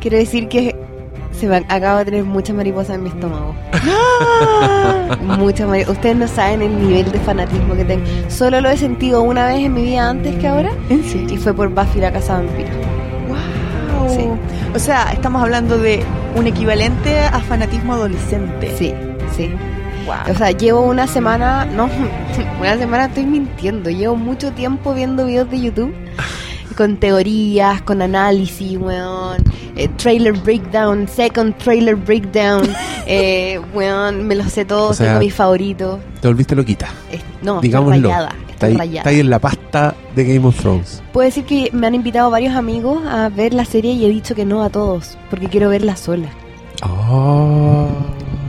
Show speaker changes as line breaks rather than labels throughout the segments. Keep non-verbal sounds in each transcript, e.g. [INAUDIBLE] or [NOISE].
Quiero decir que se me acabo de tener muchas mariposas en mi
[LAUGHS]
estómago. muchas mariposas. Ustedes no saben el nivel de fanatismo que tengo. Solo lo he sentido una vez en mi vida antes que ahora.
¿En serio?
Y fue por Buffy la Casa Vampiro.
¡Wow!
Sí.
O sea, estamos hablando de un equivalente a fanatismo adolescente.
Sí, sí.
Wow.
O sea, llevo una semana, no, [LAUGHS] una semana estoy mintiendo. Llevo mucho tiempo viendo videos de YouTube con teorías, con análisis, weón. eh, trailer breakdown, second trailer
[LAUGHS]
breakdown. eh, weón, me lo sé todo,
O sea,
tengo mis favoritos.
Te volviste loquita.
Es- No,
Digámoslo.
estoy rayada. estoy
Está ahí,
rayada.
está ahí en la pasta de Game of Thrones.
Puedo decir que me han invitado varios amigos a ver la serie y he dicho que no a todos, porque quiero verla sola.
Oh.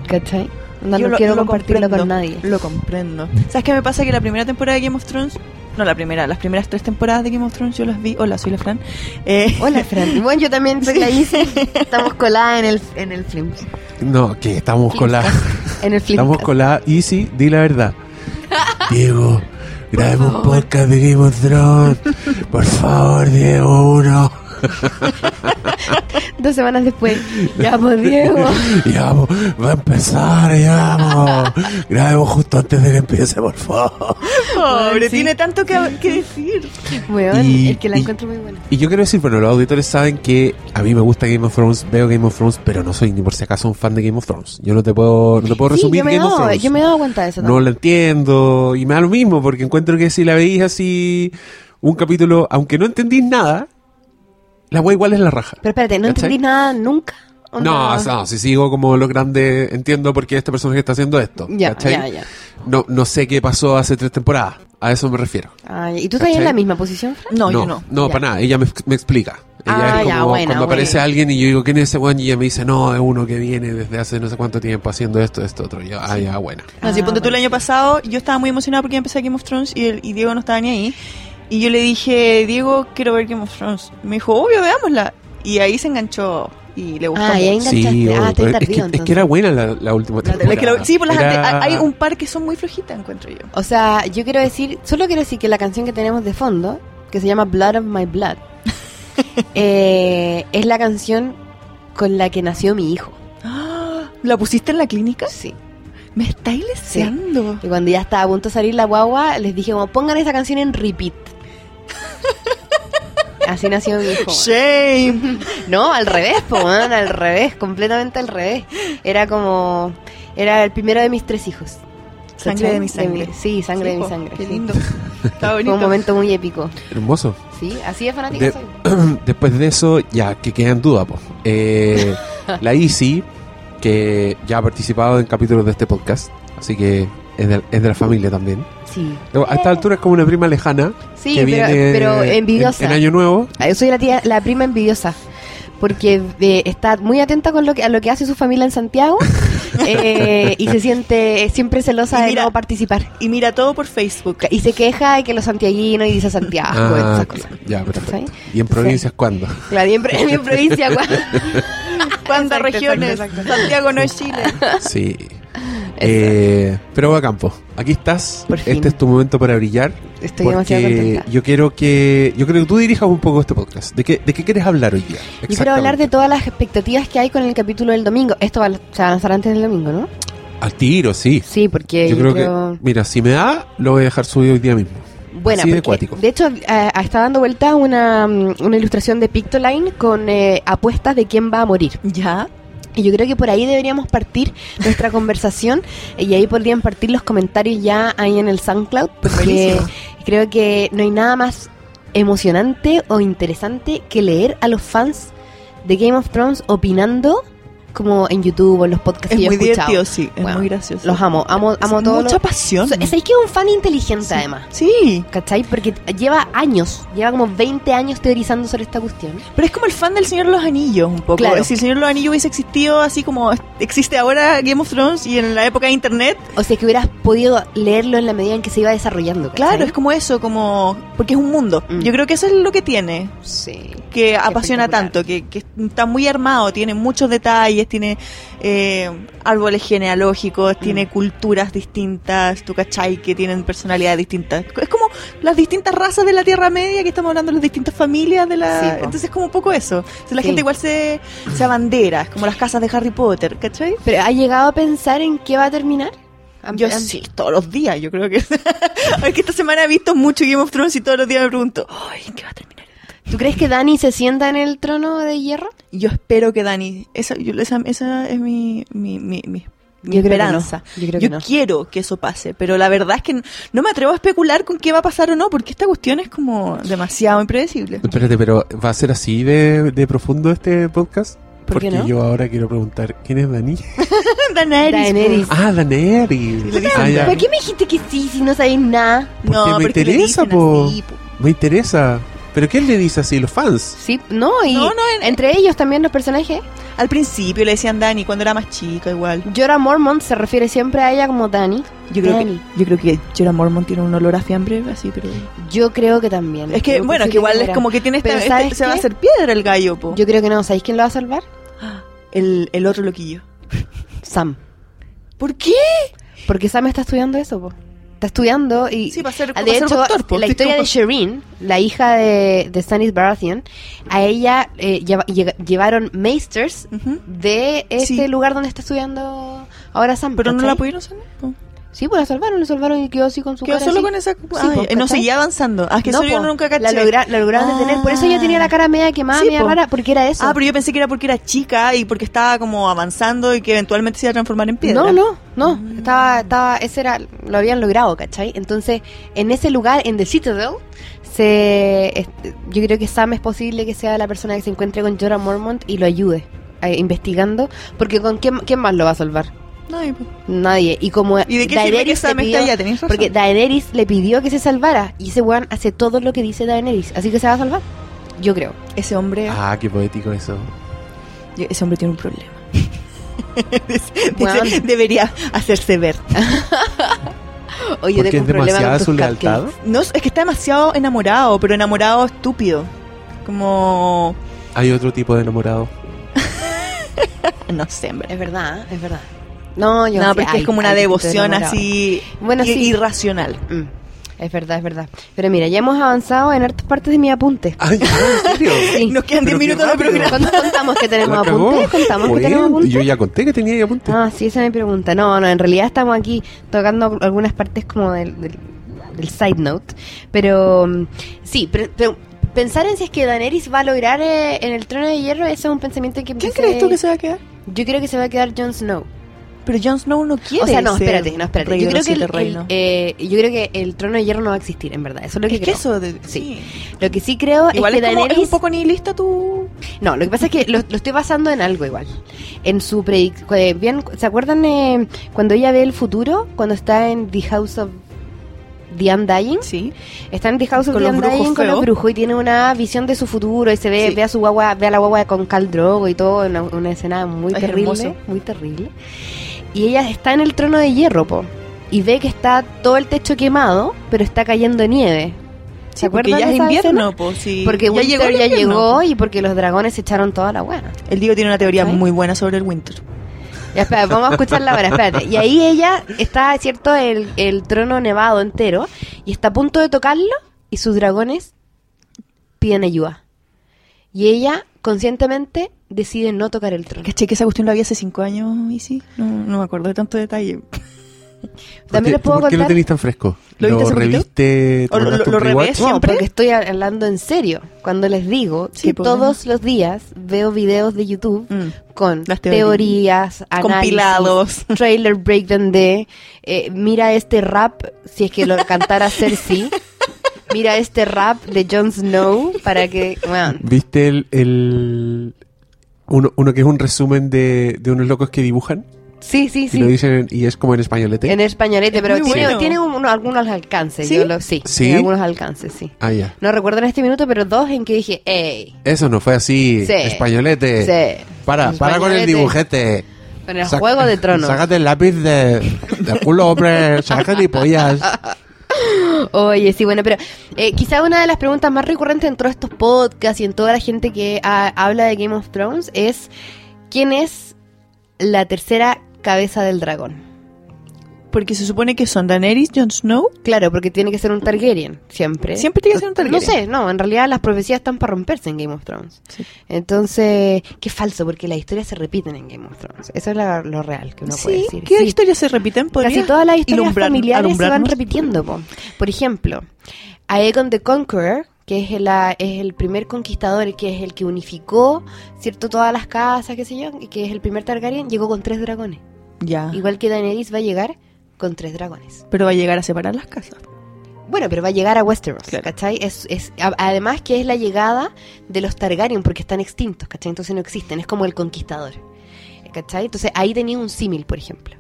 ¿Cachai? No,
Yo
no
lo-
quiero
yo lo
compartirla con
comprendo,
nadie.
Lo comprendo. ¿Sabes qué me pasa? Que la primera temporada de Game of Thrones, no la primera, las primeras tres temporadas de Game of Thrones yo las vi. Hola, soy la Fran. Eh,
Hola, Fran. [LAUGHS]
[LAUGHS]
Bueno, yo también soy la Isi. Estamos coladas en el, en el film.
No, que estamos con la. [LAUGHS]
En el film.
Estamos con la Easy, di la
[LAUGHS]
verdad. Diego, grabemos un podcast de Game of Thrones. Por favor, Diego, uno.
Dos semanas después. Ya, pues, Diego.
[LAUGHS] Ya, po, va a empezar, ya.
[LAUGHS]
po. Grabemos justo antes de que empiece, por favor.
pobre,
Bueno, sí.
tiene tanto que, que decir.
Bueno,
Y-
el que la
y-
encuentro muy buena.
Y yo quiero decir, bueno, los auditores saben que a mí me gusta Game of Thrones, veo Game of Thrones, pero no soy ni por si acaso un fan de Game of Thrones. Yo no te puedo, no te puedo
Sí,
resumir
yo me, he
Game of
dado,
Thrones.
yo me he dado cuenta de eso.
no la entiendo y me da lo mismo porque encuentro que si la veis así un capítulo, aunque no entendís nada, la wea igual es la raja.
Pero espérate, no
¿Cachai?
entendí nada nunca. ¿O
No, o sea, no, si sigo como lo grande, entiendo por qué este personaje está haciendo esto.
Ya,
¿cachai?
ya, ya.
No, no sé qué pasó hace tres temporadas, a eso me refiero.
Ay, ¿Y tú estás ahí en la
¿Cachai?
misma posición, Fran?
No, yo no.
No,
Ya.
para nada, ella me, me explica. Ella
Ah,
es como
ya, buena,
cuando aparece
buena.
alguien y yo digo, ¿quién es ese weón? Y ella me dice, no, es uno que viene desde hace no sé cuánto tiempo haciendo esto, esto, otro. Y yo, ah, ya, buena.
No, sí,
Ah,
ponte tú el
bueno.
año pasado, yo estaba muy emocionada porque iba a empezar Game of Thrones y, el- y Diego no estaba ni ahí. Y yo le dije, Diego, quiero ver Game of Thrones. Me dijo, obvio, veámosla. Y ahí se enganchó y le gustó
Ah, y ahí
mucho.
enganchaste. Ah,
Sí, obvio,
te
pero es,
tardío,
que, es que
entonces.
era buena la, la última
La- la-
temporada.
Es que lo- sí, por las
Era-
ante- hay un par que son muy flojitas, encuentro yo.
O sea, yo quiero decir, solo quiero decir que la canción que tenemos de fondo, que se llama Blood of My
[LAUGHS]
Blood, eh, es la canción con la que nació mi hijo.
¡Ah! [GASPS] ¿La pusiste en la clínica?
Sí.
Me estáis leseando.
Y cuando ya estaba a punto de salir la guagua, les dije, como, pongan esa canción en repeat. Así nació mi hijo.
Shame.
No, al revés, po, weón, al revés, completamente al revés. Era como, era el primero de mis tres hijos.
Sangre de mi sangre.
sí, sangre de
Sí,
mi
po,
sangre.
Qué
sí.
[LAUGHS] lindo. Está
Fue
bonito.
un momento muy épico.
Hermoso. [CLEARS THROAT]
Sí, así de fanática
De-
soy.
Después de eso, ya que queda en duda, po. Eh, la Easy, que ya ha participado en capítulos de este podcast, así que es de, es de la familia también.
Sí.
A esta altura es como una prima lejana
Sí,
que
pero,
viene
pero
en-
envidiosa.
En, Año Nuevo.
Ah, Yo soy la, tía, la prima envidiosa. Porque eh, está muy atenta con lo que, a lo que hace su familia en
[LAUGHS]
Santiago eh, y se siente siempre celosa
Y
de
mira-
no participar.
Y mira todo por Facebook.
Y
[LAUGHS]
se queja de que los santiaguinos y dice Santiago,
Ah,
esas cosas.
ya, perfecto.
¿Cachai?
¿Y en provincias
[LAUGHS]
cuándo?
Claro, y en, pro- en mi
[LAUGHS]
provincia, guau.
¿Cuántas
Exacto,
regiones?
exacto,
Santiago no es Chile.
Sí. Eh, pero va campo. Aquí estás.
Por fin.
Este es tu momento para brillar.
Estoy demasiado
porque
contenta.
yo quiero que yo creo que tú dirijas un poco este podcast. ¿De qué, de qué quieres hablar hoy día?
Yo quiero hablar de
Exactamente.
todas las expectativas que hay con el capítulo del domingo. Esto va, se va a lanzar antes del domingo, ¿no?
Al tiro, sí.
Sí, porque
Yo creo que, mira, si me da, lo voy a dejar subido hoy día mismo.
Buena,
Así de
porque,
cuático.
de hecho, eh, está dando vuelta una, mm, una ilustración de Pictoline con eh, apuestas de quién va a morir.
[LAUGHS] ¿Ya?
Y yo creo que por ahí deberíamos partir nuestra [LAUGHS] conversación y ahí podrían partir los comentarios ya ahí en el SoundCloud, porque
Buenísimo.
creo que no hay nada más emocionante o interesante que leer a los fans de Game of Thrones opinando como en YouTube o en los podcasts
Es
que yo
muy
he escuchado.
divertido, sí. Es
Bueno,
muy gracioso.
Los amo, amo, amo
Es
todo.
Mucha pasión.
Es que es un fan inteligente
Sí.
además.
Sí.
¿Cachai? Porque lleva años, lleva como 20 años teorizando sobre esta cuestión.
Pero es como el fan del Señor de los Anillos, un poco.
Claro.
Si el Señor de los Anillos hubiese existido así como existe ahora Game of Thrones y en la época de Internet,
O sea, que hubieras podido leerlo en la medida en que se iba desarrollando. ¿cachai?
claro, es como eso, como. Porque es un mundo.
Mm.
Yo creo que eso es lo que tiene.
Sí.
que apasiona tanto,
espectacular.
que, que está muy armado, tiene muchos detalles, tiene eh, árboles
Mm.
genealógicos, tiene culturas distintas, tú cachai, que tienen personalidades distintas. Es como las distintas razas de la Tierra Media que estamos hablando, las distintas familias de la...
Sí, po.
Entonces es como un poco eso. Entonces la
Sí.
gente igual se, se abandera, es como las casas de Harry Potter, ¿cachai?
¿Pero ha llegado a pensar en qué va a terminar? Han-
Yo
han-
sí, todos los días, yo creo que... [LAUGHS] es que esta semana he visto mucho Game of Thrones y todos los días me pregunto, ay, ¿en ¿qué va a terminar?
¿Tú crees que Dani se sienta en el trono de hierro?
Yo espero que Dani. Esa, yo- esa, esa es mi, mi, mi, mi- mi
Yo creo que
esperanza.
no, yo creo que no.
quiero que eso pase, pero la verdad es que n- no me atrevo a especular con qué va a pasar o no, porque esta cuestión es como demasiado impredecible.
Espérate, pero ¿va a ser así de, de profundo este podcast?
¿Por qué
Porque
no?
yo ahora quiero preguntar, ¿quién
[LAUGHS]
es Dani?
Daenerys,
Daenerys.
ah, Daenerys.
le dicen
Ah, ya.
¿Por qué me dijiste que sí si no sabéis nada?
po. No,
Porque me
porque le
interesa,
dicen
po.
así, po.
Me interesa. ¿Pero quién le dice así? ¿Los fans?
Sí, no, y
No, no, en-
entre ellos también los personajes.
Al principio le decían Dani cuando era más chica, igual.
Jorah Mormont se refiere siempre a ella como Dani.
Yo creo
Dani.
que yo creo que Jorah Mormont tiene un olor a fiambre, así, pero.
Yo creo que también.
Es que,
Creo
bueno,
sí
es que igual es
era.
como que tiene esta.
Pero
este-
¿sabes
se va a
qué?
hacer piedra el gallo, po.
Yo creo que no. ¿Sabéis quién lo va a salvar?
[GASPS] El, el otro loquillo.
Sam.
¿Por qué?
Porque Sam está estudiando eso, po. Está estudiando y...
Sí, va a ser,
Ah,
va a
De
ser
hecho,
doctor, po.
la
Sí,
historia
como-
de Shireen, la hija de, de Stannis Baratheon, a ella eh, lleva- llega- llevaron maesters
Ujú.
de este
Sí.
lugar donde está estudiando ahora Sam.
Pero no
¿cachai?
la pudieron sanar. po.
Sí, pues la salvaron, la salvaron y quedó así con su
Quedó
cara
solo
así.
con esa.
Sí,
Ay,
po,
no
¿cachai?
seguía avanzando. Ah, es que
No,
eso yo
po,
nunca caché. Ah.
La, logra- la lograron detener. Por eso ella tenía la cara media quemada,
Sí,
media
po.
rara, porque era eso.
Ah, pero yo pensé que era porque era chica y porque estaba como avanzando y que eventualmente se iba a transformar en piedra.
No, no, no.
Mm.
Estaba, estaba, ese era, lo habían logrado, ¿cachai? Entonces, en ese lugar, en The Citadel, se, este, yo creo que Sam es posible que sea la persona que se encuentre con Jorah Mormont y lo ayude eh, investigando, porque con quién, quién más lo va a salvar?
No, y, po.
Nadie. Y como
¿Y de qué sirve que esa
le
mezcla
pidió-
ya tenéis razón?
porque Daenerys le pidió que se salvara y ese weón hace todo lo que dice Daenerys, así que se va a salvar. Yo creo.
Ese hombre,
Ah, qué poético eso.
ese hombre tiene un problema. [LAUGHS] Dice,
Bueno.
Debería hacerse ver.
Oye,
Porque
tengo
es
un problema con
demasiada
tus
su lealtad.
cupcakes.
No, es que está demasiado enamorado, pero enamorado estúpido. Como.
Hay otro tipo de enamorado.
No sé, hombre.
Es verdad, ¿eh? es verdad. No, yo
No,
sé,
porque
hay-
es como una
hay distintos
devoción
enamorados.
así
Bueno,
i-
sí.
irracional.
Mm, es verdad, es verdad. Pero mira, ya hemos avanzado en hartas partes de mi apunte.
Ay, Ah, ¿en serio?
[LAUGHS] Sí.
Nos quedan
Pero
10
qué
minutos de
rápido.
programa.
¿Cuándo contamos que
La
tenemos
cagó.
apuntes? ¿Contamos que
Bueno,
tenemos
Yo
apuntes?
ya conté que tenía ahí apuntes.
Ah, sí, esa es mi pregunta. No, no, en realidad estamos aquí tocando algunas partes como del, del- del side note. Pero mm, sí, pero, pero pensar en si es que Daenerys va a lograr eh, en el trono de hierro, ese es un pensamiento que
¿Quién
empecé-
crees tú que se va a quedar?
Yo creo que se va a quedar Jon Snow.
Pero Jon Snow no quiere.
O sea, no,
ser
espérate, no, espérate.
rey
Yo
de
creo,
los
que el,
siete reinos.
el, eh, yo creo que el trono de hierro no va a existir, en verdad. Eso es lo que
es que
creo.
eso. de-
Sí. Lo que sí creo
Igual
es
es,
que
como,
Daenerys...
es un poco nihilista tu.
No, lo que pasa es que lo, lo estoy basando en algo igual. En su predicción. bien, ¿se acuerdan eh, cuando ella ve el futuro? Cuando está en The House of The Undying.
Sí.
Está en The House of
Con
the
los brujos
Undying con los
feos.
brujos y tiene una visión de su futuro y se ve,
Sí.
ve a su guagua, ve a la guagua con Cal Drogo y todo, una, una escena muy
Es
terrible,
hermoso.
muy terrible. Y ella está en el trono de hierro, po, y ve que está todo el techo quemado, pero está cayendo nieve.
Sí,
¿Se
porque
acuerdan
ya
de
es
esa
invierno, pues sí.
Porque Winter ya llegó,
el invierno. pues.
y porque los dragones se echaron toda la buena.
El Diego tiene una teoría
¿Sí?
muy buena sobre el Winter.
Ya, espera, vamos a escucharla ahora, espérate. Y ahí ella está, ¿cierto? El, el trono nevado entero y está a punto de tocarlo y sus dragones piden ayuda. Y ella conscientemente decide no tocar el trono.
Caché que esa cuestión la vi hace 5 años y sí. No, no me acuerdo de tanto detalle.
¿Por qué-
También les puedo
¿Por qué lo
contar...
tenéis tan fresco?
¿Lo viste hace poquito?
reviste?
¿O lo-
mandaste
lo-
un
lo
rewatch?
revés?
No,
siempre?
porque estoy hablando en serio cuando les digo
Sí,
que
pues,
todos los días veo videos de YouTube
Mm.
con
Las
teorías, análisis,
Compilados.
trailer breakdown de eh, mira este rap si es que lo cantara
[LAUGHS]
Cersei. Mira este rap de Jon Snow para que, bueno,
¿Viste el, el- uno, uno que es un resumen de, de unos locos que dibujan?
sí, sí,
Y lo
sí.
dicen en- y es como en españolete.
En españolete,
Es
pero
muy
tiene,
bueno.
tiene un- algunos alcances,
¿Sí?
yo lo- sí,
¿Sí?
tiene algunos alcances, sí.
Ah, ya.
No recuerdo en este minuto, pero dos en que dije, ey,
Eso no fue así.
Sí.
Españolete.
sí.
Para, para con el
Españolete.
dibujete.
Con el
Eh. Saca-
juego
[LAUGHS]
de tronos. [LAUGHS]
Sácate el lápiz de, de culo, hombre. Sácate y pollas.
Oye, sí, bueno, pero eh, quizá una de las preguntas más recurrentes en todos estos podcasts y en toda la gente que ha- habla de Game of Thrones es ¿quién es la tercera cabeza del dragón?
Porque se supone que son Daenerys, Jon Snow.
Claro, porque tiene que ser un Targaryen, siempre.
Siempre tiene que ser un Targaryen.
No sé, no, en realidad las profecías están para romperse en Game of Thrones.
Sí.
Entonces, qué falso, porque las historias se repiten en Game of Thrones. Eso es la- lo real que uno puede
Sí,
decir.
¿qué
Sí.
historias se repiten?
Casi
¿Podrías
todas las historias
alumbrar-
familiares se van
alumbrarnos?
repitiendo. po. Por ejemplo, Aegon the Conqueror, que es el, ah, es el primer conquistador, el que es el que unificó cierto todas las casas, qué sé yo, y que es el primer Targaryen, llegó con tres dragones.
Ya.
Igual que Daenerys va a llegar con tres dragones.
Pero va a llegar a separar las casas.
Bueno, pero va a llegar a Westeros,
Claro.
¿cachai? Es, es, a- además que es la llegada de los Targaryen, porque están extintos, ¿cachai? Entonces no existen, es como el conquistador, ¿cachai? Entonces ahí tenía un símil, por ejemplo.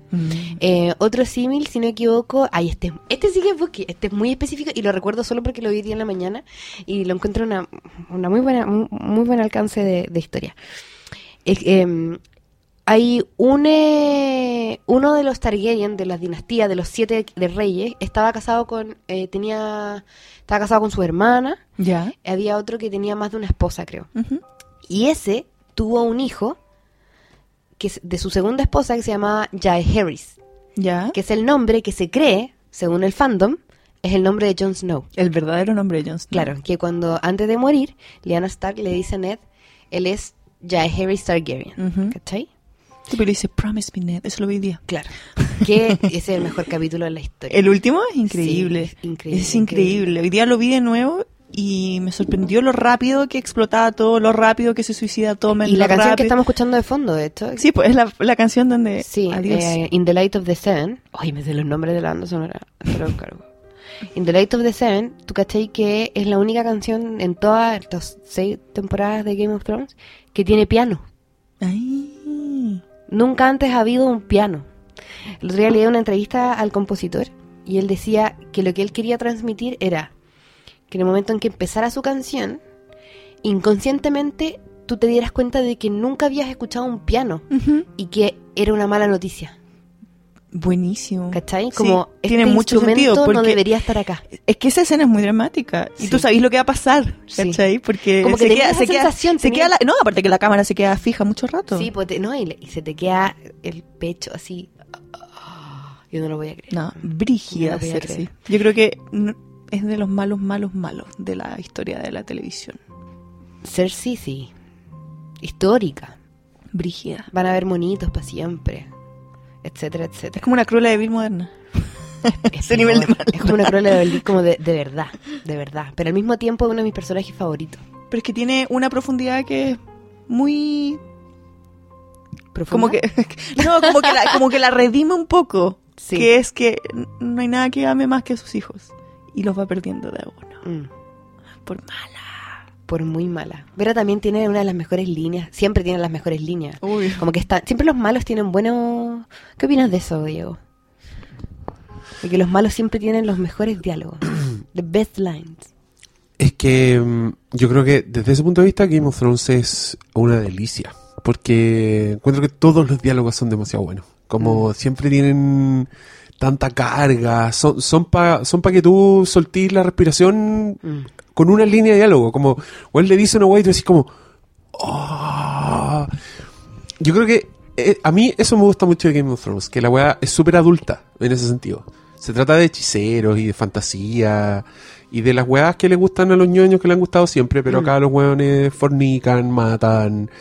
Eh, otro símil, si no me equivoco, ay, este, este sí que es bosque, este es muy específico y lo recuerdo solo porque lo vi hoy día en la mañana y lo encuentro una, una muy buena, un- muy buen alcance de, de historia. Es- em, hay un, eh, uno de los Targaryen de las dinastías de los siete de reyes estaba casado con eh, tenía estaba casado con su hermana.
Ya.
Había otro que tenía más de una esposa, creo.
Ujú.
Y ese tuvo un hijo que es de su segunda esposa que se llamaba Jaehaerys
Ya.
¿Ah? que es el nombre que se cree, según el fandom, es el nombre de Jon Snow.
El verdadero nombre de Jon Snow.
Claro, que cuando antes de morir, Lyanna Stark le dice a Ned, él es Jaehaerys Targaryen,
Ujú.
¿cachai?
Sí, pero dice, promise me, Ned. Eso lo vi hoy día.
Claro. Que
[LAUGHS]
ese es el mejor capítulo de la historia.
El último es increíble.
Sí, es increíble,
Es increíble. Hoy día lo vi de nuevo y me sorprendió lo rápido que explotaba todo, lo rápido que se suicida Tommen.
y la
lo
canción que
rápido-
estamos escuchando de fondo, de hecho.
Sí, pues es la, la canción donde...
Sí,
Adiós.
eh, In the Light of the Seven. Ay, me sé los nombres de la banda sonora. te lo encargo. In the Light of the Seven, tú cachai que es la única canción en todas estas seis temporadas de Game of Thrones que tiene piano.
Ay.
Nunca antes ha habido un piano. El otro día leí una entrevista al compositor y él decía que lo que él quería transmitir era que en el momento en que empezara su canción, inconscientemente tú te dieras cuenta de que nunca habías escuchado un piano
Ujú.
y que era una mala noticia.
Buenísimo.
¿Cachai?
Sí,
Como
tiene
este
mucho
instrumento
sentido
no
porque
debería estar acá.
es que esa escena es muy dramática y
Sí.
tú sabes lo que va a pasar,
Sí.
¿cachai? Porque
Como que
se
tenía
queda,
esa
se queda-
sensación,
se
tenía-
queda la- no, aparte que la cámara se queda fija mucho rato.
Sí, pues te- no, y, le- y se te queda el pecho así. Yo no lo voy a creer.
No, brígida
No lo voy a
Cersei.
creer.
Yo creo que n- es de los malos, malos, malos de la historia de la televisión.
Cersei, sí. Histórica.
Brígida.
van a haber monitos para siempre, etcétera,
[LAUGHS] Es
etcétera.
como una cruela de Vil moderna.
Es
ese nivel de
peor.
maldad.
Es como una cruela de Vil, como de, de verdad, de verdad. Pero al mismo tiempo es uno de mis personajes favoritos.
Pero es que tiene una profundidad que es muy...
¿Profunda?
Como que... [LAUGHS] No, como que, la, como que la redime un poco.
Sí.
Que es que n- no hay nada que ame más que a sus hijos. Y los va perdiendo de a uno.
Mm,
Por mala.
por muy mala. Vera también tiene una de las mejores líneas. Siempre tiene las mejores líneas.
Uy.
Como que está, siempre los malos tienen buenos... ¿Qué opinas de eso, Diego? De que los malos siempre tienen los mejores diálogos. The best lines.
Es que mm, yo creo que desde ese punto de vista Game of Thrones es una delicia. Porque encuentro que todos los diálogos son demasiado buenos. Como siempre tienen tanta carga. Son, son para son pa que tú soltís la respiración
Mm.
con una línea de diálogo. Como, o él le dice una wey y tú decís como... "Oh". Yo creo que eh, a mí eso me gusta mucho de Game of Thrones, que la weá es súper adulta en ese sentido. Se trata de hechiceros y de fantasía y de las weas que le gustan a los ñoños que le han gustado siempre, pero
Mm.
acá los weones fornican, matan.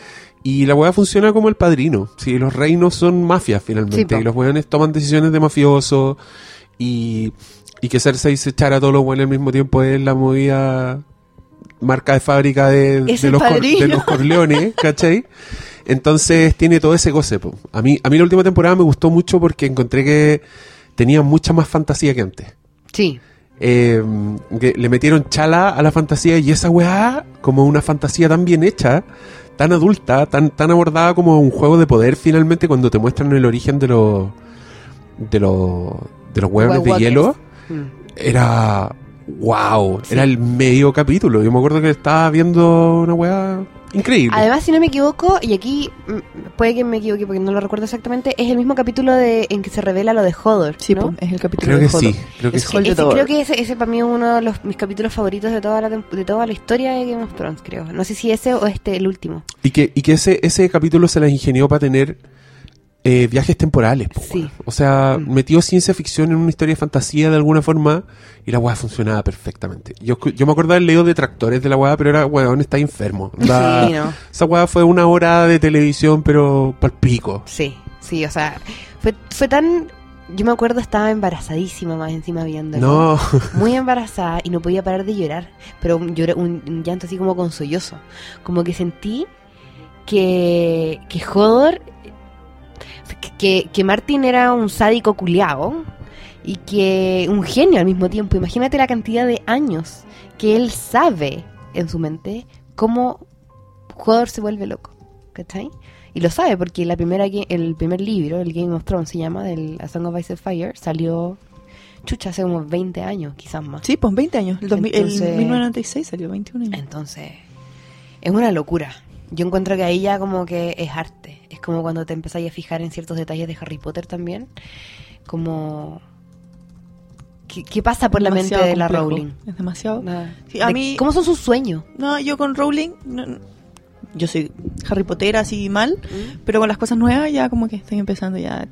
Y la weá funciona como el padrino. Sí, los reinos son mafias finalmente.
Sí, po.
y los weones toman decisiones de mafiosos. Y, y que Cersei se echara a todos los weones al mismo tiempo es la movida marca de fábrica de,
Es
de
el
los, cor-
padrino.
de los Corleones, ¿cachai? Entonces tiene todo ese goce. po. A mí, a mí la última temporada me gustó mucho porque encontré que tenía mucha más fantasía que antes.
Sí.
Eh, que le metieron chala a la fantasía y esa weá, como una fantasía tan bien hecha, tan adulta, tan, tan abordada como un juego de poder finalmente cuando te muestran el origen de los de los de los hueones de
Walkers.
hielo
Mm.
era wow, era el medio capítulo. Yo me acuerdo que estaba viendo una weá Increíble.
Además, si no me equivoco, y aquí mm, puede que me equivoque porque no lo recuerdo exactamente, es el mismo capítulo de, en que se revela lo de Hodor.
Sí, pues,
¿no? E-,
po, es el capítulo
creo
de
que
Hodor.
sí. Creo que
Es
sí.
Hol-
Ese-
Holder.
creo que ese, ese para mí es uno de los, mis capítulos favoritos de toda, la, tem- de toda la historia de Game of Thrones, creo. No sé si ese o este, el último.
Y que, y que ese, ese capítulo se las ingenió para tener eh, viajes temporales. po,
Sí.
weón. O sea,
Mm.
metió ciencia ficción en una historia de fantasía de alguna forma y la weá funcionaba perfectamente. Yo, escu- yo me acordaba del leo detractores de la weá, pero era, weón, está enfermo. La-
[LAUGHS] Sí, no.
Esa weá fue una hora de televisión, pero pal pico.
Sí, sí, o sea, fue, fue tan... Yo me acuerdo estaba embarazadísima más encima viéndolo.
No,
muy embarazada y no podía parar de llorar, pero un, llora- un- un llanto así como con sollozo. Como que sentí que, que Hodor, que, que Martin era un sádico culiao y que un genio al mismo tiempo. Imagínate la cantidad de años que él sabe en su mente cómo Hodor se vuelve loco. ¿Cachai? Y lo sabe porque la primera, que- el primer libro, el Game of Thrones se llama, del A Song of Ice and Fire, salió chucha hace como 20 años, quizás más.
Sí, pues 20 años. El, 2000 el
Entonces-
1996 salió
Mm.
21 años.
Entonces, es una locura. Yo encuentro que ahí ya como que es arte. Es como cuando te empezáis a fijar en ciertos detalles de Harry Potter también. Como... ¿Qué, qué pasa por la mente
Demasiado
de la
complejo.
Rowling?
Es demasiado.
Nada.
Sí, a
De-
mí-
¿Cómo son sus sueños?
No, yo con Rowling, no- no. yo soy Harry Potter así mal,
Mm.
pero con las cosas nuevas ya como que estoy empezando ya,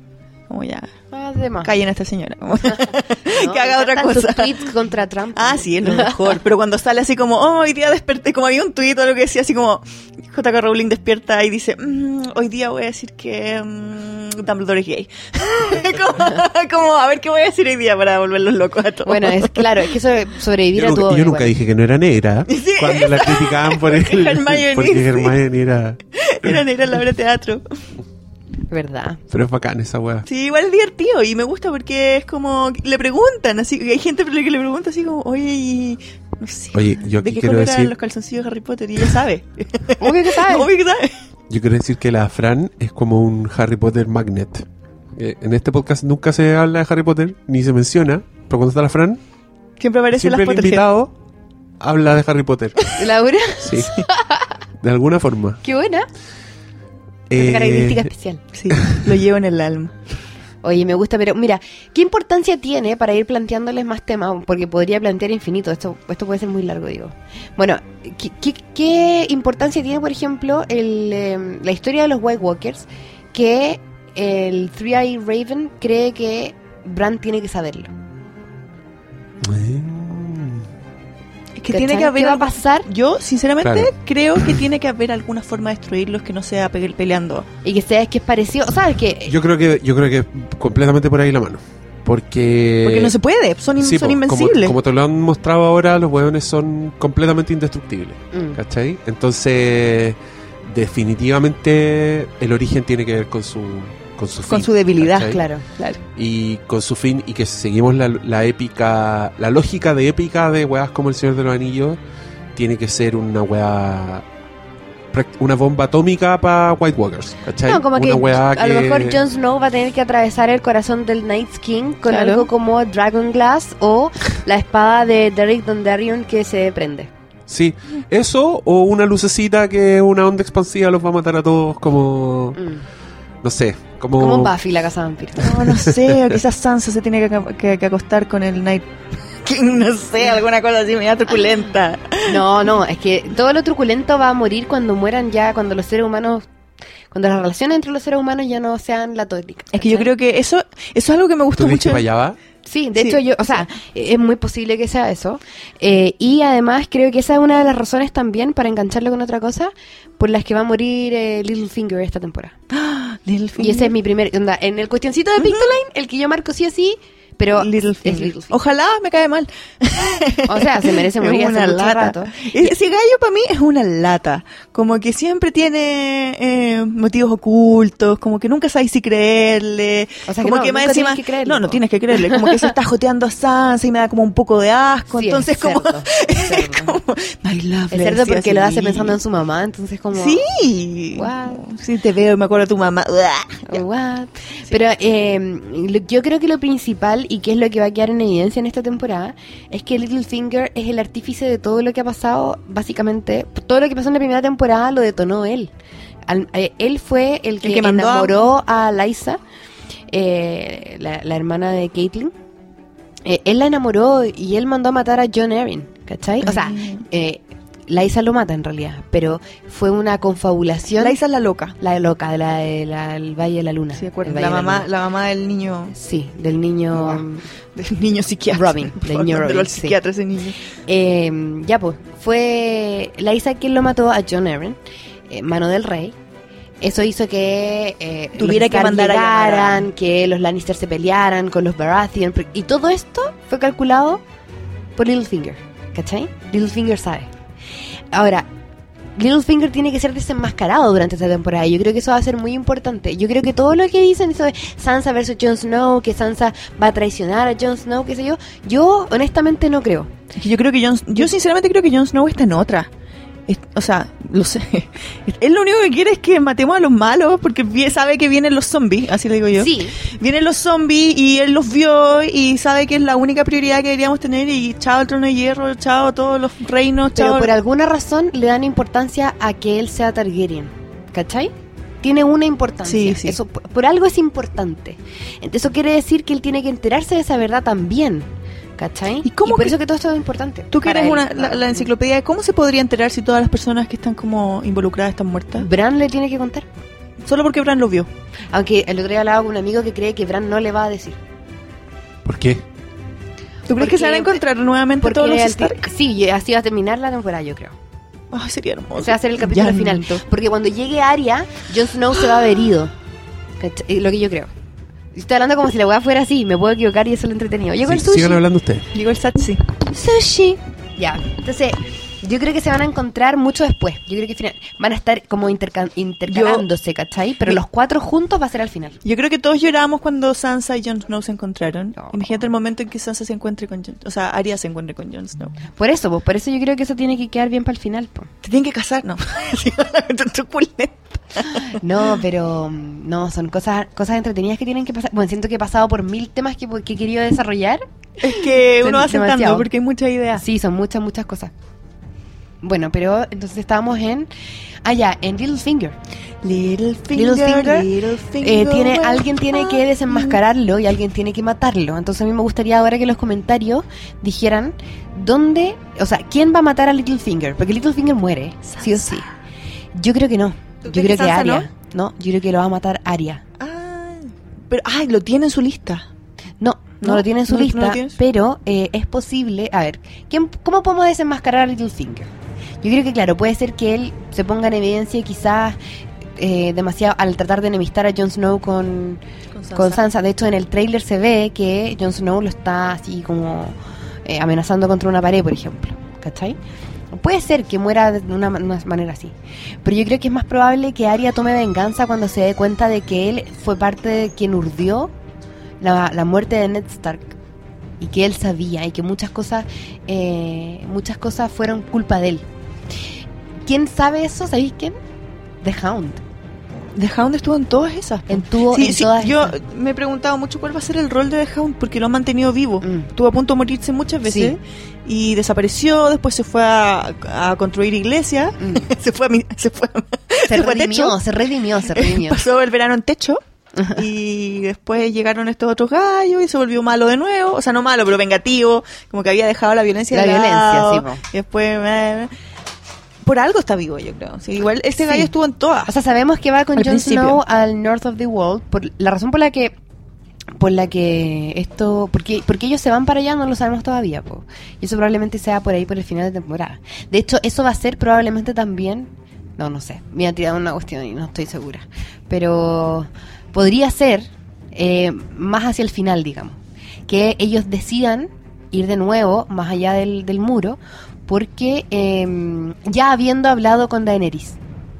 como ya,
Además.
callen a esta señora, como-
[LAUGHS]
que haga otra cosa.
Sus tweets contra Trump.
Ah, sí, es lo mejor, pero cuando sale así como, oh, hoy día desperté, como había un tuit o lo que decía así como, JK Rowling despierta y dice, "Mm, hoy día voy a decir que mm, Dumbledore es gay. [LAUGHS] como, como, a ver qué voy a decir hoy día para volverlos locos a todos.
Bueno, es claro, es que sobre- sobrevivir
yo
a todo.
nunca, yo nunca dije que no era negra
[LAUGHS] Sí,
cuando la criticaban
[LAUGHS]
por
porque
el-
Hermione, sí.
porque Hermione era...
[LAUGHS] Era negra en la obra de teatro.
¿Verdad?
Pero es bacán esa weá.
Sí, igual es divertido y me gusta porque es como le preguntan, así hay gente que le pregunta así como, oye, y no sé,
Oye, yo
¿de
aquí
qué
quiero
color
decir-
eran los calzoncillos de Harry Potter? Y ella sabe.
Obvio que
[LAUGHS]
sabes.
[LAUGHS] Obvio que sabe.
Yo quiero decir que la Fran es como un Harry Potter magnet. Eh, en este podcast nunca se habla de Harry Potter, ni se menciona, pero cuando está la Fran,
Siempre aparece las
siempre el
Potterhead.
invitado habla de Harry Potter.
Laura,
[LAUGHS]
Sí. de alguna forma.
qué buena.
Eh,
Una característica especial.
Sí, lo llevo en el alma.
Oye, me gusta, pero mira, ¿qué importancia tiene para ir planteándoles más temas? Porque podría plantear infinito, esto, esto puede ser muy largo, digo. Bueno, ¿qué, qué- qué importancia tiene, por ejemplo, el, em, la historia de los White Walkers que el Three Eye Raven cree que Bran tiene que saberlo?
mm,
Es que
¿Cachai?
tiene que haber
¿Qué va a
algo-
pasar?
Yo, sinceramente,
Claro.
creo que tiene que haber alguna forma de destruirlos que no sea pe- peleando.
Y que sea que es parecido, o sea, que...
yo creo que yo creo que completamente por ahí la mano. Porque
Porque no se puede, son, in-
Eh, Sí,
son
po,
invencibles.
Como, como te lo han mostrado ahora, los hueones son completamente indestructibles.
Mm.
¿Cachai? Entonces, definitivamente el origen tiene que ver con su, con su
Con
fin,
su debilidad,
¿cachai?
Claro.
Claro.
Y con su fin, y que si seguimos la, la épica, la lógica de épica de weas como El Señor de los Anillos, tiene que ser una wea. prac- Una bomba atómica para White Walkers, ¿cachai?
No, como
una
que
wea
a lo
que-
mejor Jon Snow va a tener que atravesar el corazón del Night's King con
Claro.
algo como Dragon Glass o la espada de Derek Dondarrion que se prende.
Sí, eso o una lucecita que una onda expansiva los va a matar a todos como.
Mm.
No sé, como.
Como Buffy, la casa vampiro.
No, no sé, o quizás Sansa se tiene que, que- que acostar con el Night [LAUGHS] King, no sé, alguna cosa así media truculenta.
No, no, es que todo lo truculento va a morir cuando mueran ya, cuando los seres humanos, cuando las relaciones entre los seres humanos ya no sean la tónica.
Es que yo creo que eso, eso es algo que me
¿Tú
gusta
crees que
mucho.
para allá va?
Sí, de
Sí.
hecho yo, o sea, es muy posible que sea eso. Eh, y además creo que esa es una de las razones también, para engancharlo con otra cosa, por las que va a morir eh, Littlefinger esta temporada.
[GASPS] Littlefinger.
Y ese es mi primer. Onda, en el cuestioncito de Pictoline, el que yo marco sí o sí, pero
Littlefinger.
es Littlefinger.
Ojalá me cae mal.
O sea, se merece morir
Oh. [LAUGHS] Es
hace
una
mucho
lata.
rato.
E- Ese gallo para mí es una lata. Como que siempre tiene eh, motivos ocultos, como que nunca sabes si creerle.
O sea, que
como
no, nunca tienes que creerle,
No, no
po.
tienes que creerle. Como que se está joteando a Sansa y me da como un poco de asco.
Sí,
entonces,
es
como.
cerdo, es
es
cerdo.
como. [LAUGHS] My love,
El
le
cerdo
decía
porque lo
así.
hace pensando en su mamá, entonces como...
Sí.
What?
Sí,
Oh,
te veo y me acuerdo de tu mamá. Uah.
What? Pero eh, lo- yo em, creo que lo principal final y que es lo que va a quedar en evidencia en esta temporada, es que Littlefinger es el artífice de todo lo que ha pasado, básicamente, todo lo que pasó en la primera temporada lo detonó él. Al- eh, él fue el que,
que mandó a-
enamoró a Liza, eh, la, la hermana de Caitlyn. Eh, él la enamoró y él mandó a matar a John Arryn, ¿cachai? O sea,
Mm.
eh, Liza lo mata en realidad, pero fue una confabulación.
La Isa es la loca.
La loca, de la del Valle de la Luna.
Sí, de acuerdo.
El Valle
La
de
mamá,
Luna.
la mamá del niño.
Sí, del niño. um,
Buah. Del niño psiquiatra.
Robin,
Por
del
[LAUGHS] favor,
niño
dándelo
Robin,
al
sí.
psiquiatra ese niño.
Eh, ya, pues. Fue Liza quien lo mató a John Aaron, mano del rey. Eso hizo que eh,
Tuviera
los
que
Stark
mandar a llamar a-
llegaran, que los Lannister se pelearan con los Baratheon. pr- Y todo esto fue calculado por Littlefinger. ¿Cachai? Littlefinger sabe. Ahora, Littlefinger tiene que ser desenmascarado durante esta temporada. Yo creo que eso va a ser muy importante. Yo creo que todo lo que dicen, eso de Sansa versus Jon Snow, que Sansa va a traicionar a Jon Snow, qué sé yo, yo honestamente no creo.
Es que Yo creo que Jon, yo sinceramente creo que Jon Snow está en otra. Es- o sea, lo sé. [LAUGHS] Él lo único que quiere es que matemos a los malos porque vi- sabe que vienen los zombies, así le digo yo.
Sí,
Vienen los zombies y él los vio y sabe que es la única prioridad que deberíamos tener y chao el trono de hierro, chao todos los reinos,
pero
chao.
por alguna razón le dan importancia a que él sea Targaryen. ¿Cachai? Tiene una importancia.
Sí, sí.
Eso, por, por algo es importante. Entonces, eso quiere decir que él tiene que enterarse de esa verdad también. ¿Cachai?
¿Y cómo
por
que-
eso que todo esto es importante.
Tú que
para él.
eres una, la, la enciclopedia, ¿cómo se podría enterar si todas las personas que están como involucradas están muertas?
Bran le tiene que contar.
Solo porque Bran lo vio.
Aunque el otro día hablaba con un amigo que cree que Bran no le va a decir.
¿Por qué?
¿Tú crees
Porque-
que se van a encontrar nuevamente
Porque
todos los
al-
Stark?
sí, y así va a terminar la temporada, yo creo.
Ay, sería hermoso.
O sea, va a ser el capítulo final.
Llanto.
Porque cuando llegue Arya, Jon Snow se va a haber ido. ¿Cachai? Eh, Lo que yo creo. Estoy hablando como si la weá fuera así, me puedo equivocar y eso es lo entretenido. Llegó
Sí,
el sushi.
Sigan hablando ustedes.
Digo el Satsi.
Sushi. Ya. Entonces, yo creo que se van a encontrar mucho después. Yo creo que final- van a estar como interca- intercalándose, ¿cachai? Pero
Mi-
los cuatro juntos va a ser al final.
Yo creo que todos lloramos cuando Sansa y Jon Snow se encontraron.
No.
Imagínate el momento en que Sansa se encuentre con Jon... O sea, Arya se encuentre con Jon Snow.
Por eso, pues, por eso yo creo que eso tiene que quedar bien para el final, pues.
¿Te tienen que
[LAUGHS]
casar? No. Sí, tú culé.
No, pero mm, no, son cosas cosas entretenidas que tienen que pasar. Bueno, siento que he pasado por mil temas que, que he querido desarrollar.
es que
Son
uno va sentando
demasiado.
porque hay muchas ideas.
Sí, son muchas, muchas cosas. Bueno, pero entonces estábamos en... Ah, ya, en Littlefinger.
Little
Littlefinger,
little
Eh,
finger,
tiene,
where
alguien tiene que
are
desenmascararlo y alguien tiene que matarlo. Entonces a mí me gustaría ahora que los comentarios dijeran dónde... O sea, ¿quién va a matar a Littlefinger? Porque Littlefinger muere, sí o sí. Yo creo que no.
¿Tú
Yo creo
crees
que,
que Sansa
Arya. No? yo creo que lo va a matar Arya.
you? Ah, pero, ay, lo tiene en su lista.
No, no,
No,
lo tiene en su
no- no
lista,
lo tienes.
pero eh, es posible. A ver, ¿quién, ¿cómo podemos desenmascarar a Littlefinger? Yo creo que, claro, puede ser que él se ponga en evidencia quizás eh, demasiado al tratar de enemistar a Jon Snow con, con Sansa. De hecho, en el tráiler se ve que Jon Snow lo está así como eh, amenazando contra una pared, por ejemplo. ¿Cachai? Puede ser que muera de una, ma- una manera así. Pero yo creo que es más probable que Arya tome venganza cuando se dé cuenta de que él fue parte de quien urdió la, la muerte de Ned Stark. Y que él sabía y que muchas cosas, eh, muchas cosas fueron culpa de él. ¿Quién sabe eso? ¿Sabéis quién? The Hound.
The Hound estuvo en todas esas.
En tu,
Sí,
en
sí,
todas
yo
esas.
me he preguntado mucho cuál va a ser el rol de The Hound porque lo han mantenido vivo.
Mm.
Estuvo a punto de morirse muchas veces y desapareció, después se fue a, a construir iglesia, [LAUGHS]
Mm.
se fue a, mi- se fue a-
Se
se fue a
redimió,
techo,
se redimió,
[LAUGHS]
se redimió.
pasó el verano en techo y después llegaron estos otros gallos y se volvió malo de nuevo, o sea, no malo, pero vengativo, como que había dejado la violencia
La
de
violencia,
lado,
sí, po.
y después eh, por algo está vivo, yo creo. Sí, igual
Sí.
este gallo estuvo en todas.
O sea, sabemos que va con
Al
Jon
principio.
Snow al North of the World. Por la razón por la que por la que esto porque porque ellos se van para allá no lo sabemos todavía po. y eso probablemente sea por ahí por el final de temporada de hecho eso va a ser probablemente también no no sé me ha tirado una cuestión y no estoy segura pero podría ser eh, más hacia el final digamos que ellos decidan ir de nuevo más allá del, del muro porque em, ya habiendo hablado con Daenerys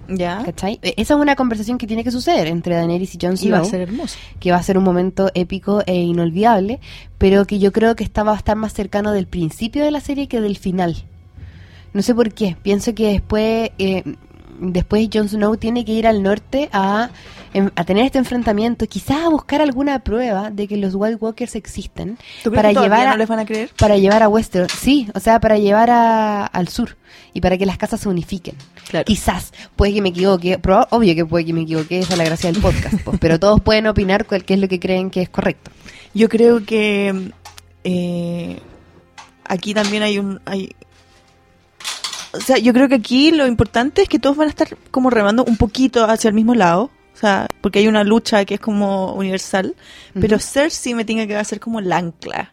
ya.
¿Cachai? Eh, Esa es una conversación que tiene que suceder entre Daenerys y Jon
¿Ah? Y va a
Snow,
ser hermoso.
que va a ser un momento épico e inolvidable, pero que yo creo que esta va a estar más cercano del principio de la serie que del final. No sé por qué, pienso que después eh, después Jon Snow tiene que ir al norte a, en- a tener este enfrentamiento, quizás a buscar alguna prueba de que los White Walkers existen
¿Tú crees
para
que todavía
llevar
no les
a,
van a creer?
para llevar a Westeros, sí, o sea, para llevar a- al sur y para que las casas se unifiquen.
Claro.
Quizás, puede que me equivoque, proba- obvio que puede que me equivoque, esa es la gracia del podcast,
[LAUGHS]
pues, pero todos pueden opinar cuál qué es lo que creen que es correcto.
Yo creo que eh, aquí también hay un... Hay, o sea, yo creo que aquí lo importante es que todos van a estar como remando un poquito hacia el mismo lado. O sea, porque hay una lucha que es como universal. Pero
Ujú.
Cersei me tiene que hacer como el ancla.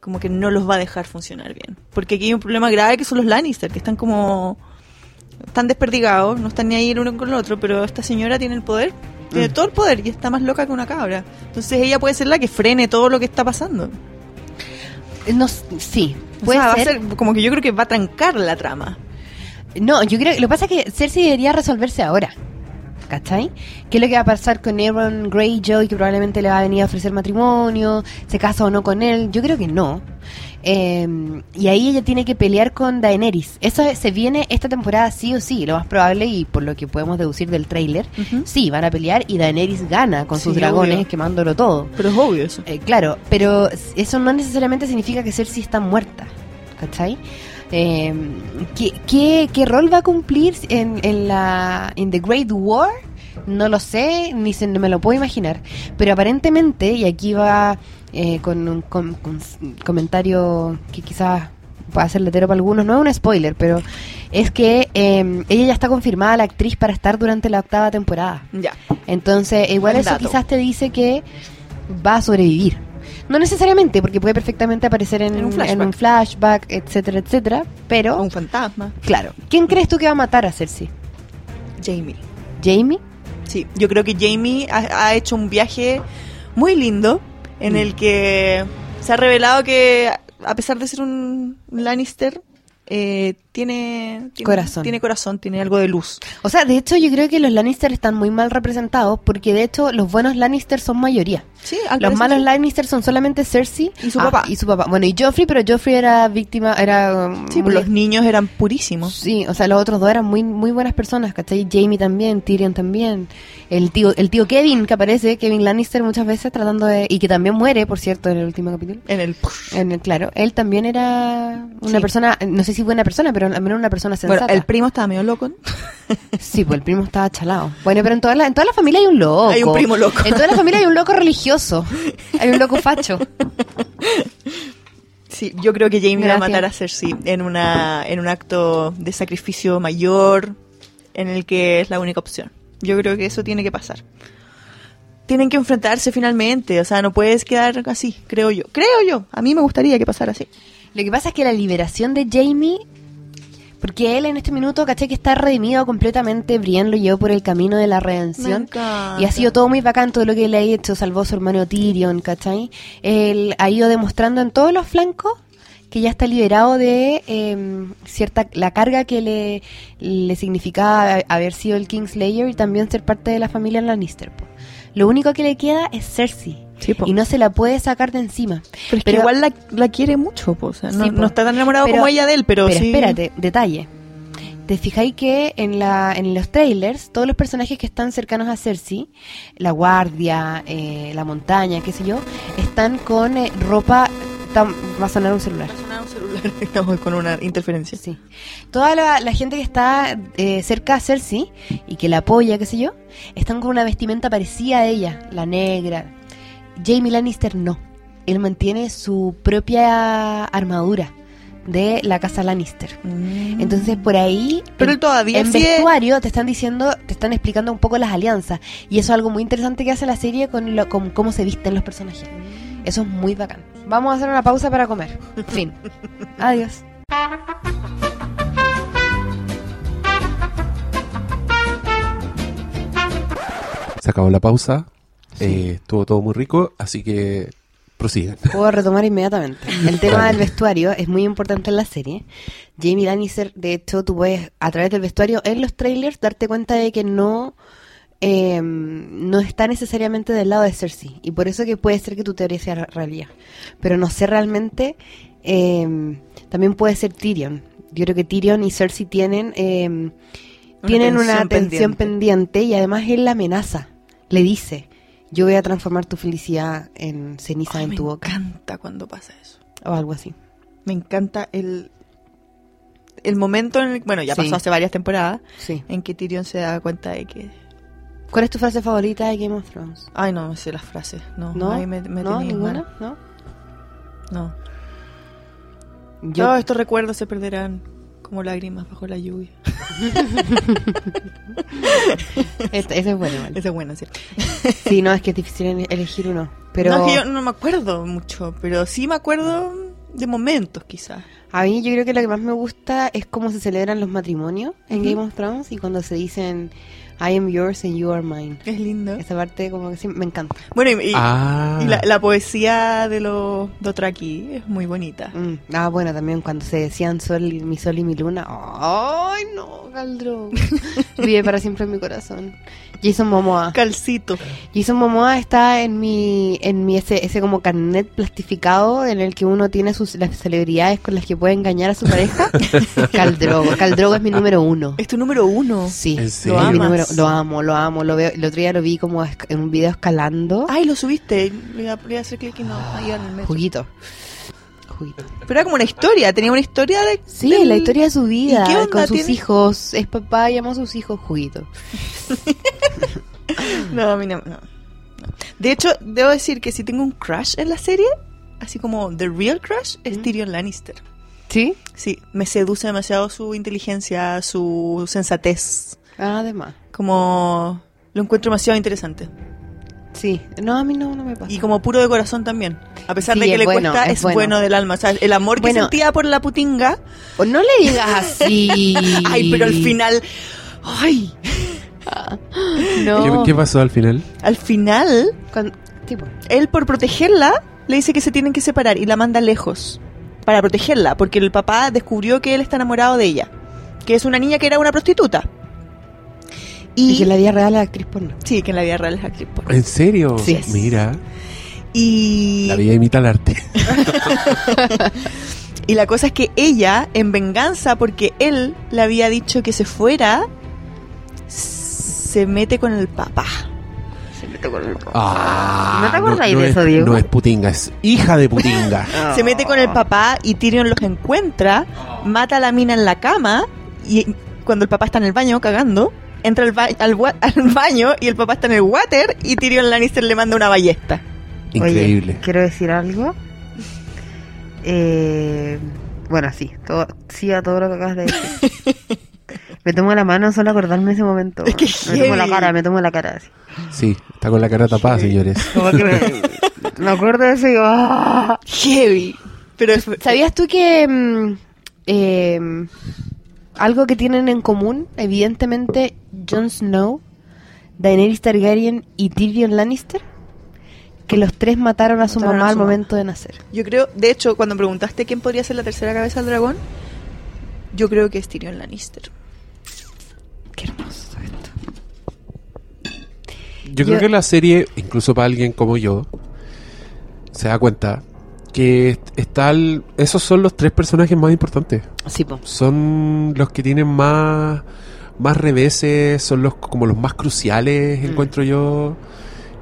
Como que no los va a dejar funcionar bien. Porque aquí hay un problema grave que son los Lannister, que están como... Están desperdigados, no están ni ahí el uno con el otro, pero esta señora tiene el poder, tiene
Mm.
todo el poder y está más loca que una cabra. Entonces ella puede ser la que frene todo lo que está pasando.
Eh, No, s- sí,
O
puede
sea, va a
ser.
ser como que yo creo que va a trancar la trama.
No, yo creo que lo que pasa es que Cersei debería resolverse ahora. ¿Cachai? ¿Qué es lo que va a pasar con Aaron Greyjoy, que probablemente le va a venir a ofrecer matrimonio? ¿Se casa o no con él? Yo creo que no. Eh, y ahí ella tiene que pelear con Daenerys. Eso es- se viene esta temporada sí o sí, lo más probable y por lo que podemos deducir del tráiler.
Ujú.
Sí, van a pelear y Daenerys gana con sus
Sí,
dragones
obvio.
quemándolo todo.
Pero es obvio eso.
Eh, claro, pero eso no necesariamente significa que Cersei está muerta, ¿cachai? Eh, ¿qué, qué, qué rol va a cumplir en, en la en The Great War? No lo sé, ni se, me lo puedo imaginar. Pero aparentemente, y aquí va eh, con un com- con s- comentario que quizás pueda ser letero para algunos, no es un spoiler, pero es que eh, ella ya está confirmada la actriz para estar durante la octava temporada.
Ya.
Entonces, igual
Buen
eso
dato.
quizás te dice que va a sobrevivir. No necesariamente, porque puede perfectamente aparecer en,
En un flashback.
en un flashback, etcétera, etcétera.
O
Pero,
un fantasma.
claro, ¿quién crees tú que va a matar a Cersei?
Jamie.
¿Jamie?
Sí, yo creo que Jamie ha, ha hecho un viaje muy lindo en el que se ha revelado que a pesar de ser un Lannister eh, tiene, tiene
Corazón.
tiene corazón, tiene algo de luz.
O sea, de hecho, yo creo que los Lannister están muy mal representados, porque de hecho, los buenos Lannister son mayoría.
Sí, al
Los
parecer
malos
Ah, sí.
Lannister son solamente Cersei
Y su
ah,
papá.
Y su papá. Bueno, y Joffrey, pero Joffrey era víctima, era. um,
Sí, pues los niños eran purísimos.
Sí, o sea, los otros dos eran muy muy buenas personas, ¿cachai? Jamie también, Tyrion también. El tío el tío Kevin que aparece, Kevin Lannister muchas veces tratando de y que también muere, por cierto, en el último capítulo.
En el
En el- claro, él también era una
Sí.
persona, no sé si buena persona, pero al menos una persona sensata.
bueno, el primo estaba medio loco. ¿no?
Sí, pues el primo estaba chalado. Bueno, pero en toda la, en toda la familia hay un loco.
Hay un primo loco.
En toda la familia hay un loco religioso. Hay un loco
[LAUGHS]
facho.
Sí, yo creo que Jamie va a
Gracias.
matar a Cersei en una en un acto de sacrificio mayor en el que es la única opción. Yo creo que eso tiene que pasar. Tienen que enfrentarse finalmente, o sea, no puedes quedar así, creo yo. Creo yo. A mí me gustaría que pasara así.
Lo que pasa es que la liberación de Jamie, porque él en este minuto, caché que está redimido completamente, Brienne lo llevó por el camino de la redención. Y ha sido todo muy bacán, todo lo que él ha hecho, salvó a su hermano Tyrion, ¿cachai? Él ha ido demostrando en todos los flancos que ya está liberado de eh, cierta la carga que le, le significaba haber sido el Kingslayer y también ser parte de la familia Lannister. po. Lo único que le queda es Cersei.
Sí, po.
Y no se la puede sacar de encima.
Pero es que igual la, la quiere mucho, po, o sea, no,
Sí, po.
no está tan enamorado
Pero-
como ella de él, pero,
Pero
sí.
espérate, detalle. ¿Te fijáis que en, la, en los trailers todos los personajes que están cercanos a Cersei, la guardia, eh, la montaña, qué sé yo, están con eh, ropa... tan- va a sonar un celular.
Va a sonar un celular. [LAUGHS] Estamos con una interferencia.
Sí. Toda la, la gente que está eh, cerca a Cersei y que la apoya, qué sé yo, están con una vestimenta parecida a ella, la negra. Jamie Lannister no. Él mantiene su propia armadura de la casa Lannister.
Mm.
Entonces por ahí
Pero
en,
él todavía
en
sí es-
vestuario te están diciendo, te están explicando un poco las alianzas y eso es algo muy interesante que hace la serie con, lo- con cómo se visten los personajes. Eso es muy bacán. Mm. Vamos a hacer una pausa para comer. Fin. [LAUGHS] Adiós.
Se acabó la pausa. Eh, estuvo todo muy rico, así que prosigan.
[LAUGHS] Puedo retomar inmediatamente. El tema del vestuario es muy importante en la serie. Jamie Lannister, de hecho, tú puedes a través del vestuario en los trailers darte cuenta de que no eh, no está necesariamente del lado de Cersei. Y por eso que puede ser que tu teoría sea realidad. Pero no sé realmente. eh, también puede ser Tyrion. Yo creo que Tyrion y Cersei tienen eh, tienen una
tensión
tensión pendiente y además él la amenaza. Le dice, yo voy a transformar tu felicidad en ceniza
Ay,
en
me
tu boca.
encanta cuando pasa eso.
O algo así.
Me encanta el, el momento en el... Bueno, ya
Sí.
pasó hace varias temporadas
Sí.
en que Tyrion se da cuenta de que...
¿Cuál es tu frase favorita de Game of Thrones?
Ay, no, me sé las frases. No,
¿No?
ahí me, me
¿No?
tenéis
¿Ninguna?
mal.
¿No?
No.
Yo,
No, estos recuerdos se perderán como lágrimas bajo la lluvia. [LAUGHS] [LAUGHS]
esta- esa es buena. igual.
Ese es bueno, sí.
Sí, no, es que es difícil en- elegir uno. Pero
No, es que yo no me acuerdo mucho, pero sí me acuerdo de momentos quizás.
a mí yo creo que lo que más me gusta es cómo se celebran los matrimonios en
Ujú.
Game of Thrones y cuando se dicen I am yours and you are mine.
Es lindo.
Esa parte como que sí, me encanta.
Bueno, y, y-
Ah.
y la, la poesía de los Dotraki es muy bonita.
Mm, Ah, bueno, también cuando se decían sol, y- mi sol y mi luna. ¡Ay, no,
[LAUGHS]
Caldro! Vive para siempre en mi corazón. Jason Momoa.
Calcito.
Jason Momoa está en mi, en mi ese, ese como carnet plastificado en el que uno tiene sus las celebridades con las que puede engañar a su
[LAUGHS]
pareja. Caldrogo. Caldrogo es mi número uno.
Es tu número uno.
Sí,
¿En
es
serio?
mi
¿Lo
número-
amas?
lo amo, lo amo, lo veo. El otro día lo vi como esc- en un video escalando.
Ay, lo subiste. Le iba, le iba a hacer clic y no. ahí en el metro.
Juguito. Juguito.
Pero era como una historia. Tenía una historia de.
Sí,
del-
la historia de su vida,
¿Y qué onda
con sus
tiene?
hijos. Es papá y ama a sus hijos juguito.
No, a mí no, no, no. De hecho, debo decir que si tengo un crush en la serie, así como The Real Crush, es
Mm.
Tyrion Lannister.
¿Sí?
Sí, me seduce demasiado su inteligencia, su sensatez.
Además.
Como lo encuentro demasiado interesante.
Sí. No, a mí no, no me pasa.
Y como puro de corazón también. A pesar
Sí,
de que
es
le
bueno,
cuesta,
es
es,
bueno.
bueno. del alma. O sea, el amor que
Bueno.
sentía por la putinga.
O no le digas así.
[LAUGHS] Ay, pero al final. Ay,
No.
¿Qué, qué pasó al final?
al final,
Cuando- tipo,
él por protegerla, le dice que se tienen que separar y la manda lejos. Para protegerla, porque el papá descubrió que él está enamorado de ella. Que es una niña que era una prostituta.
y,
Y.
que en la vida real la actriz porno.
Sí, que en la vida real es actriz porno.
¿En serio?
Sí.
Mira,
Y.
la vida imita
[LAUGHS]
el arte.
Y la cosa es que ella, en venganza, porque él le había dicho que se fuera, se mete con el papá.
Ah,
¿No te acordáis de
es-
eso, Diego? Ah,
No es putinga, es hija
[LAUGHS]
de putinga.
Se mete con el papá y Tyrion los encuentra, mata a la mina en la cama y cuando el papá está en el baño cagando, entra al, ba- al gua- [LAUGHS] al baño y el papá está en el water y Tyrion Lannister le manda una ballesta.
Increíble.
Oye, quiero decir algo. Eh, bueno, sí, todo, sí a todo lo que acabas de decir.
[LAUGHS]
me tomo la mano solo acordarme ese momento.
Es que
me tomo la
heavy.
cara, me tomo la cara. así.
Sí, está con la cara tapada, señores.
Como que me, me acuerdo de eso y digo, "Ah".
Heavy. Pero es-
¿Sabías tú que mm, eh, algo que tienen en común, evidentemente, Jon Snow, Daenerys Targaryen y Tyrion Lannister? Que los tres mataron a su
Mataron a
mamá al
su mamá.
momento de nacer.
yo creo, de hecho, cuando preguntaste quién podría ser la tercera cabeza del dragón, yo creo que es Tyrion Lannister.
Qué hermoso esto.
Yo creo
Yo-
que la serie, incluso para alguien como yo, se da cuenta que est- está el- esos son los tres personajes más importantes.
Sí, po.
Son los que tienen más más reveses, son los como los más
Mm.
cruciales, encuentro yo.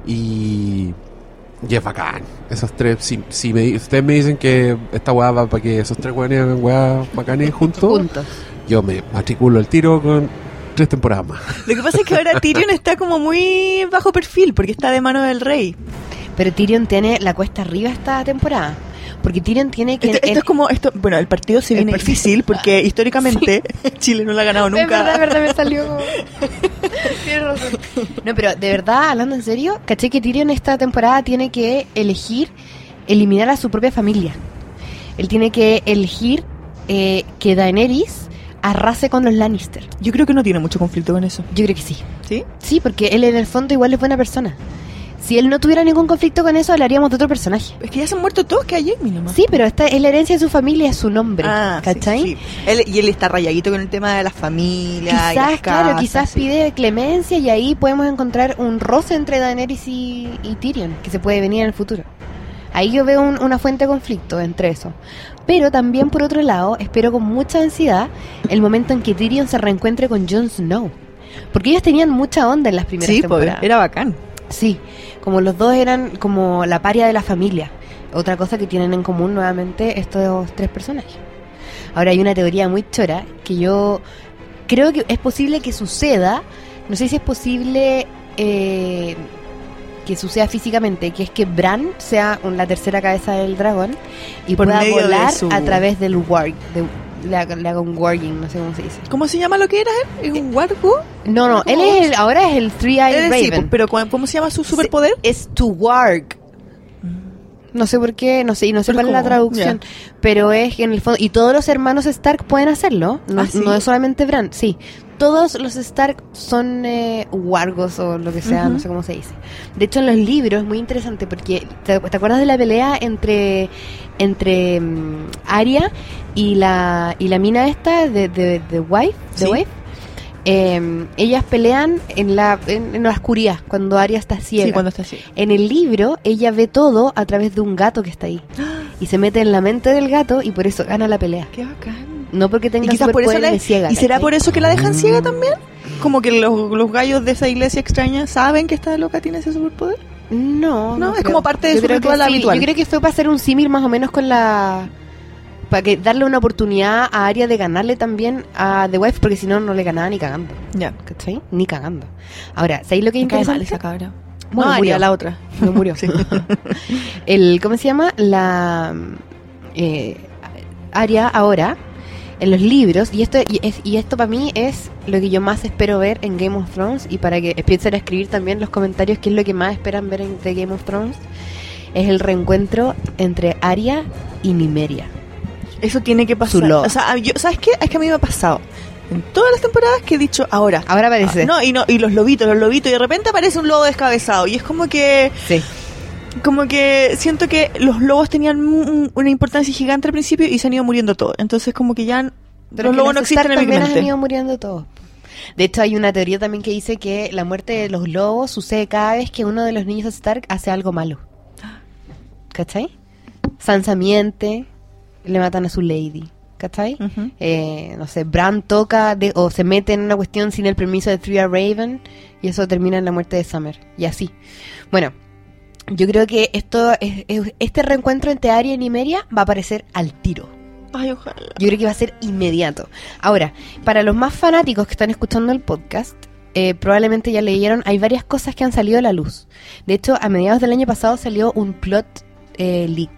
Y, y es bacán. Esos tres, si, si me, di- ustedes me dicen que esta weá va para que esos tres weones hagan weas bacanes juntos,
Juntos.
yo me matriculo al tiro con tres temporadas más.
Lo que pasa es que ahora
[LAUGHS]
Tyrion está como muy bajo perfil porque está de mano del rey.
Pero Tyrion tiene la cuesta arriba esta temporada. Porque Tyrion tiene que.
Esto, Este, esto
en-
es como esto, bueno, el partido se
El
viene
partido. [LAUGHS]
difícil porque históricamente [LAUGHS] Chile no lo ha ganado nunca.
Es verdad, es verdad, me salió [LAUGHS] como- Tienes razón. No, pero de verdad, hablando en serio, caché que Tyrion esta temporada tiene que elegir eliminar a su propia familia. Él tiene que elegir eh, que Daenerys arrase con los Lannister.
Yo creo que no tiene mucho conflicto con eso,
Yo creo que sí.
¿sí?
Sí, porque él en el fondo igual es buena persona. Si él no tuviera ningún conflicto con eso, hablaríamos de otro personaje.
Es que ya se han muerto todos que hay Jamie nomás.
Sí, pero esta es la herencia de su familia, es su nombre.
Ah, sí,
¿Cachai?
sí. Él- y él está rayadito con el tema de la familia. y
Quizás,
las
claro,
casas,
quizás
sí.
pide clemencia y ahí podemos encontrar un roce entre Daenerys y, y Tyrion, que se puede venir en el futuro. Ahí yo veo un- una fuente de conflicto entre eso. Pero también, por otro lado, espero con mucha ansiedad el momento en que Tyrion se reencuentre con Jon Snow. Porque ellos tenían mucha onda en las primeras
Sí, pues,
temporadas.
era bacán.
Sí, como los dos eran como la paria de la familia. Otra cosa que tienen en común nuevamente estos tres personajes. Ahora hay una teoría muy chora que yo creo que es posible que suceda. No sé si es posible eh, que suceda físicamente, que es que Bran sea un- la tercera cabeza del dragón y
Por
pueda
medio de
volar
su-
a través del warg. de- le haga le haga un warging, no sé cómo se dice.
¿Cómo se llama lo que era él?
Eh,
¿Es un wargo?
No, no, él
¿Cómo
es
es?
el- ahora es el Three Eyed
Es
Raven.
decir, pues, pero ¿cómo cómo se llama su superpoder?
Es to work. No sé por qué, no sé, y no sé
Pero
cuál es la
¿cómo?
traducción, pero es que en el fondo, y todos los hermanos Stark pueden hacerlo, no,
¿Ah, sí?
no es solamente Bran, sí, todos los Stark son eh, wargos o lo que sea, no
Ujú.
sé cómo se dice. De hecho, en los libros es muy interesante porque, ¿te, te acuerdas de la pelea entre entre mm, Arya y la, y la mina esta de, de, de Wife? de
Sí.
Wife? Eh, ellas pelean en la, en, en la oscuridad, cuando Arya está ciega.
Sí, cuando está así. [GASPS]
En el libro, ella ve todo a través de un gato que está ahí. Y se mete en la mente del gato y por eso gana la pelea.
Qué bacán.
No porque
Y
tenga
quizás por eso
superpoderes
la
de ciega.
¿Y será
¿cachai?
por eso que la dejan
Mm.
ciega también? Como que los, los gallos de esa iglesia extraña saben que esta loca tiene ese superpoder.
No,
No, es
creo.
como parte de
Yo
su
creo que
ritual
sí.
habitual.
Yo creo que fue para hacer un símil más o menos con la... Para que darle una oportunidad a Arya de ganarle también a The Wife, porque si no, no le ganaba ni cagando.
Ya.
¿Cachai? Ni cagando. Ahora, ¿sabéis lo que es
Me cae mal
interesante?
esa cabra.
Bueno,
no, Aria,
murió.
la otra.
No [LAUGHS] murió. El, ¿Cómo se llama? La eh, Aria ahora, en los libros, y esto, y, es- y esto para mí es lo que yo más espero ver en Game of Thrones, y para que empiecen a escribir también los comentarios qué es lo que más esperan ver en, de Game of Thrones, es el reencuentro entre Aria y Nimeria.
Eso tiene que pasar.
Zuloa.
O sea, yo- ¿sabes qué? Es que a mí me ha pasado. En todas las temporadas que he dicho ahora. ah,
Ahora parece.
No, y no, y los lobitos, los lobitos, y de repente aparece un lobo descabezado. Y es como que,
Sí.
como que siento que los lobos tenían un- una importancia gigante al principio y se han ido muriendo todos. Entonces como que ya n-
Pero
los
que
lobos no existen en
Stark
mi
también
mente.
han ido muriendo todos. De hecho, hay una teoría también que dice que la muerte de los lobos sucede cada vez que uno de los niños Stark hace algo malo. ¿Cachai? Sansa miente, le matan a su lady. ¿Cachai?
Ujú.
Eh, no sé, Bran toca de- o se mete en una cuestión sin el permiso de Tria Raven y eso termina en la muerte de Summer. Y así. Bueno, yo creo que esto es- es- este reencuentro entre Arya y Nimeria va a aparecer al tiro.
Ay, ojalá.
Yo creo que va a ser inmediato. Ahora, para los más fanáticos que están escuchando el podcast, eh, probablemente ya leyeron, hay varias cosas que han salido a la luz. De hecho, a mediados del año pasado salió un plot eh, leak,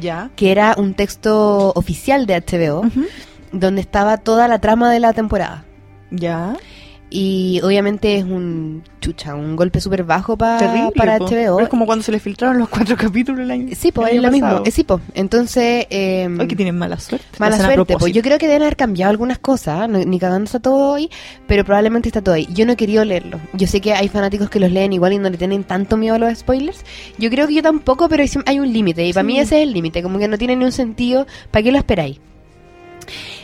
Ya.
que era un texto oficial de HBO,
Mm.
donde estaba toda la trama de la temporada.
Ya.
Y obviamente es un chucha, un golpe súper bajo pa-
Terrible.
Ah, para
po.
HBO.
Pero Es como cuando se le filtraron los cuatro [LAUGHS] capítulos el año.
Sí, pues
el
es lo
año
mismo.
pasado.
Eh, Sí, pues. Entonces... em,
Ay, que tienen mala suerte. Lo
Mala
hacen a
suerte, pues
propósito.
yo creo que deben haber cambiado algunas cosas, no- ni cagando está todo ahí, pero probablemente está todo ahí. Yo no he querido leerlo. Yo sé que hay fanáticos que los leen igual y no le tienen tanto miedo a los spoilers. Yo creo que yo tampoco, pero es- hay un límite, y para
Sí.
mí ese es el límite, como que no tiene ni un sentido, ¿para qué lo esperáis?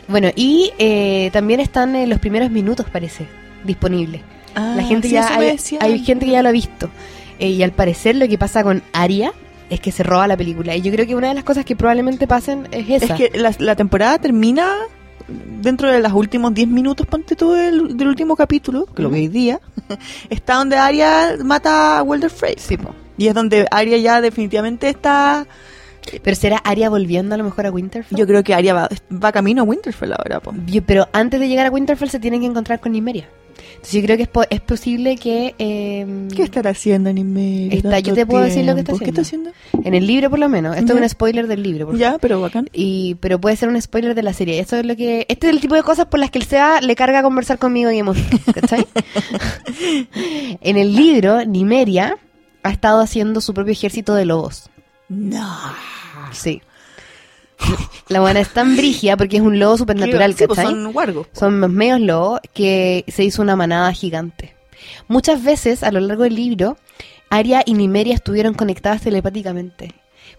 Bueno, y eh, también están eh, los primeros minutos, parece, disponibles.
Ah,
La gente
sí,
ya
eso me
hay,
decían.
hay gente que ya lo ha visto. Eh, y al parecer lo que pasa con Aria es que se roba la película. Y yo creo que una de las cosas que probablemente pasen es esa.
Es que la, la temporada termina dentro de los últimos 10 minutos, ponte tú, del, del último capítulo, que lo que hoy día, [LAUGHS] está donde Arya mata a Walder Frey.
Sí, po.
Y es donde Arya ya definitivamente está...
Pero será Aria volviendo a lo mejor a Winterfell.
Yo creo que Arya va, va camino a Winterfell ahora, po.
Yo- pero antes de llegar a Winterfell se tienen que encontrar con Nymeria. Entonces yo creo que es, po- es posible que em,
¿Qué estará haciendo Nimeria?
Está-
tanto
yo te puedo decir lo que está
tiempo? ¿Qué está haciendo?
en el libro por lo menos. Esto
Ya.
es un spoiler del libro. Por
Ya,
favor.
pero bacán.
Y pero puede ser un spoiler de la serie. Eso es lo que este es el tipo de cosas por las que el SEA le carga a conversar conmigo y hemos,
[LAUGHS]
¿cachai? en el libro Nimeria ha estado haciendo su propio ejército de lobos.
No.
Sí. La buena es tan brigia porque es un lobo supernatural,
Sí, po,
¿cachai?
son wargos. po.
Son los medios lobos que se hizo una manada gigante. Muchas veces a lo largo del libro, Aria y Nimeria estuvieron conectadas telepáticamente.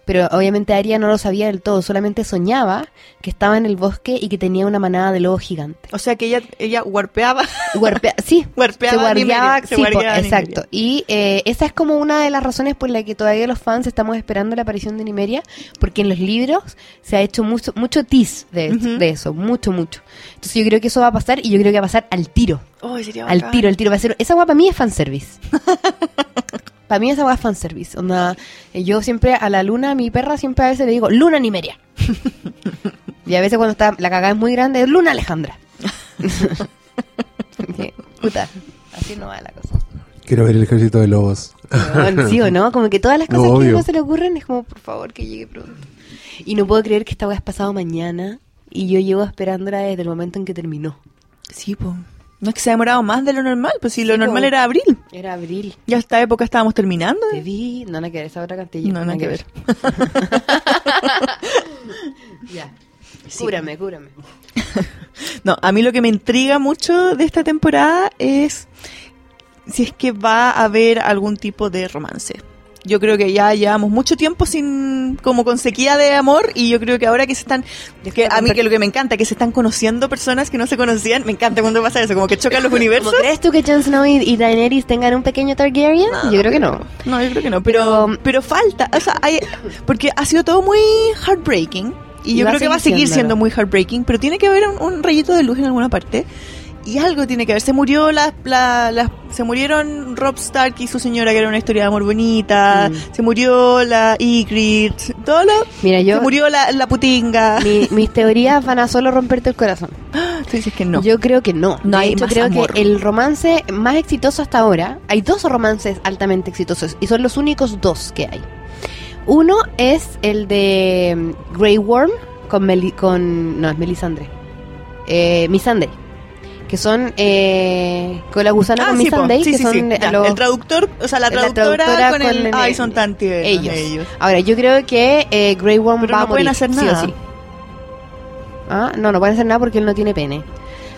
Pero obviamente Arya no lo sabía del todo, solamente soñaba que estaba en el bosque y que tenía una manada de lobos
[LAUGHS]
gigantes.
O sea que ella, ella warpeaba. [LAUGHS]
Guarpea- sí,
Warpeaba
se guardiaba,
Nymeria,
sí,
se
po,
guardiaba Nymeria.
exacto. Y eh, esa es como una de las razones por la que todavía los fans estamos esperando la aparición de Nimeria, porque en los libros se ha hecho mucho, mucho tease de,
Ujú.
de eso, mucho, mucho. Entonces yo creo que eso va a pasar y yo creo que va a pasar al tiro,
Ay, sería
al
bacán.
tiro, al tiro. Va a ser, esa guapa para mí es fanservice. para mí esa guapa es fanservice. Onda, eh, yo siempre a la luna, a mi perra siempre a veces le digo, luna Nimeria. y a veces cuando está, la cagada es muy grande, luna Alejandra. Porque, Puta, así no va la cosa.
Quiero ver el ejército de lobos.
Weón, sí o no, como que todas las cosas
No,
que a
obvio.
uno se le ocurren es como, por favor, que llegue pronto. Y no puedo creer que esta weá es pasado mañana y yo llevo esperándola desde el momento en que terminó.
Sí, pues. No es que se ha demorado más de lo normal, pues si lo
Sí, po.
normal era abril.
Era abril.
Ya a esta época estábamos terminando.
Te vi. No, nada que ver, esa otra cantidad.
No, nada que ver.
[LAUGHS] ya.
Sí.
Cúrame, cúrame.
No, a mí lo que me intriga mucho de esta temporada es si es que va a haber algún tipo de romance. Yo creo que ya llevamos mucho tiempo sin como con sequía de amor y yo creo que ahora que se están que a mí que lo que me encanta que se están conociendo personas que no se conocían, me encanta cuando pasa eso, como que chocan los universos.
¿Cómo crees tú que Jon Snow y, y Daenerys tengan un pequeño Targaryen? yo creo que no.
No, yo creo que no, pero
Pero-
pero falta, o sea, hay- porque ha sido todo muy heartbreaking y
Y
yo
va
creo
a
que va a
seguir
seguir
siéndolo.
siendo muy heartbreaking, pero tiene que haber un, un rayito de luz en alguna parte y algo tiene que haber. Se murió las la- las- se murieron Rob Stark y su señora que era una historia de amor bonita,
Mm.
se murió la Ygritte, todo lo-
Mira, yo.
se murió la, la putinga.
mi- mis teorías van a solo romperte el corazón.
Tú dices que no.
Yo creo que no.
No
de
hay
hecho,
más
creo
amor.
que el romance más exitoso hasta ahora, hay dos romances altamente exitosos y son los únicos dos que hay. Uno es el de mm, Grey Worm con, Meli- con no, es Melisandre. Eh, Misandre. Que son eh, con la gusana
Ah,
con
sí, po.
Missandei,
sí,
que
sí,
son
sí.
eh,
Ya,
los-
El traductor, o sea, la
la
traductora,
traductora
con,
con
el, eh,
el-
Ay, son tan tiernos
ellos. Ahora, yo creo que eh, Grey Worm
Pero
va
no
a morir.
pueden hacer
sí o
nada.
sí. Ah, no, no pueden hacer nada porque él no tiene pene.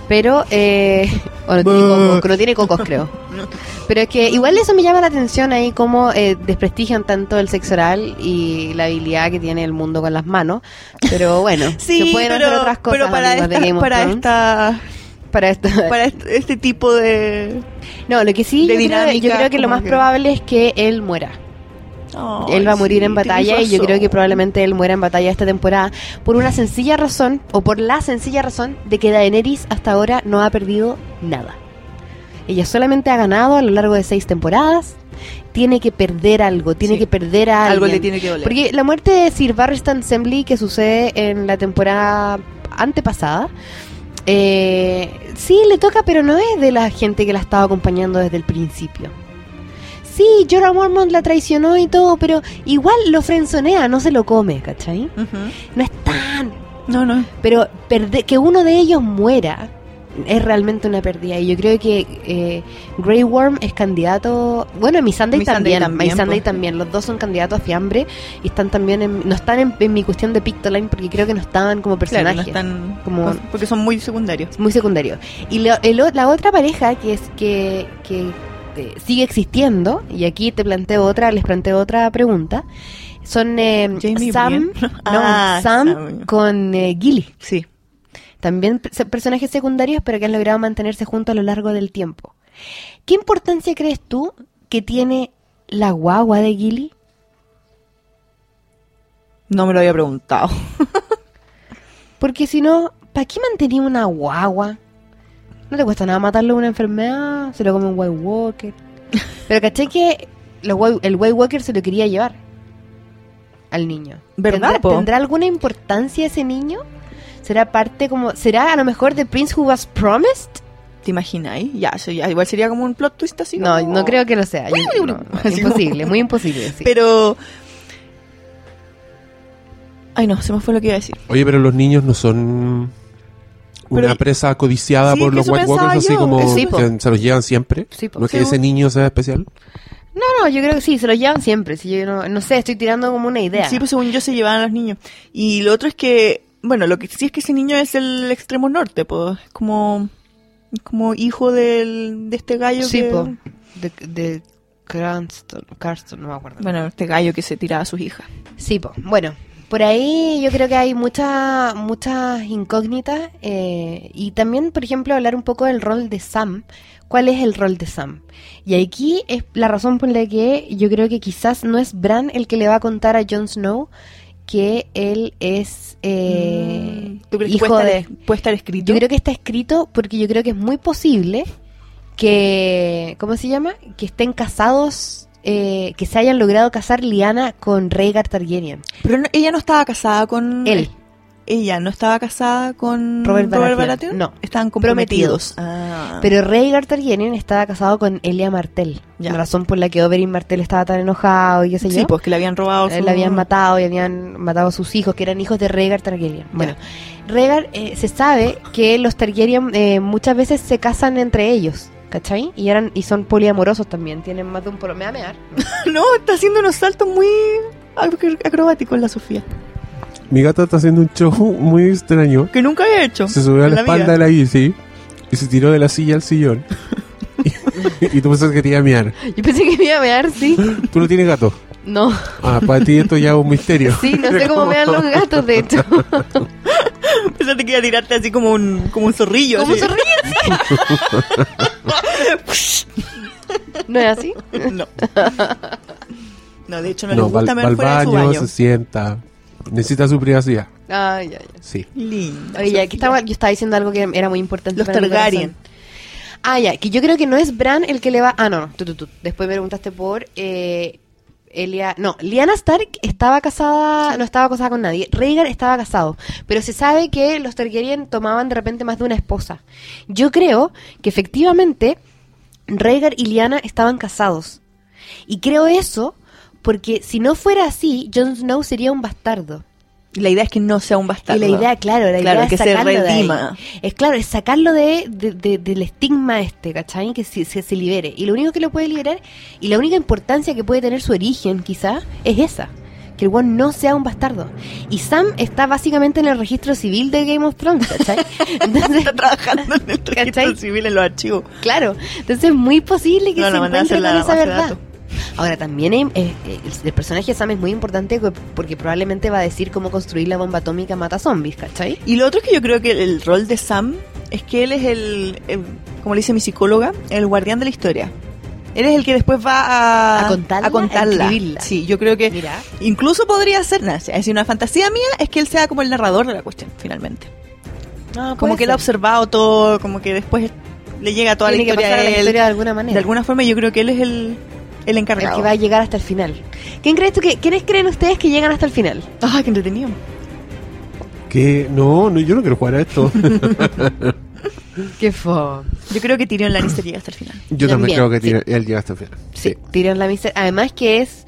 Pero, eh, [LAUGHS] o no tiene
Buh.
cocos, no tiene cocos, creo. Pero es que igual eso me llama la atención ahí, cómo eh, desprestigian tanto el sexo oral y la habilidad que tiene el mundo con las manos. Pero bueno,
[LAUGHS] Sí,
se pueden
pero,
hacer otras cosas
pero para,
amigos, de
esta-
Game of
para,
Thrones.
esta,
Para esto.
para est- este tipo de...
[LAUGHS] no, lo que sí, yo
de
creo, yo
dinámica,
creo que lo
como
más
que-
probable es que él muera. él va a
Ay,
morir
sí,
en batalla
tienes
y yo creo que
razón.
probablemente él muera en batalla esta temporada por una sencilla razón o por la sencilla razón de que Daenerys hasta ahora no ha perdido nada. Ella solamente ha ganado a lo largo de seis temporadas. Tiene que perder algo, tiene
Sí.
que perder a
Algo le
alguien.
tiene que doler.
Porque la muerte de Sir Barristan Sembley que sucede en la temporada antepasada, eh, sí le toca, pero no es de la gente que la estaba acompañando desde el principio. Sí, Jorah Mormont la traicionó y todo, pero igual lo frenzonea, no se lo come, ¿cachai?
Ujú.
No es tan...
No, no.
Pero perde- que uno de ellos muera es realmente una pérdida. Y yo creo que eh, Grey Worm es candidato. Bueno, mi Sunday
Missandei
también.
también,
My Sunday
pues.
también. Los dos son candidatos a fiambre. Y están también en- no están en, en mi cuestión de Pictoline porque creo que no estaban como
Claro, no
personajes.
están...
Como-
Porque son muy secundarios.
Muy secundario. Y lo- el o- la otra pareja que es que, que, eh, sigue existiendo, y aquí te planteo otra, les planteo otra pregunta, son eh,
Jamie y [LAUGHS]
Sam,
Brienne.
no,
Ah,
Sam,
Sam.
con eh, Gilly.
Sí.
También per- se- personajes secundarios, pero que han logrado mantenerse juntos a lo largo del tiempo. ¿Qué importancia crees tú que tiene la guagua de Gilly?
No me lo había preguntado. [LAUGHS]
Porque si no, ¿para qué mantenía una guagua? No te cuesta nada matarlo a una enfermedad, se lo come un White
[LAUGHS]
Walker. Pero caché que los White- el White Walker se lo quería llevar al niño.
¿Verdad,
¿Tendrá,
po?
¿Tendrá alguna importancia ese niño? ¿Será parte como... ¿Será a lo mejor de Prince Who Was Promised?
¿Te imagináis? Ya, eso ya. Igual sería como un plot twist así.
No,
como-
no creo que lo sea. Yo-
Bueno,
no,
bueno,
no,
así
imposible,
como-
muy imposible. sí.
Pero... Ay, no, se me fue lo que iba a decir.
Oye, pero los niños no son una
Pero-
presa codiciada
Sí,
por
que
los
eso
White
pensaba
Walkers, así
yo.
como
Sí, po.
que se los llevan siempre.
Sí, po.
no es que
Sí,
ese
po.
niño sea especial.
No, no, yo creo que sí, se lo llevan siempre. Si yo no, no sé, estoy tirando como una idea.
Sí, pues según yo se llevaban a los niños. Y lo otro es que, bueno, lo que sí es que ese niño es el extremo norte, pues, es como, es como hijo del, de este gallo
Sí,
que...
po. De, de Cranston, Carston, no me acuerdo.
Bueno, este gallo que se tiraba a sus hijas.
Sí, po. bueno, por ahí yo creo que hay muchas muchas incógnitas eh, y también, por ejemplo, hablar un poco del rol de Sam. ¿Cuál es el rol de Sam? Y aquí es la razón por la que yo creo que quizás no es Bran el que le va a contar a Jon Snow que él es eh,
Mm. ¿Tú crees que
hijo
puede
de...
estar, puede estar escrito?
Yo creo que está escrito porque yo creo que es muy posible que, ¿cómo se llama? Que estén casados, eh, que se hayan logrado casar Liana con Rhaegar Targaryen.
Pero no- ella no estaba casada con...
Él.
Ella no estaba casada con
Robert Baratheon.
Baratheon.
No.
Estaban comprometidos.
Prometidos.
Ah.
Pero Rhaegar Targaryen estaba casado con Elia Martell.
Ya.
La razón por la que Oberyn Martell estaba tan enojado y qué sé yo.
Sí, pues que le habían robado
Eh,
su-
La habían matado y habían matado a sus hijos, que eran hijos de Rhaegar Targaryen. Bueno, Rhaegar eh, se sabe que los Targaryen eh, muchas veces se casan entre ellos, ¿cachai? Y eran y son poliamorosos también, tienen más de un polo. ¿Me va a mear?
[LAUGHS] No, está haciendo unos saltos muy ac- acrobáticos la Sofía.
Mi gata está haciendo un show muy extraño.
Que nunca había hecho.
Se subió a
en
la, espalda
vida.
de la bici y se tiró de la silla al sillón. [LAUGHS] y, y tú pensás que te iba a miar.
Yo pensé que me iba a mear, sí.
Tú no tienes gato.
No,
Ah, para ti esto ya es un misterio.
sí, no sé cómo mean los gatos, de hecho.
Pensaste que iba a tirarte así como un, como un zorrillo.
¿Cómo
así.
se ríen? [LAUGHS] ¿No es así? [LAUGHS]
No. No, de hecho no,
No,
les
va,
gusta
al- va
mear
al
fuera de su
baño,
baño.
se sienta. Necesita su privacidad.
Ay, ay, ay.
Sí.
Linda.
Oye, ya, que estaba, yo estaba diciendo algo que era muy importante.
Los
para mi
Targaryen.
corazón. Ah, ya, que yo creo que no es Bran el que le va. Ah, no, no, tú, tú, tú. Después me preguntaste por. Eh, Elia. No, Liana Stark estaba casada. No estaba casada con nadie. Rhaegar estaba casado. Pero se sabe que los Targaryen tomaban de repente más de una esposa. Yo creo que efectivamente. Rhaegar y Liana estaban casados. Y creo eso porque si no fuera así, Jon Snow sería un bastardo.
Y La idea es que no sea un bastardo.
Y la idea, claro, la
Claro,
idea
que
es
se
sacarlo de ahí.
redima.
Es claro, es sacarlo de, de- de- del estigma este, ¿cachai? Que se, se, se libere. Y lo único que lo puede liberar, y la única importancia que puede tener su origen, quizá, es esa. Que el one no sea un bastardo. Y Sam está básicamente en el registro civil de Game of Thrones,
[LAUGHS]
¿cachai? Entonces,
Está trabajando en el registro
¿Cachai?
civil en los archivos.
claro, entonces es muy posible que
No,
se
la mandaron a
encuentre
hacer
con
la
esa
base de
verdad.
datos.
Ahora, también eh, eh, el, el personaje de Sam es muy importante co- porque probablemente va a decir cómo construir la bomba atómica mata zombies, ¿cachai?
Y lo otro es que yo creo que el rol de Sam es que él es el, el- como le dice mi psicóloga, el guardián de la historia. Él es el que después va a,
A contarla, a escribirla.
sí, yo creo que
Mira.
incluso podría ser, no, es decir, una fantasía mía es que él sea como el narrador de la cuestión, finalmente.
Ah,
Como que él ha observado todo, como que después le llega toda
Tiene
la historia
que pasar a
a
la
él.
historia de alguna manera.
de alguna forma yo creo que él es el, el
El
encargado.
que va a llegar hasta el final. ¿Quién crees tú que, ¿Quiénes creen ustedes que llegan hasta el final?
Ay, Ah, qué entretenido.
Que no, no, yo no quiero jugar a esto.
Qué fo.
Yo creo que Tyrion Lannister llega hasta el
[LAUGHS]
final.
Yo
También,
también, creo que
sí.
tiene- él llega hasta el final.
Sí, Tyrion Lannister. Además que es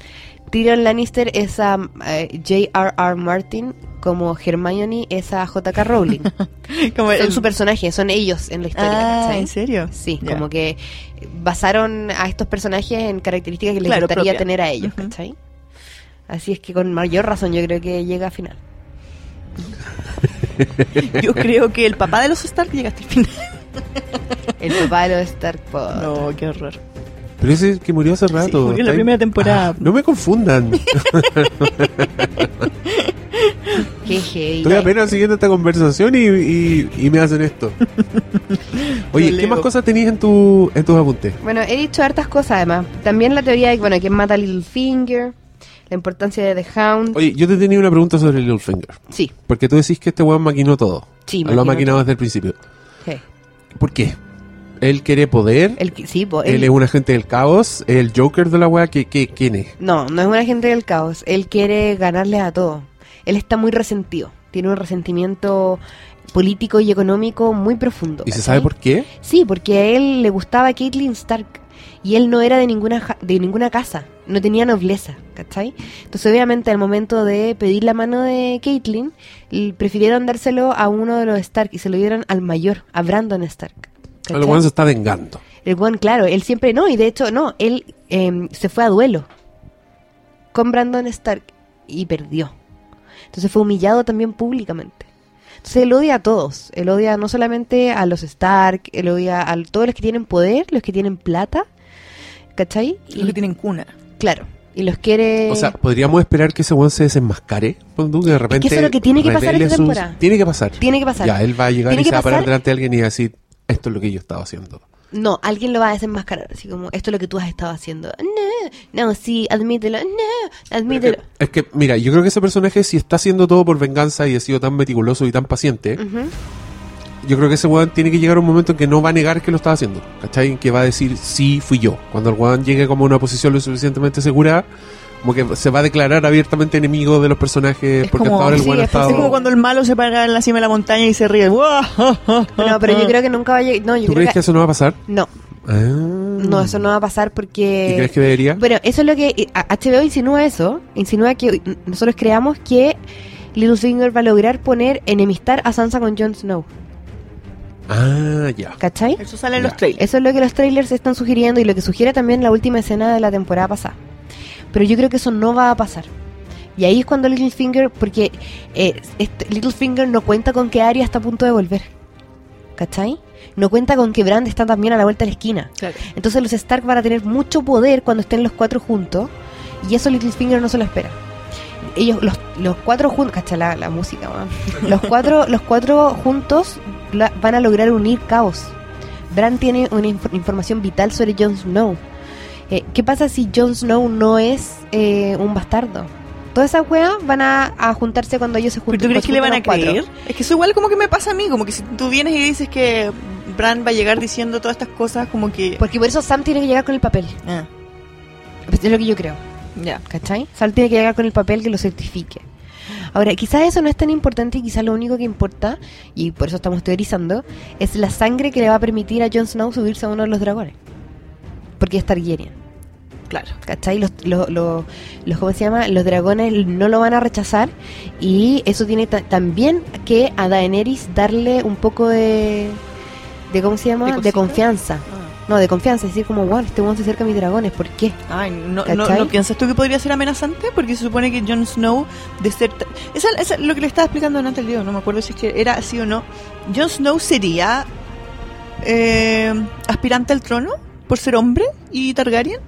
Tyrion Lannister es a eh, J.R.R. Martin como Hermione es a J.K.
[LAUGHS]
Rowling.
Como
son su personaje, son ellos en la historia.
Ah,
¿cachai?
¿en serio?
Sí,
Ya.
como que basaron a estos personajes en características que les
Claro,
gustaría
propia.
tener a ellos,
Ujú.
¿cachai? Así es que con mayor razón yo creo que llega a final. [LAUGHS]
Yo creo que el papá de los Stark llega hasta el final.
El papá de los Stark po.
No, qué horror.
Pero ese es el que murió hace rato.
murió en la
¿está bien?
primera temporada.
no me
[LAUGHS]
confundan.
Qué heavy.
Estoy apenas siguiendo esta conversación y, y- y me hacen
[LAUGHS]
esto. Oye,
Te
¿qué más
leo.
cosas tenías en, tu, en tus apuntes?
Bueno, he dicho hartas cosas además. También la teoría de bueno, quién mata a Littlefinger, la importancia de The Hound.
Oye, yo te tenía una pregunta sobre Littlefinger.
Sí,
Porque tú decís que este weón maquinó todo.
Sí,
Lo ha
maquinó
maquinado
todo.
desde el principio.
je.
¿Por qué? Él quiere poder.
el que- sí, po,
él
el-
es un agente del caos. El Joker de la weá. ¿qué, qué, quién es?
no, no es un agente del caos. Él quiere ganarle a todo. Él está muy resentido. Tiene un resentimiento político y económico muy profundo.
¿Y se
¿cachai?
sabe por qué?
Sí, porque a él le gustaba Caitlyn Stark y él no era de ninguna ja- de ninguna casa, no tenía nobleza, ¿cachai? Entonces obviamente al momento de pedir la mano de Caitlyn, l- prefirieron dárselo a uno de los Stark y se lo dieron al mayor, a Brandon Stark.
El
¿cachai?
weón se está vengando.
El one, claro, él siempre no, y de hecho no, él em, se fue a duelo con Brandon Stark y perdió. Entonces fue humillado también públicamente. Entonces él odia a todos, él odia no solamente a los Stark, él odia a todos los que tienen poder, los que tienen plata, ¿cachai?
Los que
Y,
tienen cuna.
claro, y los quiere...
O sea, podríamos esperar que ese weón se desenmascare. Pon tú, que de repente.
eso Eh. es lo que tiene que pasar
revele
esta
sus-
temporada.
Tiene que pasar.
tiene que pasar.
Ya, él va a llegar
Tiene
y
que
se va a parar
pasar-
delante de alguien y va a decir: Esto es lo que yo estaba haciendo.
No, alguien lo va a desenmascarar, así como, esto es lo que tú has estado haciendo. No, no, sí, admítelo, no,
Es que,
admítelo.
es que, mira, yo creo que ese personaje, si está haciendo todo por venganza y ha sido tan meticuloso y tan paciente,
Ujú. Mm.
yo creo que ese weón tiene que llegar a un momento en que no va a negar que lo estaba haciendo. ¿Cachai? En que va a decir, sí, fui yo. Cuando el weón llegue como a una posición lo suficientemente segura, como que se va a declarar abiertamente enemigo de los personajes,
Es
porque
como-
hasta ahora el
sí,
weón ha
es
estado.
Es como cuando el malo se para en la cima de la montaña y se ríe.
[LAUGHS] No,
No,
pero yo creo que nunca va a llegar... No, yo
¿Tú
creo
crees que
que...
eso no va a pasar?
No, no, eso no va a pasar porque...
Mm. ¿Y crees que debería?
Bueno, eso es lo que eh, a- HBO insinúa eso, insinúa que mm, nosotros creamos que Littlefinger va a lograr poner enemistar a Sansa con Jon Snow,
Ah, ya.
¿cachai?
Eso sale en
Ya.
los trailers.
Eso es lo que los trailers están sugiriendo y lo que sugiere también la última escena de la temporada pasada. Pero yo creo que eso no va a pasar. Y ahí es cuando Littlefinger, porque eh, este- Littlefinger no cuenta con que Arya está a punto de volver, ¿cachai? No cuenta con que Brand está también a la vuelta de la esquina. Entonces los Stark van a tener mucho poder cuando estén los cuatro juntos. Y eso Littlefinger no se lo espera. Ellos, los, los cuatro juntos, cacha la, la música, weón. los cuatro, los cuatro juntos la- van a lograr unir caos. Bran tiene una inf- información vital sobre Jon Snow. Eh, ¿Qué pasa si Jon Snow no es eh, un bastardo? Todas esas weas van a, a juntarse cuando ellos se junten.
¿Pero tú crees que le van a
cuando se juntan
creer?
los cuatro.
Es que eso igual como que me pasa a mí, como que si tú vienes y dices que Bran va a llegar diciendo todas estas cosas, como que...
Porque por eso Sam tiene que llegar con el papel.
Ah,
Es lo que yo creo.
ya.
¿Cachai? Sal tiene que llegar con el papel que lo certifique. Ahora, quizás eso no es tan importante y quizás lo único que importa, y por eso estamos teorizando, es la sangre que le va a permitir a Jon Snow subirse a uno de los dragones. Porque es Targaryen.
Claro.
¿Cachai? Los, los, los, los- ¿cómo se llama? Los dragones no lo van a rechazar y eso tiene ta- también que a Daenerys darle un poco de, de ¿cómo se
¿De
llama? De,
cosita?
confianza.
Ah.
No, de confianza, es decir, como, wow, este one se acerca a mis dragones, ¿por qué?
Ay, no, no,
¿Cachai?
¿no piensas tú que podría ser amenazante? Porque se supone que Jon Snow, de ser... ta- Esa, esa- lo que le estaba explicando Natalia, el video, no me acuerdo si es que era así o no. ¿Jon Snow sería eh, aspirante al trono por ser hombre y Targaryen?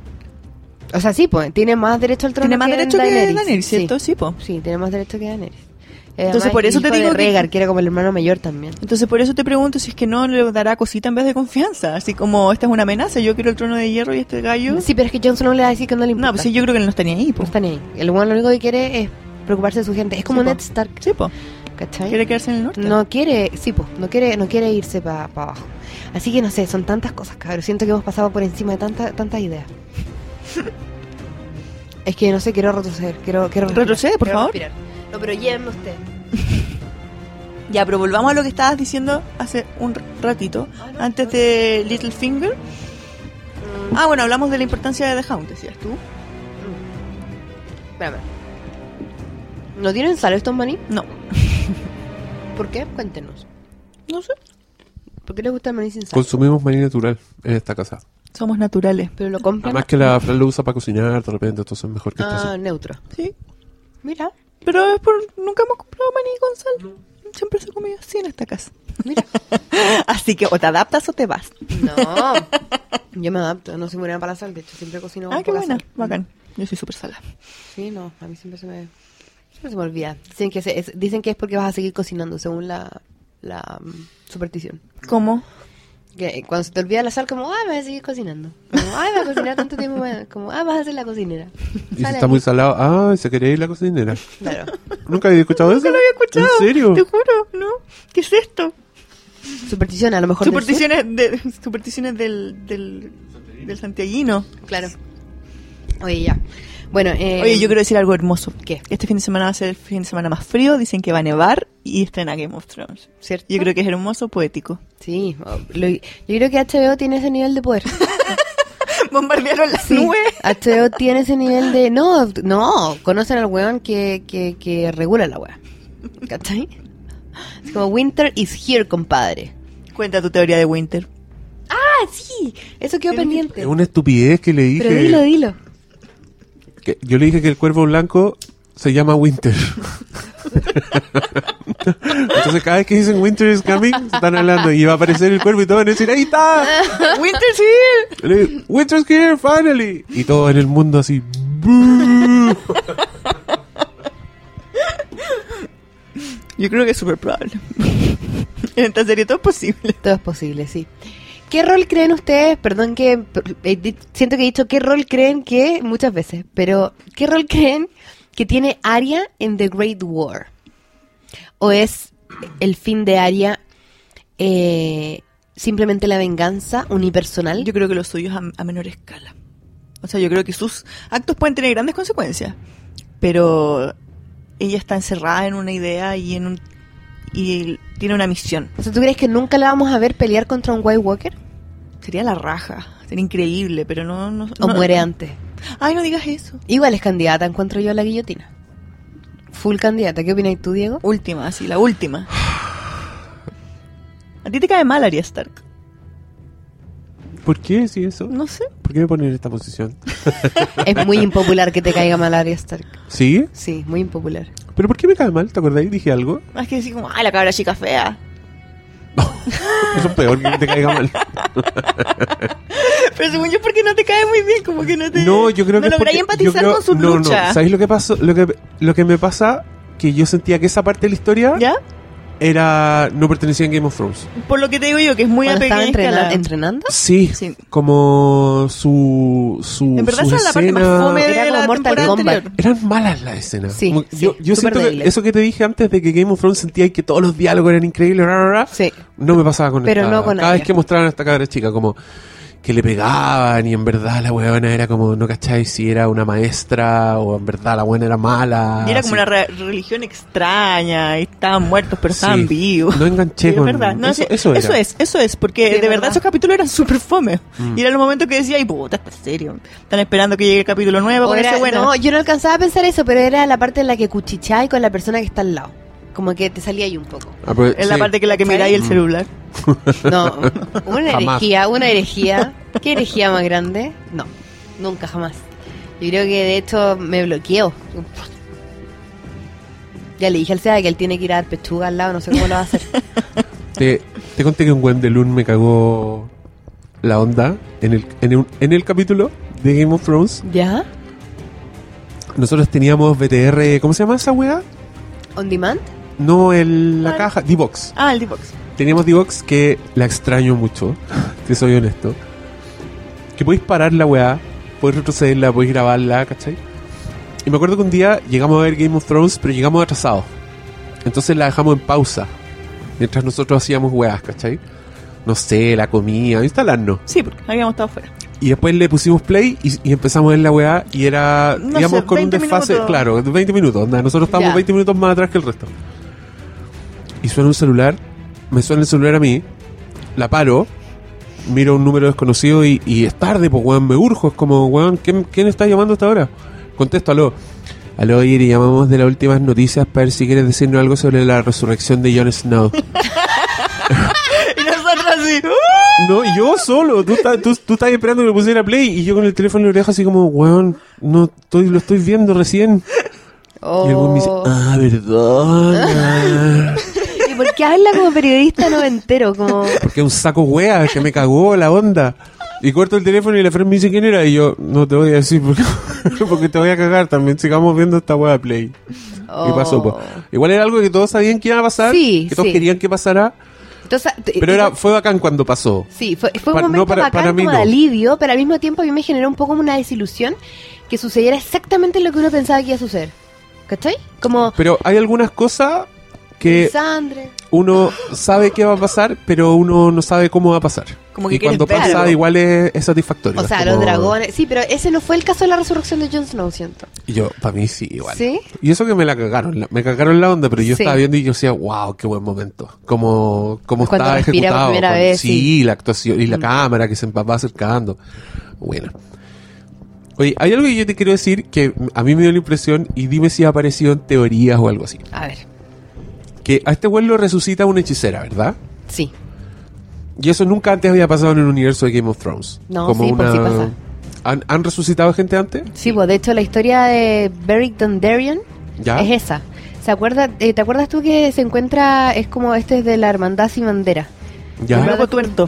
O sea, sí, pues, tiene más derecho al trono
Tiene más
que
derecho que
Daenerys,
Daenerys,
sí.
¿cierto? Sí, po.
Sí, tiene más derecho que Daenerys. Eh,
Entonces, por eso te digo que-
que... que era como el hermano mayor también.
Entonces por eso te pregunto si es que no le dará cosita en vez de confianza, así como esta es una amenaza, yo quiero el trono de hierro y este gallo.
Sí, pero es que Jon Snow le va a decir que no le importa.
no, pues sí, yo creo que él no estaría ahí,
No
po.
está ni ahí. El one lo único que quiere es preocuparse de su gente. Es como
Sí, po.
Ned Stark,
Sí, po.
¿cachai?
Quiere quedarse en el norte.
No quiere, sí, pues, no quiere, no quiere irse para abajo. Así que no sé, son tantas cosas, cabrón. Siento que hemos pasado por encima de tanta- tantas
[LAUGHS]
ideas. es que no sé, quiero retroceder, quiero, quiero respirar,
Retrocede, por
quiero
favor.
respirar. No, pero llévenme usted.
Ya, pero volvamos a lo que estabas diciendo hace un ratito,
Ah, no,
antes
no.
de Littlefinger.
Mm.
Ah, bueno, hablamos de la importancia de The Hound, decías tú.
Espérame. ¿No tienen sal estos maní?
No,
¿Por qué? Cuéntenos.
no sé.
¿Por qué les gusta el maní sin
Pues,
sal?
Consumimos maní natural en esta casa.
Somos naturales.
Pero lo compran.
Además que la Fran lo usa para cocinar de repente, entonces es mejor que esté
Ah,
así.
neutro.
Sí,
Mira,
pero es por... Nunca hemos comprado maní con sal. Siempre se comía así en esta casa.
mira.
[LAUGHS] Así que o te adaptas o te vas.
No. Yo me adapto. No soy muy buena para la sal. De hecho, siempre cocino
ah,
con
qué
poca
buena.
sal.
Bacán. Yo soy súper sala.
Sí, no. A mí siempre se me... Siempre se me olvida. Dicen que, se- es, dicen que es porque vas a seguir cocinando, según la, la mm, superstición.
¿Cómo?
Que eh, cuando se te olvida la sal, como, ay, vas a seguir cocinando. Como, ay, vas a cocinar tanto tiempo. [LAUGHS] bueno, Como, ay, vas a ser la cocinera.
Y si
Sale
está
aquí.
muy salado, ah, se quería ir la
[LAUGHS]
cocinera.
Claro.
Nunca había escuchado eso.
Nunca lo había escuchado.
¿En serio?
Te juro, ¿no? ¿Qué es esto?
Superstición, a lo mejor. del sur.
Supersticiones, de, supersticiones del, del, del santiaguino.
Claro. Oye, ya. Bueno, eh,
Oye, yo quiero decir algo hermoso.
¿Qué?
Este fin de semana va a ser el fin de semana más frío. Dicen que va a nevar y estrena Game of Thrones.
¿Cierto?
Yo creo que es hermoso, poético.
Sí, o- lo- yo creo que HBO tiene ese nivel de poder.
[LAUGHS] Bombardearon las
Sí,
nubes.
HBO tiene ese nivel de... No, no, conocen al weón que, que, que regula la wea. ¿Cachai? Es como Winter is here, compadre.
Cuenta tu teoría de [LAUGHS] Winter.
Ah, sí, eso quedó pendiente.
Es una estupidez que le dije.
Pero dilo, dilo.
[LAUGHS]
que- yo le dije que el cuervo blanco se llama Winter. Entonces cada vez que dicen Winter is coming, se están hablando y va a aparecer el cuerpo y todos van a decir, ahí está.
Winter's Hill.
Winter's here, finally. Y todo en el mundo así. "Bú".
Yo creo que es súper probable. [LAUGHS] en esta serie todo es posible.
Todo es posible, sí. ¿Qué rol creen ustedes? Perdón que per- eh, di- siento que he dicho qué rol creen que muchas veces, pero ¿qué rol [LAUGHS] creen que tiene Arya en The Great War? ¿O es el fin de Arya eh, simplemente la venganza unipersonal?
Yo creo que lo suyo es a, a menor escala. O sea, yo creo que sus actos pueden tener grandes consecuencias, pero ella está encerrada en una idea y en un y tiene una misión.
O sea, ¿Tú crees que nunca la vamos a ver pelear contra un White Walker?
Sería la raja, sería increíble, pero no no,
¿O
no-
muere antes?
Ay, no digas eso.
Igual es candidata, encuentro yo a la guillotina. Full candidata. ¿Qué opinas tú,
[LAUGHS]
Diego?
Última, así, la última. A ti te cae mal Arya Stark.
¿Por qué si eso?
No sé.
¿Por qué me ponen en esta posición?
Es muy impopular que te caiga mal Arya Stark.
¿Sí?
Sí, muy impopular.
¿Pero por qué me cae mal? ¿Te acordáis? Dije algo.
Más que decir como, ay, la cabra chica fea.
Eso es peor que te caiga
[LAUGHS]
mal.
Pero según yo, porque no te cae muy bien, como que no te.
No, yo creo que
no
es porque-
lográis
yo
empatizar
creo-
con su
no,
lucha.
No, ¿Sabéis lo que pasó? Lo que, lo que me pasa que yo sentía que esa parte de la historia
¿Ya?
era no pertenecía a Game of Thrones.
Por lo que te digo yo, que es muy a
Cuando estaba
pequeña
entrena-
escala.
entrenando,
Sí,
Sí.
como su su
En verdad,
su
esa es la parte más
escena-
fome de
Era como
la
Mortal
temporada
Kombat.
anterior.
Eran malas las escenas.
Sí,
Como-
sí,
yo
súper
yo siento que
débiles.
eso que te dije antes de que Game of Thrones sentía que todos los diálogos eran increíbles, ra, ra, ra,
sí.
no me pasaba con
Pero
esta-
no con
Cada
Arya.
vez que mostraban a esta cabra chica, como que le pegaban y en verdad la huevona era como, no cacháis si era una maestra o en verdad la buena era mala.
Y era como
así.
una re- religión extraña, y estaban muertos pero estaban
Sí.
vivos.
No enganché
Sí, es
con
verdad. No,
eso.
sí,
eso, era.
es, eso es, porque
Sí,
de
es
verdad,
verdad.
esos capítulos eran súper fome.
Mm.
Y era el momento que decía, ay, puta, está serio. Están esperando que llegue el capítulo nuevo,
O
para
era-
ponerse bueno.
No, yo no alcanzaba a pensar eso, pero era la parte en la que cuchicháis con la persona que está al lado. Como que te salía ahí un poco.
Ah, pero-
es la
sí. Mm.
parte que la que
¿Cachai?
miráis el celular.
No, [LAUGHS] una
Jamás.
herejía, una herejía. ¿Qué herejía más grande? No, nunca, jamás. Yo creo que de hecho me bloqueó. Ya le dije al SEA que él tiene que ir a dar pechuga al lado, no sé cómo lo va a hacer.
Te, te conté que un buen de Lun me cagó la onda en el, en, el, en el capítulo de Game of Thrones.
[LAUGHS] ¿Ya?
Nosotros teníamos BTR, ¿cómo se llama esa weá?
¿On demand?
No, el, la
¿Cuál?
caja, D-Box.
Ah, el D-Box.
Teníamos D-Box que la extraño mucho, [LAUGHS] si soy honesto. Que podéis parar la weá, podéis retrocederla, podéis grabarla, ¿cachai? Y me acuerdo que un día llegamos a ver Game of Thrones, pero llegamos atrasados. Entonces la dejamos en pausa, mientras nosotros hacíamos weás, ¿cachai? No sé, la comida, instalarnos.
Sí, porque habíamos estado fuera.
Y después le pusimos play y, y empezamos a ver la weá y era,
No
digamos,
sé,
con un
20
desfase,
minutos.
claro, 20 minutos. onda, nosotros estábamos
Ya.
20 minutos más atrás que el resto. Y suena un celular, me suena el celular a mí, la paro, miro un número desconocido y, y es tarde, pues weón, me urjo. Es como, weón, ¿quién, quién está llamando hasta ahora? Contesto, aló. Aló, Iri, llamamos de las últimas noticias para ver si quieres decirnos algo sobre la resurrección de Jon Snow.
Y nosotros así. ¡uh!
No, y yo solo. Tú, estás- tú, tú estabas esperando que le pusiera play y yo con el teléfono en la oreja así como, weón, no estoy, lo estoy viendo recién. Y el weón me dice,
¿O
ah,
[LAUGHS]
verdad.
Oh. ¿Y por qué habla como periodista noventero? Como...
Porque es un saco wea que me cagó la onda. Y corto el teléfono y la Fran me dice quién era. Y yo, no te voy a decir porque, [LAUGHS] porque te voy a cagar también. Sigamos viendo esta wea de play. Y
Oh.
pasó, pues. Igual era algo que todos sabían que iba a pasar.
Sí,
que todos
sí.
querían que pasara.
Entonces,
Pero era, fue bacán cuando pasó.
Sí, fue, fue un
Para- no,
momento
para-
bacán
para mí
como
no.
de alivio, pero al mismo tiempo a mí me generó un poco como una desilusión que sucediera exactamente lo que uno pensaba que iba a suceder. ¿Cachai? Como
Pero hay algunas cosas que...
Sandre.
uno sabe qué va a pasar, pero uno no sabe cómo va a pasar.
Como que
y cuando
quieres
pasa,
ver algo.
igual es, es satisfactorio.
O
Es
sea,
como-
los dragones. Sí, pero ese no fue el caso de la resurrección de Jon Snow, siento.
Y yo, para mí sí, igual.
¿Sí?
Y eso que me la cagaron, la- me cagaron la onda, pero yo
Sí.
estaba viendo y yo decía, wow, qué buen momento. Como, como
Cuando
estaba
respira por
ejecutado.
primera
cuando-
vez,
sí, la actuación y la
Mm.
cámara que se va acercando. Bueno. Oye, hay algo que yo te quiero decir que a mí me dio la impresión, y dime si ha aparecido en teorías o algo así.
A ver,
Que a este güey lo resucita una hechicera, ¿verdad?
sí.
Y eso nunca antes había pasado en el universo de Game of Thrones.
No, sí, por sí pasa.
¿Han, han resucitado gente antes?
Sí, pues de hecho la historia de Beric Dondarrion
¿Ya?
es esa. ¿Se acuerda, eh, ¿Te acuerdas tú que se encuentra, es como este es de la hermandad sin bandera?
Un
Ya.
loco tuerto.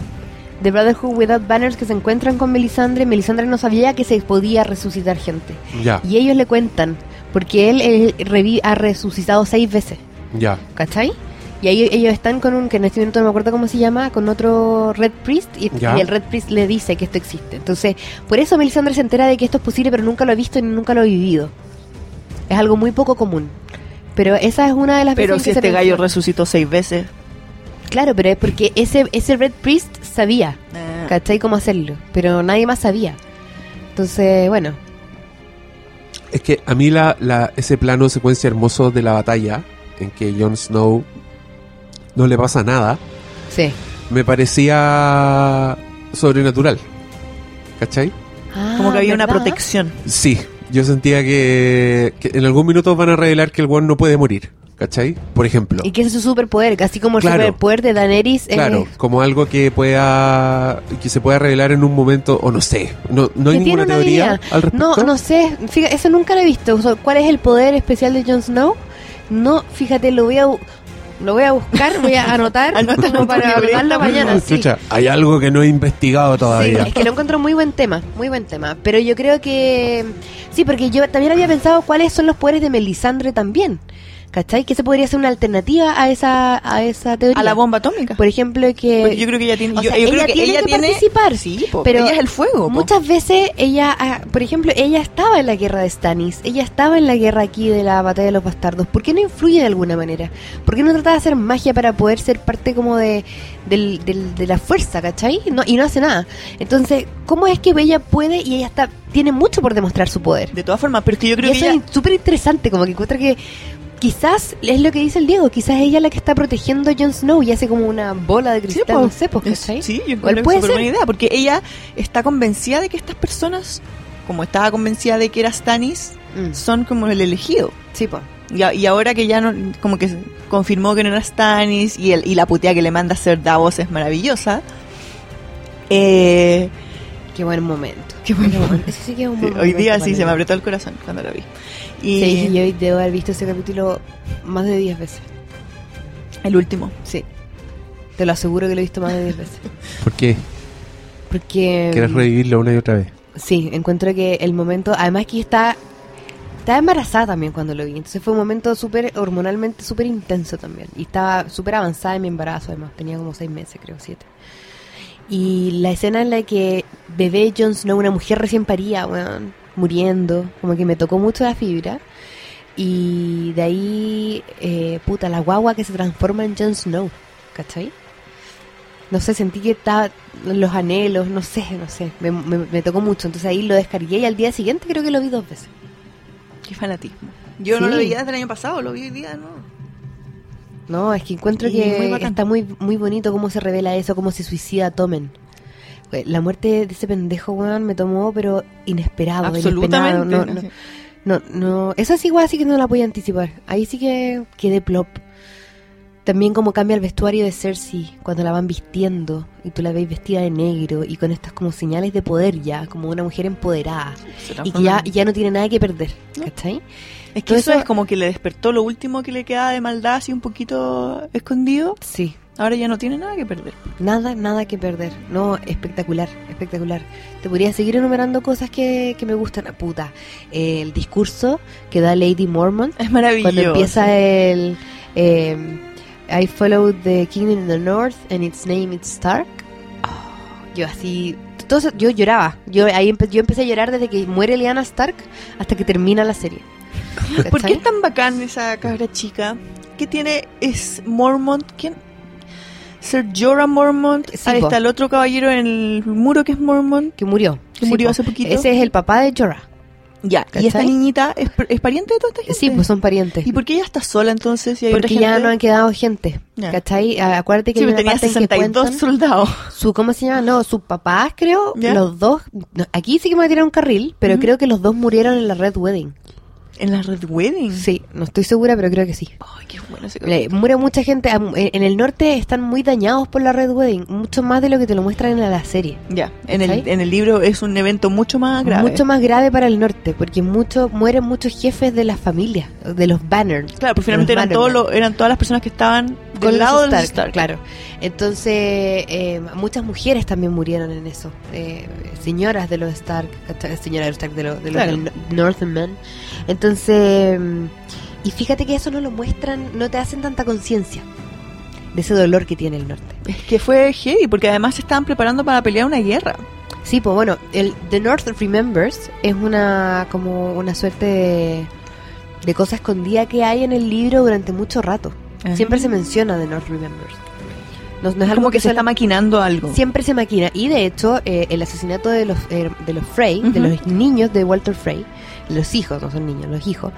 The Brotherhood Without Banners que se encuentran con Melisandre. Melisandre no sabía que se podía resucitar gente.
Ya.
Y ellos le cuentan, porque él, eh, revi- ha resucitado seis veces,
Ya.
¿cachai? Y ahí ellos están con un, que en este minuto no me acuerdo cómo se llama, con otro Red Priest, y,
Ya.
y el Red Priest le dice que esto existe. Entonces, por eso Melisandre se entera de que esto es posible, pero nunca lo ha visto y nunca lo ha vivido. Es algo muy poco común. Pero esa es una de las
Pero
veces en
si
que se
este
le-
gallo resucitó seis veces.
Claro, pero es porque ese, ese Red Priest sabía. ¿Cachai? Cómo hacerlo. Pero nadie más sabía. Entonces, bueno.
Es que a mí la, la- ese plano secuencia hermoso de la batalla, en que Jon Snow no le pasa nada,
Sí.
me parecía sobrenatural. ¿Cachai?
Como que
Ah,
había una protección.
Sí, yo sentía que, que en algún minuto van a revelar que el one no puede morir. ¿Cachai? Por ejemplo.
Y que ese es su superpoder. Así como el
Claro.
superpoder de Daenerys es-
Claro, como algo que pueda que se pueda revelar en un momento o no sé, no, no hay
que tiene
ninguna
una
teoría
habilidad.
al respecto.
No, no sé. Fíjate, eso nunca lo he visto. O sea, ¿Cuál es el poder especial de Jon Snow? No, fíjate, lo voy a... bu- Lo voy a buscar, voy
[LAUGHS]
a anotar
Anótalo
como para
en tu
hablarlo
libreta.
mañana. sí.
Chucha, hay algo que no he investigado todavía.
Sí, es que lo encuentro muy buen tema, muy buen tema. Pero yo creo que. Sí, porque yo también había pensado cuáles son los poderes de Melisandre también. ¿Cachai? Que esa podría ser una alternativa a esa, a esa teoría.
A la bomba atómica.
Por ejemplo, que.
Porque yo creo que ella tiene.
Eh, o
yo-
sea,
yo
ella
creo que
tiene
ella
que
tiene-
participar,
Sí, po,
pero
ella es el fuego. po.
Muchas veces ella, ah, por ejemplo, ella estaba en la guerra de Stannis, ella estaba en la guerra aquí de la batalla de los bastardos. ¿Por qué no influye de alguna manera? ¿Por qué no trata de hacer magia para poder ser parte como de, del- del- de la fuerza, ¿cachai? No, y no hace nada. Entonces, ¿cómo es que ella puede y ella está, tiene mucho por demostrar su poder?
De todas formas, pero es que yo
Y
creo que
eso
ella.
es súper interesante, como que encuentra que quizás es lo que dice el Diego, quizás ella es la que está protegiendo a Jon Snow y hace como una bola de cristal,
po.
no sé, pues,
Es-
¿cachai?
Sí, yo
Igual
creo que
puede
es súper
ser.
buena idea, porque ella está convencida de que estas personas, como estaba convencida de que era Stannis,
Mm,
son como el elegido.
sí, po.
Y, a- y ahora que ya no, como que confirmó que no era Stannis y, el, y la putea que le manda hacer Davos es maravillosa. Eh,
Qué buen momento.
Qué buen momento.
Ese sí que es un
sí,
buen
hoy día
momento
sí
para
se me
mí.
apretó el corazón cuando la vi. Y
Sí, yo debo haber visto ese capítulo más de 10 veces.
el último.
Sí. Te lo aseguro que lo he visto más de 10
[LAUGHS]
veces.
¿Por qué?
Porque.
¿Quieres revivirlo una y otra vez?
Sí, encuentro que el momento. Además, que está. Estaba embarazada también cuando lo vi. Entonces fue un momento súper hormonalmente súper intenso también. Y estaba súper avanzada en mi embarazo, además. Tenía como 6 meses, creo, 7. Y la escena en la que bebé Jon Snow, una mujer recién parida, weón, muriendo, como que me tocó mucho la fibra. Y de ahí, eh, puta, la guagua que se transforma en Jon Snow, ¿cachai? No sé, sentí que estaba los anhelos, no sé, no sé, me, me- me tocó mucho. Entonces ahí lo descargué y al día siguiente creo que lo vi dos veces.
Qué fanatismo. Yo no
Sí.
lo veía desde el año pasado, lo vi hoy día, ¿no?
No, es que encuentro
Y
que
muy bacán.
está muy, muy bonito cómo se revela eso, cómo se suicida Tomen. Eh, La muerte de ese pendejo, weón, me tomó, pero inesperado,
Ah, Absolutamente.
inesperado, no- no- No, no, esa sí igual sí que no la podía anticipar. Ahí sí que quedé plop. También como cambia el vestuario de Cersei cuando la van vistiendo y tú la veis vestida de negro y con estas como señales de poder ya, como una mujer empoderada
Se
y
transforma
que ya,
en-
ya no tiene nada que perder,
No.
¿cachai?
Es que
Todo
eso,
eso-
es como que le despertó lo último que le quedaba de maldad así un poquito escondido.
Sí,
Ahora ya no tiene nada que perder.
nada, nada que perder. No, espectacular, espectacular. Te podría seguir enumerando cosas que, que me gustan. Ah, Puta, eh, el discurso que da Lady Mormon
Es maravilloso.
cuando empieza el eh, I followed the kingdom in the north and its name is Stark Oh, yo así todo eso- yo lloraba yo ahí empe- yo empecé a llorar desde que muere Lyanna Stark hasta que termina la serie
[LAUGHS] ¿Por qué
¿Cachai?
es tan bacán esa cabra chica? ¿Qué tiene? Es Mormont. ¿Quién? Sir Jorah Mormont.
Sí,
Ahí
po.
está el otro caballero en el muro que es Mormont.
que murió
Que murió
po.
hace poquito.
ese es el papá de Jorah
Ya.
¿Cachai?
Y esta niñita es, pr- es pariente de toda esta gente.
sí pues son parientes
¿Y por qué ella está sola entonces? Y hay
porque
otra
ya
gente?
no han quedado gente
Ya.
¿cachai? A- acuérdate que
Sí,
hay
pero
una
tenía
parte en que
62
cuentan-
soldados.
su cómo se llama no sus papás creo
¿Ya?
los dos no, aquí sí que me tiraron un carril pero
Ujú.
creo que los dos murieron en la Red Wedding
¿En la Red Wedding?
Sí, no estoy segura, pero creo que sí.
Ay, qué bueno ese
Mira, Muere mucha gente. am- En en el norte están muy dañados por la Red Wedding, mucho más de lo que te lo muestran en la serie.
Ya, en el,
¿Cachai?
en el libro es un evento mucho más grave.
Mucho más grave para el norte, porque mucho, mueren muchos jefes de las familias, de los banners.
Claro, porque finalmente eran, todos los- eran todas las personas que estaban
Con
del lado
lado
del
Stark,
Stark.
claro. Entonces, eh, muchas mujeres también murieron en eso. Eh, señoras de los Stark, ¿cachai? señoras de los Stark, de los, de los
Claro.
del N- Northman. Entonces, mm, y fíjate que eso no lo muestran, no te hacen tanta conciencia de ese dolor que tiene el norte.
Es que fue heavy, porque además se estaban preparando para pelear una guerra.
Sí, pues bueno, el The North Remembers es una como una suerte de, de cosa escondida que hay en el libro durante mucho rato. Siempre se menciona The North Remembers. No, no es
Es
algo
como que se
solo-
está maquinando algo.
Siempre se maquina. Y de hecho, eh, el asesinato de los, eh, de los Frey, de
Ujú.
los niños de Walter Frey, los hijos, no son niños, los hijos.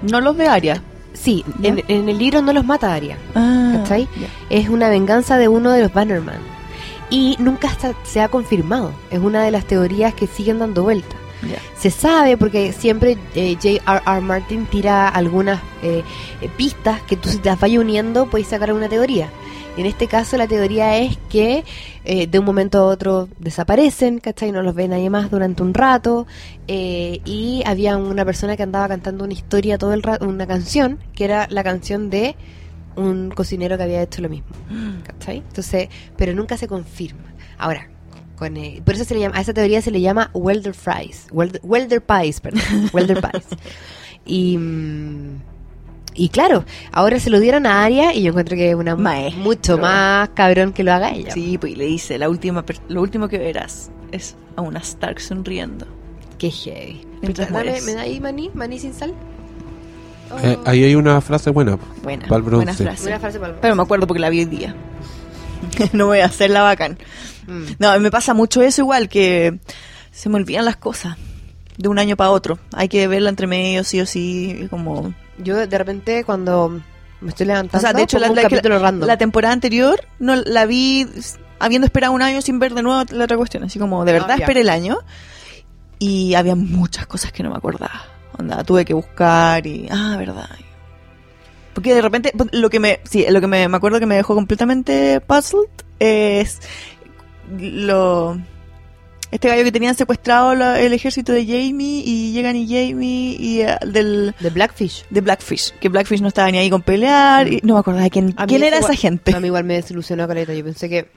No los de Aria.
Sí,
¿Ya?
en, en el libro no los mata Arya.
Ah,
¿Cachai?
ya.
Es una venganza de uno de los Bannerman. Y nunca hasta se ha confirmado. Es una de las teorías que siguen dando vuelta.
Ya.
Se sabe porque siempre eh, J.R.R. Martin tira algunas eh, eh, pistas que tú si te las vayas uniendo puedes sacar una teoría. Y en este caso la teoría es que eh, de un momento a otro desaparecen, ¿cachai? No los ve nadie más durante un rato. eh, y había una persona que andaba cantando una historia todo el rato, una canción, que era la canción de un cocinero que había hecho lo mismo. ¿Cachai? Entonces, pero nunca se confirma. Ahora, con, eh, por eso se le llama, a esa teoría se le llama welder fries, welder, welder pies,
[LAUGHS]
perdón, welder pies. Y, mm, y claro, ahora se lo dieron a Aria y yo encuentro que es una
Maestro.
mucho más cabrón que lo haga ella.
Sí, pues y le dice, la última, per- lo último que verás es a una Stark sonriendo.
Qué heavy.
Mientras
Dame-
mueres.
¿Me da ahí maní? ¿Maní sin sal? Oh.
Eh, ahí hay una frase buena. po.
Buena,
Val
buena
Bronce.
frase.
Una frase para
Pero me acuerdo porque la vi hoy día. [LAUGHS] no voy a hacerla bacán.
Mm.
[LAUGHS] No, me pasa mucho eso igual, que se me olvidan las cosas de un año para otro. Hay que verla entre medio, sí o sí, como...
Mm. Yo de repente cuando me estoy levantando,
O sea, de hecho, la,
pongo
la-
un capítulo
la-
random.
la temporada anterior no la vi s- habiendo esperado un año sin ver de nuevo la otra cuestión. Así como, de verdad,
Ah, ya.
esperé el año. Y había muchas cosas que no me acordaba. Onda, tuve que buscar y... Ah, verdad. Porque de repente, pues, lo que me... Sí, lo que me, me acuerdo que me dejó completamente puzzled es lo... Este gallo que tenían secuestrado la- el ejército de Jamie y llegan y Jamie y eh, del
de Blackfish.
de Blackfish, que Blackfish no estaba ni ahí con pelear, y no me acordaba de quién,
A mí
quién
eso
era
igual-
esa gente.
A mí igual me desilusionó Caleta. Yo pensé que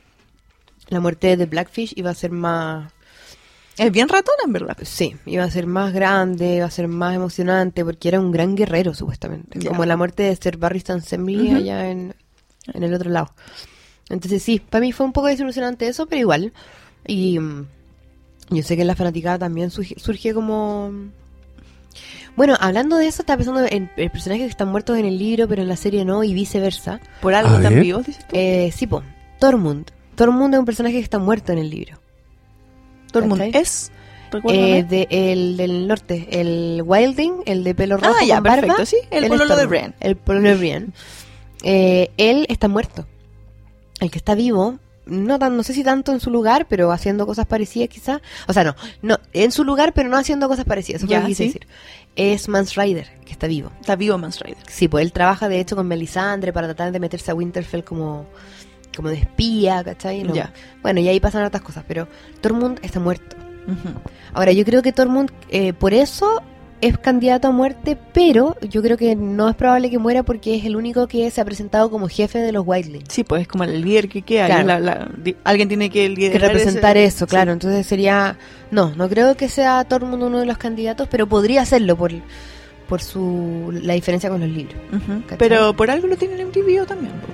la muerte de Blackfish iba a ser más.
[LAUGHS] Es bien ratona, en verdad.
Sí, iba a ser más grande, iba a ser más emocionante, porque era un gran guerrero, supuestamente.
Ya.
Como la muerte de Sir Barristan Selmy
Ujú.
allá en, en el otro lado. Entonces, sí, para mí fue un poco desilusionante eso, pero igual. Y mm, yo sé que en la fanaticada también surge, surge como. Bueno, hablando de eso, estaba pensando en, en personajes que están muertos en el libro, pero en la serie no, y viceversa.
Por algo
A
están
ver.
vivos, dices tú.
Eh, sí, po. Tormund. Tormund es un personaje que está muerto en el libro.
Todo el mundo
¿cachai?
es.
Eh,
recuérdame.
de, el del norte, el Wilding, el de pelo rojo
ah, ya,
con barba,
perfecto, sí. El
él es
pololo de
Tormund.
Bren.
El pololo de Brian. Eh, él está muerto. El que está vivo, no tan, no sé si tanto en su lugar, pero haciendo cosas parecidas quizá. O sea, no, no, en su lugar, pero no haciendo cosas parecidas. Eso fue
Ya,
lo que quise
sí.
decir. Es Mans Rider, que está vivo.
Está vivo Mans Rider.
Sí, pues él trabaja de hecho con Melisandre para tratar de meterse a Winterfell como, como de espía, ¿cachai? No.
Ya.
Bueno, y ahí pasan otras cosas, pero Tormund está muerto.
Ujú.
Ahora, yo creo que Tormund eh, por eso es candidato a muerte, pero yo creo que no es probable que muera porque es el único que se ha presentado como jefe de los Wildlings.
Sí, pues es como el líder que queda.
Claro.
la- la- di- alguien tiene que
Que
liderar
representar
ese-
eso, claro. Entonces sería... No, no creo que sea Tormund uno de los candidatos, pero podría serlo por, por su, la diferencia con los libros.
Sí. Ujú.
¿Cachai?
Pero por algo lo tienen en vivo también. po.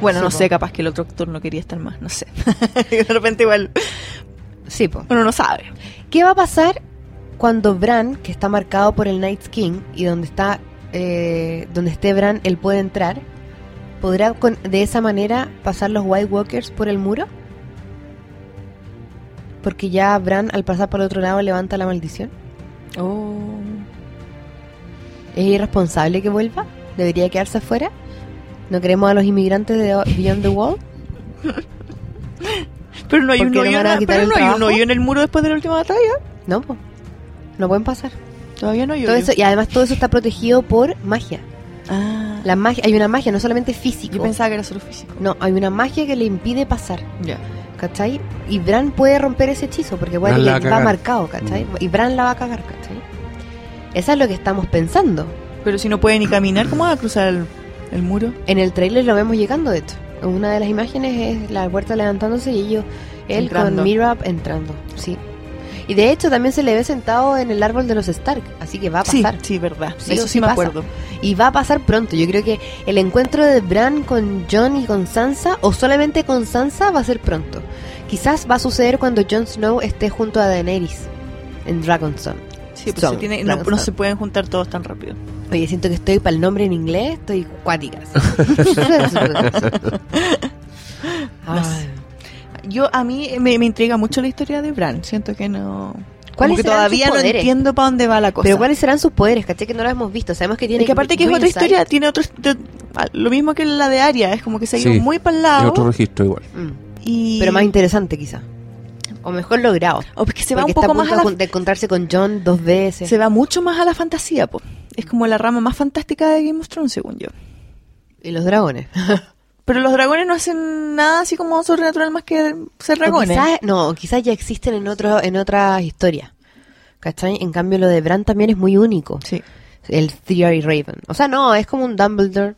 Bueno,
Sí,
no
po.
sé, capaz que el otro actor no quería estar más, no sé. [LAUGHS] de repente igual,
Sí, pues.
uno no sabe.
¿Qué va a pasar cuando Bran, que está marcado por el Night King y donde está eh, donde esté Bran, él puede entrar? ¿Podrá con- de esa manera pasar los White Walkers por el muro? Porque ya Bran al pasar por el otro lado levanta la maldición.
Oh.
¿Es irresponsable que vuelva? ¿Debería quedarse afuera? ¿No queremos a los inmigrantes de Beyond the Wall?
Pero no hay
¿Por
un
qué no
hoyo,
van a
en-
quitar
pero
el
no hay un
trabajo?
hoyo en el muro después de la última batalla.
No, po. no pueden pasar.
Todavía no yo.
Todo eso, y además todo eso está protegido por magia.
Ah,
La magia, hay una magia, no solamente físico.
yo pensaba que era solo físico.
No, hay una magia que le impide pasar,
Ya.
¿cachai? Y Bran puede romper ese hechizo, porque
Bran
bueno,
la va a
va
cagar. Mm.
marcado, ¿cachai? Y Bran la va a cagar, ¿cachai? Eso es lo que estamos pensando.
Pero si no puede ni caminar, ¿cómo va a cruzar el, el muro?
En el trailer lo vemos llegando, de hecho. En Una de las imágenes es la puerta levantándose y ellos, él
Entrando.
con Mirab entrando, sí. Y de hecho también se le ve sentado en el árbol de los Stark, así que va a
Sí,
pasar.
sí, verdad.
Sí
Eso
o
sí,
sí
me
pasa.
acuerdo.
Y va a pasar pronto. Yo creo que el encuentro de Bran con Jon y con Sansa, o solamente con Sansa, va a ser pronto. Quizás va a suceder cuando Jon Snow esté junto a Daenerys en Dragonstone.
Sí, pues
Son,
se tiene- no,
claro,
no
son.
se pueden juntar todos tan rápido.
Oye, siento que estoy para el nombre en inglés, estoy cuáticas. [LAUGHS] Ay.
Yo a mí eh, me, me intriga mucho la historia de Bran. Siento que no.
¿Cuáles
como que
serán sus
todavía no
poderes?
entiendo para dónde va la cosa.
Pero ¿cuáles serán sus poderes? Caché que no lo hemos visto. Sabemos que tiene...
Y que aparte que es otra
Insight.
historia, tiene otro de- ah, lo mismo que la de Aria, es como que se ha ido
Sí,
muy para el
Es
lado
otro registro igual.
Mm,
y
Pero más interesante quizá. O mejor logrado.
o es que se va
porque
un poco
está a
más
punto
a la,
de encontrarse con Jon dos veces.
se va mucho más a la fantasía, po. Es como la rama más fantástica de Game of Thrones, según yo.
Y los dragones. [LAUGHS]
Pero los dragones no hacen nada así como sobrenatural más que ser
O
dragones.
Quizás, no, quizás ya existen en otro, en otras historias. ¿Cachai? En cambio, lo de Bran también es muy único.
Sí.
El Theory Raven. O sea, no, es como un Dumbledore.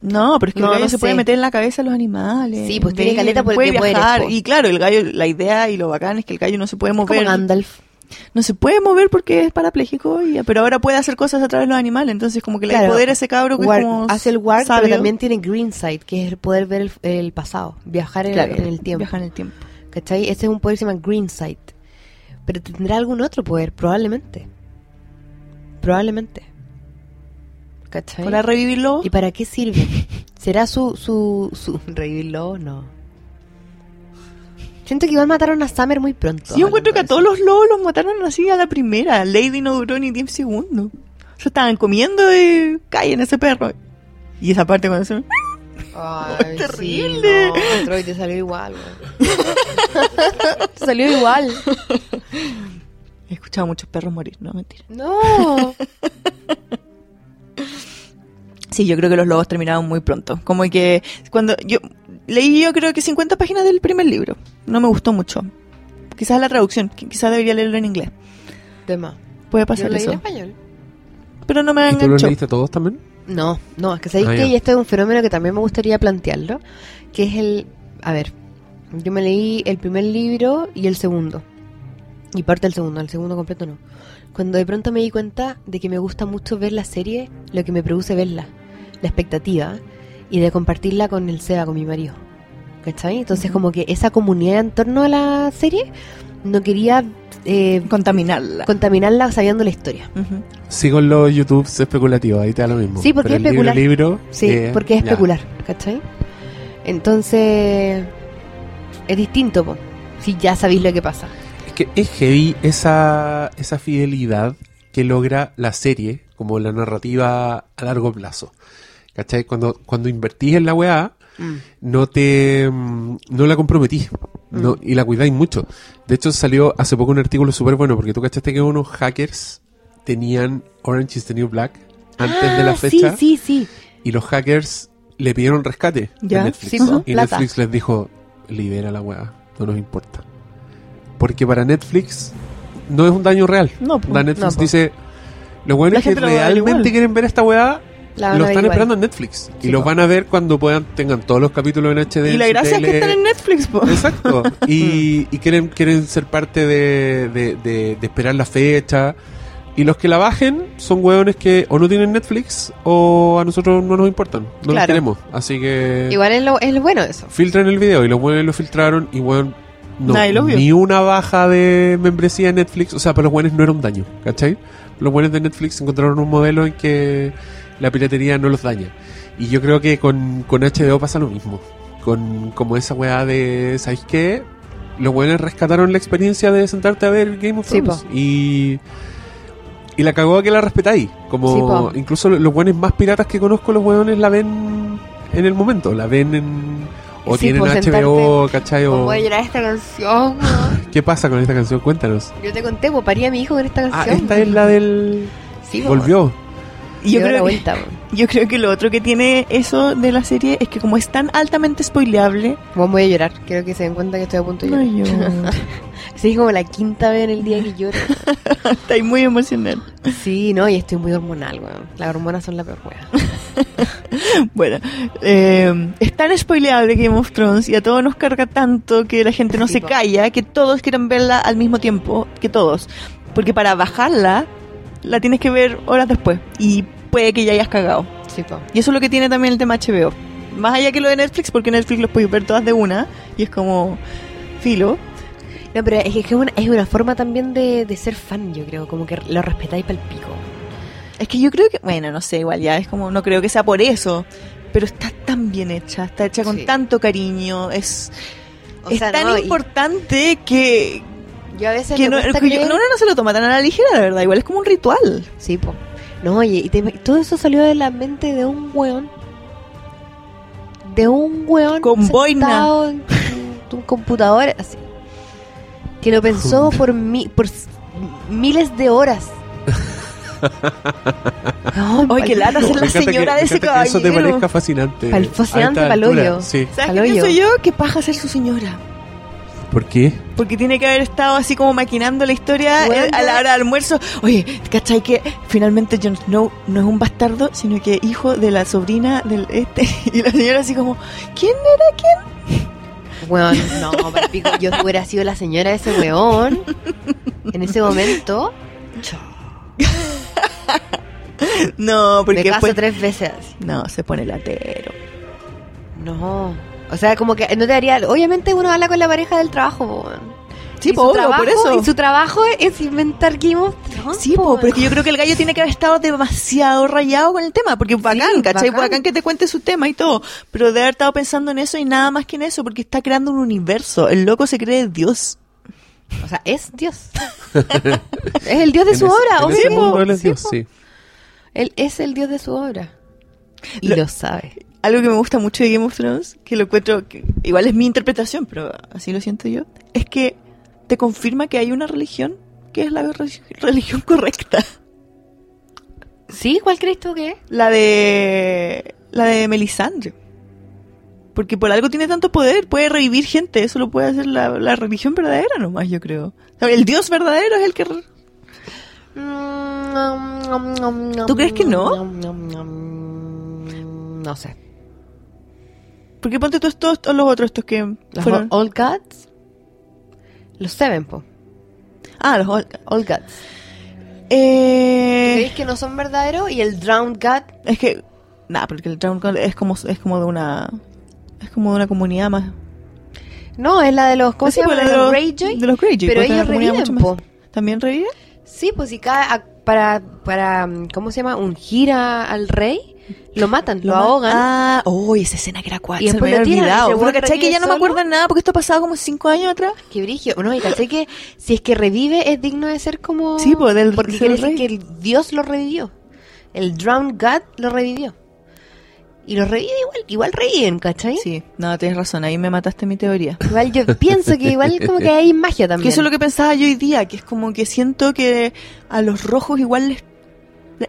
No, pero es que
No,
el gallo
no
se puede
sé.
meter en la cabeza a los animales.
Sí, pues tiene
ver,
caleta por el
puede
que mueres,
viajar.
po.
Y claro, el gallo, la idea y lo bacán es que el gallo no se puede
Como
mover.
Gandalf.
no se puede mover porque es parapléjico, y- pero ahora puede hacer cosas a través de los animales. Entonces, como que le
Claro.
poder a ese cabro que
Warg-
es como.
hace el Warg,
sabio.
pero también tiene Greensight, que es el poder ver el, el pasado, viajar en,
Claro,
eh, en el tiempo.
Viaja en el tiempo.
¿Cachai? Ese es un poder que se llama Greensight. Pero tendrá algún otro poder, probablemente. Probablemente. ¿Cachai?
Para revivirlo.
¿Y para qué sirve? ¿Será su, su, su [LAUGHS] revivirlo no? Siento que igual mataron a Summer muy pronto.
Sí, yo encuentro que a
hablando
todos
de
los lobos los mataron así a la primera. Lady no duró ni 10 segundos. Se estaban comiendo y en ese perro. Y esa parte cuando se.
eso.
[LAUGHS]
Ay,
terrible.
Sí, no, Troy te salió igual.
[LAUGHS]
güey. te salió igual.
He escuchado a muchos perros morir, no mentira.
No.
Sí, yo creo que los lobos terminaron muy pronto. Como que cuando yo leí yo creo que 50 páginas del primer libro. No me gustó mucho. Quizás la traducción, qui- quizás debería leerlo en inglés.
Tema.
Puede
Yo
pasar
leí en
eso.
español.
Pero no me
¿Y tú los
enganchó.
leíste todos también?
No, no, es que sabéis
Ah,
que
ya.
y esto es un fenómeno que también me gustaría plantearlo, que es el, a ver, yo me leí el primer libro y el segundo, y parte del segundo, el segundo completo no. Cuando de pronto me di cuenta de que me gusta mucho ver la serie, lo que me produce verla, la expectativa, y de compartirla con el Seba, con mi marido. ¿Cachai? Entonces como que esa comunidad en torno a la serie no quería eh,
Contaminarla.
contaminarla sabiendo la historia.
Ujú.
Sí, con los YouTubes especulativos, ahí te da lo mismo.
Sí, porque
Pero
es
el libro-
especular.
libro,
Sí,
eh,
porque es
ya.
especular, ¿cachai? Entonces, es distinto, po, si ya sabéis lo que pasa.
Es que es heavy esa, esa fidelidad que logra la serie, como la narrativa a largo plazo. ¿Cachai? Cuando, cuando invertís en la weá,
Mm.
no te mm, no la comprometís
Mm.
no, y la cuidáis mucho. De hecho, salió hace poco un artículo súper bueno, porque tú cachaste que unos hackers tenían Orange is the New Black antes de la
Ah,
fecha
Sí, sí, sí.
y los hackers le pidieron rescate
Ya, pues,
a Netflix.
sí, po,
y
plata.
Netflix les dijo, libera la weá, no nos importa. Porque para Netflix no es un daño real.
No, po.
Da Netflix
No, po.
dice, los
La
buenos que
gente lo va a ver
realmente
igual.
quieren ver esta weá,
La van
lo
a ver
están
igual.
esperando en Netflix. y
Sí,
los
po.
van a ver cuando puedan, tengan todos los capítulos en HD.
Y la
en su
gracia es que
tele.
están en Mm. Netflix, po. [LAUGHS]
Exacto. Y, y quieren, quieren ser parte de, de- de- de esperar la fecha. Y los que la bajen son hueones que o no tienen Netflix o a nosotros no nos importan. No los
Claro.
queremos. Así que
Igual es lo, es lo bueno eso.
filtran el video y los hueones lo filtraron y hueón, no,
Nadie lo vio.
ni una baja de membresía de Netflix. O sea, para los hueones no era un daño. ¿Cachai? Los hueones de Netflix encontraron un modelo en que la piratería no los daña. Y yo creo que con, con HBO pasa lo mismo. Con como esa weá de, ¿sabéis qué? Los weones rescataron la experiencia de sentarte a ver Game of
Sí,
Thrones. y, y la cagó a que la respetáis.
Sí,
Como
po.
incluso los weones más piratas que conozco, los weones la ven en el momento. La ven en... O
Sí,
tienen
pues,
HBO, ¿cachai?
Como
O...
voy a llorar esta canción,
[LAUGHS]
weón.
¿Qué pasa con esta canción? Cuéntanos.
Yo te conté, pues parí a mi hijo con esta
Ah,
canción.
esta es la del...
Sí, pues, [LAUGHS]
Volvió.
Y
Yo creo, que,
vuelta, [LAUGHS] weón.
yo creo que lo otro que tiene eso de la serie es que como es tan altamente spoileable,
Weón, voy a llorar. Quiero que se den cuenta que estoy a punto de
no
llorar. [LAUGHS]
yo
Sí, como la quinta vez en el día que lloro.
estoy muy emocional.
Sí, no, y estoy muy hormonal, weón. Las hormonas son la peor weón.
Bueno, eh, es tan spoileable Game of Thrones y a todos nos carga tanto que la gente no
Sí,
se
po.
calla, que todos quieren verla al mismo tiempo, que todos. Porque para bajarla, la tienes que ver horas después y puede que ya hayas cagado.
Sí, po.
Y eso es lo que tiene también el tema HBO. Más allá que lo de Netflix, porque Netflix los puedes ver todas de una y es como filo.
No, pero es que es una, es una forma también de, de ser fan, yo creo. Como que lo respetáis pa'l pico.
Es que yo creo que, bueno, no sé, igual ya es como, no creo que sea por eso, pero está tan bien hecha, está hecha con
Sí.
tanto cariño, es,
O
es
sea,
tan
no, y-
importante que,
Yo a veces
que
me
no,
cuesta
que yo-
creer-
no, no, no se lo toma tan a la ligera, la verdad, igual es como un ritual.
Sí, po. No, oye, y te- todo eso salió de la mente de un weón. De un weón.
Con
sentado en tu- tu computador, así. Que lo pensó por, mi, por s- miles de
[LAUGHS]
horas. Weón,
Ay, qué
pal-
lata ser
Me
la
encanta que-
señora
me
de ese
encanta que Eso te
caballero.
parezca fascinante.
Pal-
a esta
fascinante pal
altura.
hoyo.
Sí.
¿Sabes
Al
qué pienso
hoyo.
yo? Que paja ser su señora.
¿Por qué?
Porque tiene que haber estado así como maquinando la historia
Bueno.
eh, a la hora del almuerzo. Oye, ¿cachai que finalmente Jon Snow no es un bastardo, sino que hijo de la sobrina del este? [LAUGHS] Y la señora así como, ¿quién era quién?
Weón, no, pal pico, yo si hubiera sido la señora de ese weón. En ese momento,
No, porque
me caso
después-
tres veces. así.
No, se pone latero.
No. O sea, como que no te haría. Obviamente uno habla con la pareja del trabajo, po, weón.
Sí,
Y
po,
su
obvio, por
trabajo-
eso.
Y su trabajo es inventar Game of Thrones,
Sí, po,
po,
pero es
weón.
que yo creo que el gallo tiene que haber estado demasiado rayado con el tema, porque bacán, ¿cachai?
pues, bacán.
Bacán. que te cuente su tema y todo, pero de haber estado pensando en eso y nada más que en eso, porque está creando un universo. El loco se cree Dios.
O sea, es
[LAUGHS]
Dios. es el Dios de
En
su
ese-
obra,
en ese
obvio, po.
mundo él es
Sí, pues.
Dios,
po. [LAUGHS]
sí.
Él es el Dios de su obra. Y lo,
Lo-
sabe.
Algo que me gusta mucho de Game of Thrones, que lo encuentro, que igual es mi interpretación, pero así lo siento yo, es que te confirma que hay una religión que es la re- religión correcta.
¿Sí? ¿Cuál crees tú que es?
La de. La de Melisandre. Porque por algo tiene tanto poder, puede revivir gente, eso lo puede hacer la, la religión verdadera nomás, yo creo. O sea, El dios verdadero es el que... re- ¿Tú crees que no?
No sé.
Porque ponte tú estos, todos los otros, estos que
¿Los
fueron...
All Gods? Los Seven, po.
ah, los Olga.
All Gods.
Eh,
¿Crees que no son verdaderos? Y el Drowned God
es que... Nah, porque el Drowned God es como, es como de una... Es como de una comunidad más...
No, es la de los. ¿Cómo
Sí,
se llama? La
pues, la
de
de
los
los-
Greyjoy.
de los Greyjoy,
Pero
pues,
ellos
es una comunidad
reviven,
mucho
po.
más- ¿También revive?
Sí, pues si cada. a- Para, para. mm, ¿Cómo se llama? Ungir a- al rey. Lo matan, lo,
ma-
ahogan.
Ah, uy, esa escena que era cual.
Y
se
después
me
lo
había
tiran, y
olvidado.
ese
Pero
weón
¿cachai que
revive
ya no me
solo?
acuerdo de nada porque esto ha pasado como cinco años atrás?
Qué brigio. No, y caché que si es que revive, es digno de ser como.
Sí, pues, del-
Porque
del
quiere decir
rey.
que el Dios lo revivió. El Drowned God lo revivió. Y lo revive igual. Igual reviven, ¿cachai?
Sí, no, tienes razón, ahí me mataste mi teoría.
Igual yo pienso que igual como que hay magia también.
Que eso es lo que pensaba yo hoy día, que es como que siento que a los rojos igual les,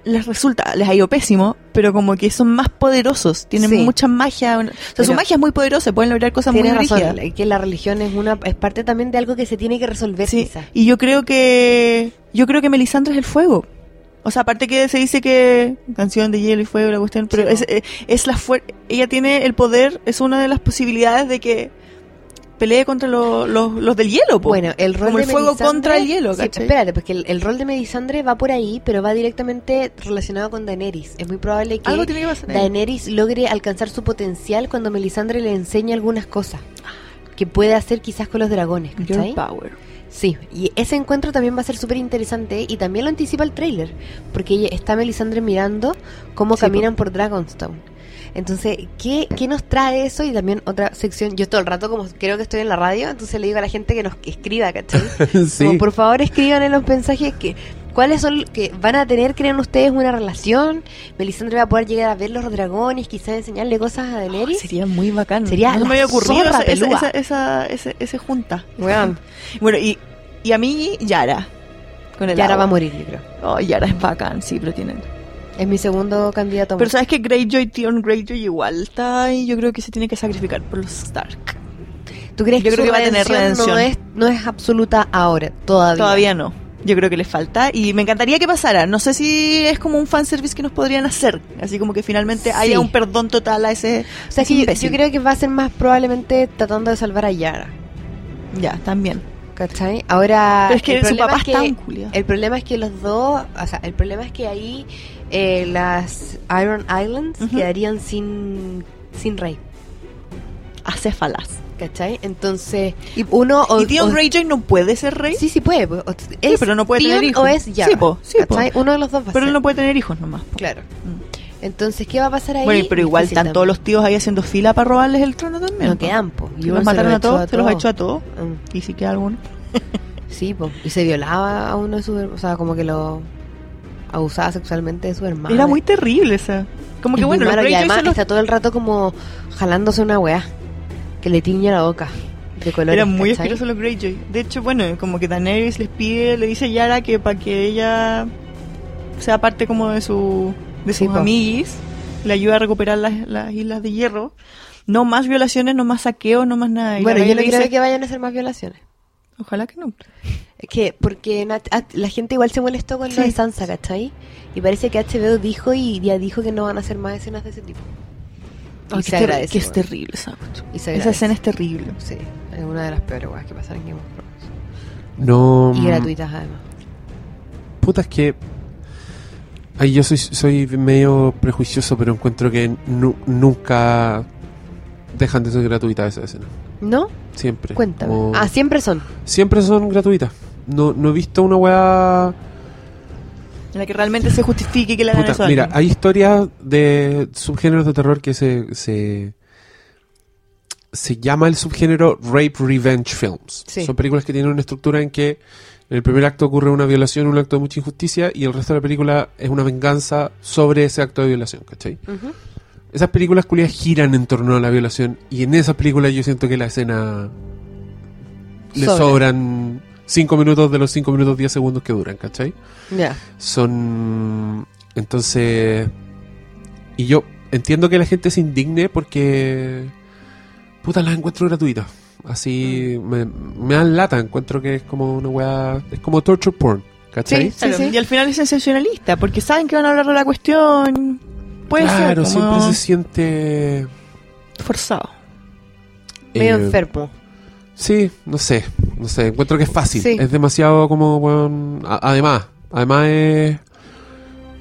les resulta, les ha ido pésimo, pero como que son más poderosos, tienen
Sí.
mucha magia. una- O sea,
Pero-
su magia es muy poderosa, pueden lograr cosas muy
Tienes razón,
rígidas.
que la religión es una es parte también de algo que se tiene que resolver
Sí,
quizás.
y yo creo que yo creo que Melisandre es el fuego. O sea, aparte que se dice que canción de hielo y fuego la cuestión, pero
Sí,
es,
po.
eh, es la fuer- ella tiene el poder, es una de las posibilidades de que pelee contra lo- los, los del hielo, po.
Bueno, el rol
Como
de
el fuego
Melisandre-
contra el hielo,
Sí,
¿cachai?
espérate, porque el, el rol de Melisandre va por ahí, pero va directamente relacionado con Daenerys. Es muy probable que
Algo tiene que pasar. ahí.
Daenerys logre alcanzar su potencial cuando Melisandre le enseña algunas cosas que puede hacer quizás con los dragones, ¿cachai? Sí, y ese encuentro también va a ser súper interesante y también lo anticipa el tráiler, porque ella- está Melisandre mirando cómo
Sí,
caminan por Dragonstone. Entonces, ¿qué, ¿qué nos trae eso? Y también otra sección, yo todo el rato como creo que estoy en la radio, entonces le digo a la gente que nos que escriba, ¿cachai?
[LAUGHS] sí.
Como, por favor escriban en los mensajes que cuáles son que van a tener, creen ustedes, una relación. Melisandre va a poder llegar a ver los dragones, quizás enseñarle cosas a Daenerys.
Sería muy bacán.
Sería
no
la
me había ocurrido
zorra
esa, esa-
pelúa.
esa- esa- ese, ese junta.
[LAUGHS] Weón,
Bueno, y, y a mí Yara. Con el
y ahora va
agua.
a morir, yo creo.
Oh, Yara es bacán, sí, pero tienen.
Es mi segundo candidato. a
Pero
morir.
sabes que Greyjoy, Tion Greyjoy igual está ahí. Yo creo que se tiene que sacrificar por los Stark.
¿Tú crees
yo
que,
creo
su
que va a tener
redención no es,
redención.
no es absoluta ahora, todavía?
Todavía no. Yo creo que les falta y me encantaría que pasara. No sé si es como un fanservice que nos podrían hacer. Así como que finalmente
Sí.
haya un perdón total a ese.
O sea,
ese
que yo,
imbécil.
yo creo que va a ser más probablemente tratando de salvar a Yara.
Ya, también.
¿Cachai? Ahora.
Pero es que
Ah, el
su
problema
papá
es que-
está un culiao.
El problema es que los dos, o sea, el problema es que ahí eh, las Iron Islands
Ujú.
quedarían sin, sin rey,
acéfalas.
¿cachai? Entonces, uno o.
¿Y Tion
o-
Greyjoy no puede ser rey?
Sí, sí puede. pues, o- es
pero no puede
Theon
tener hijos.
O es Yara,
Sí, po, sí, po.
¿cachai? Uno de los dos va
pero
a
él
ser.
no puede tener hijos nomás.
Claro.
Mm.
Entonces, ¿qué va a pasar ahí?
bueno, pero igual
Difícil
están todos los tíos ahí haciendo fila para robarles el trono
también.
también.
No
po.
quedan, po.
Y
Euron
los
se
mataron a
echó
todos, se los echó a todos.
Mm.
Y si queda alguno.
Sí, po. y se violaba a uno de sus her- o sea, como que lo abusaba sexualmente de su hermano.
Era muy terrible esa. Como que
Es muy
bueno, los
malo, y
Greyjoy
además
son los-
está todo el rato como jalándose una weá que le tiñe la boca de colores.
eran muy
¿cachai?
asquerosos los Greyjoy. De hecho, bueno, como que Daenerys les pide, le dice a Yara que para que ella sea parte como de su de
Sí,
sus
po.
amiguis, le ayuda a recuperar las, las islas de hierro. No más violaciones, no más saqueo, no más nada. Y
Bueno,
Yara
yo
le
no creo
dice,
que vayan a hacer más violaciones.
Ojalá que no.
Es que, porque Nat- a- la gente igual se molestó con lo
Sí.
de Sansa, ¿cachai? Y parece que HBO dijo y ya dijo que no van a hacer más escenas de ese tipo. y
Ay, que
Oh, se
es terri-
agradece.
que es
weón.
terrible esa cuestión.
Y se
Esa
agradece.
escena es terrible.
Sí, es una de las peores weas que pasaron en Game of Thrones.
No.
Y
mm,
gratuitas además.
Puta, es que. Ay, yo soy, soy medio prejuicioso, pero encuentro que nu- nunca dejan de ser gratuitas esas escenas.
¿No?
Siempre.
Cuéntame.
Como-
Ah, siempre son.
Siempre son gratuitas. No, no he visto una weá.
En la que realmente se justifique que le hagan
Puta,
eso a
mira,
alguien.
hay historias de subgéneros de terror que se, se. se llama el subgénero Rape Revenge Films.
Sí.
Son películas que tienen una estructura en que en el primer acto ocurre una violación, un acto de mucha injusticia, y el resto de la película es una venganza sobre ese acto de violación, ¿cachai?
Ujú.
Esas películas culias giran en torno a la violación, y en esas películas yo siento que la escena. le
Sobra.
sobran 5 minutos de los 5 minutos 10 segundos que duran, ¿cachai?
Ya.
son entonces y yo entiendo que la gente se indigne porque puta las encuentro gratuitas así
Mm.
me, me dan lata encuentro que es como una weá es como torture porn ¿cachai?
Sí,
Claro,
sí.
Y al final es sensacionalista, porque saben que van a hablar de la cuestión. Puede
claro
ser
siempre
como
se siente
forzado.
Medio
eh,
enfermo.
sí no sé no sé encuentro que es fácil
Sí.
es demasiado como weón, a- además además es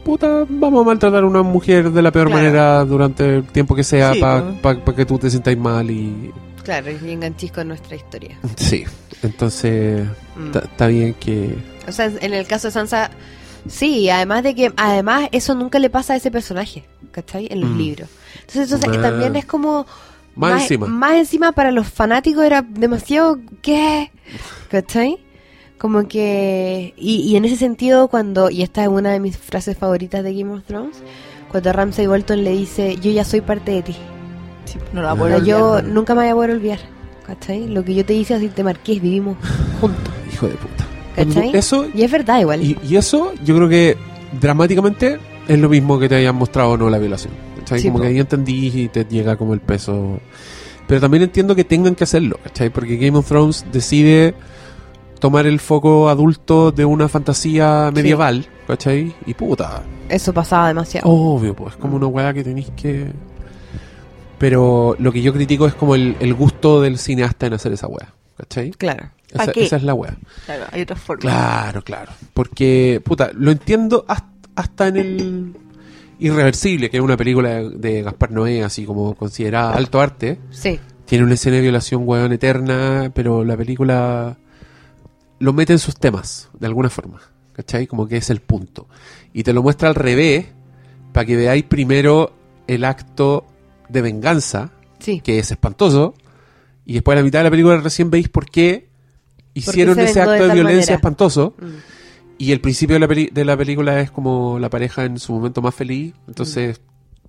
puta vamos a maltratar a una mujer de la peor
Claro.
manera durante el tiempo que sea
Sí,
para
pues.
que tú te sientas mal y
Claro, y enganchís con nuestra historia.
Sí, entonces
Mm.
ta- está bien que...
O sea, en el caso de Sansa, sí, además de que, además eso nunca le pasa a ese personaje, ¿cachai? En los
Mm.
libros. Entonces, eso
Mal.
también es como...
Más encima.
Más encima para los fanáticos era demasiado... ¿Qué? ¿Cachai? Como que... Y, y en ese sentido, cuando... Y esta es una de mis frases favoritas de Game of Thrones, cuando Ramsay Bolton le dice, yo ya soy parte de ti.
Sí, no la
Ah,
voy a
O sea,
olvidar,
yo
¿no?
nunca me voy a poder olvidar. ¿Cachai? Lo que yo te hice así te marqué, vivimos juntos.
Hijo de puta.
¿Cachai?
Cuando Eso,
Y es verdad igual.
y, y eso yo creo que dramáticamente es lo mismo que te hayan mostrado o no la violación. ¿cachai?
Sí,
como
po.
que ahí entendí y te llega como el peso... Pero también entiendo que tengan que hacerlo, ¿cachai? Porque Game of Thrones decide tomar el foco adulto de una fantasía medieval, ¿cachai? Y puta,
Eso pasaba demasiado.
Obvio, pues, como una weá que tenéis que. Pero lo que yo critico es como el, el gusto del cineasta en hacer esa weá. ¿Cachai?
Claro.
Esa,
¿Pa' qué?
esa es la weá.
Claro, hay otras formas.
Claro, claro. Porque, puta, lo entiendo hasta, hasta en el. Irreversible, que es una película de, de Gaspar Noé, así como considerada alto arte.
Sí.
Tiene una escena de violación weón eterna, pero la película lo mete en sus temas, de alguna forma. ¿Cachai? Como que es el punto. Y te lo muestra al revés, para que veáis primero el acto de venganza,
Sí.
que es espantoso, y después a la mitad de la película recién veis por qué hicieron
se
ese
vengó de
acto de,
tal
violencia
manera.
espantoso,
Mm.
y el principio de la, peli- de la película es como la pareja en su momento más feliz, entonces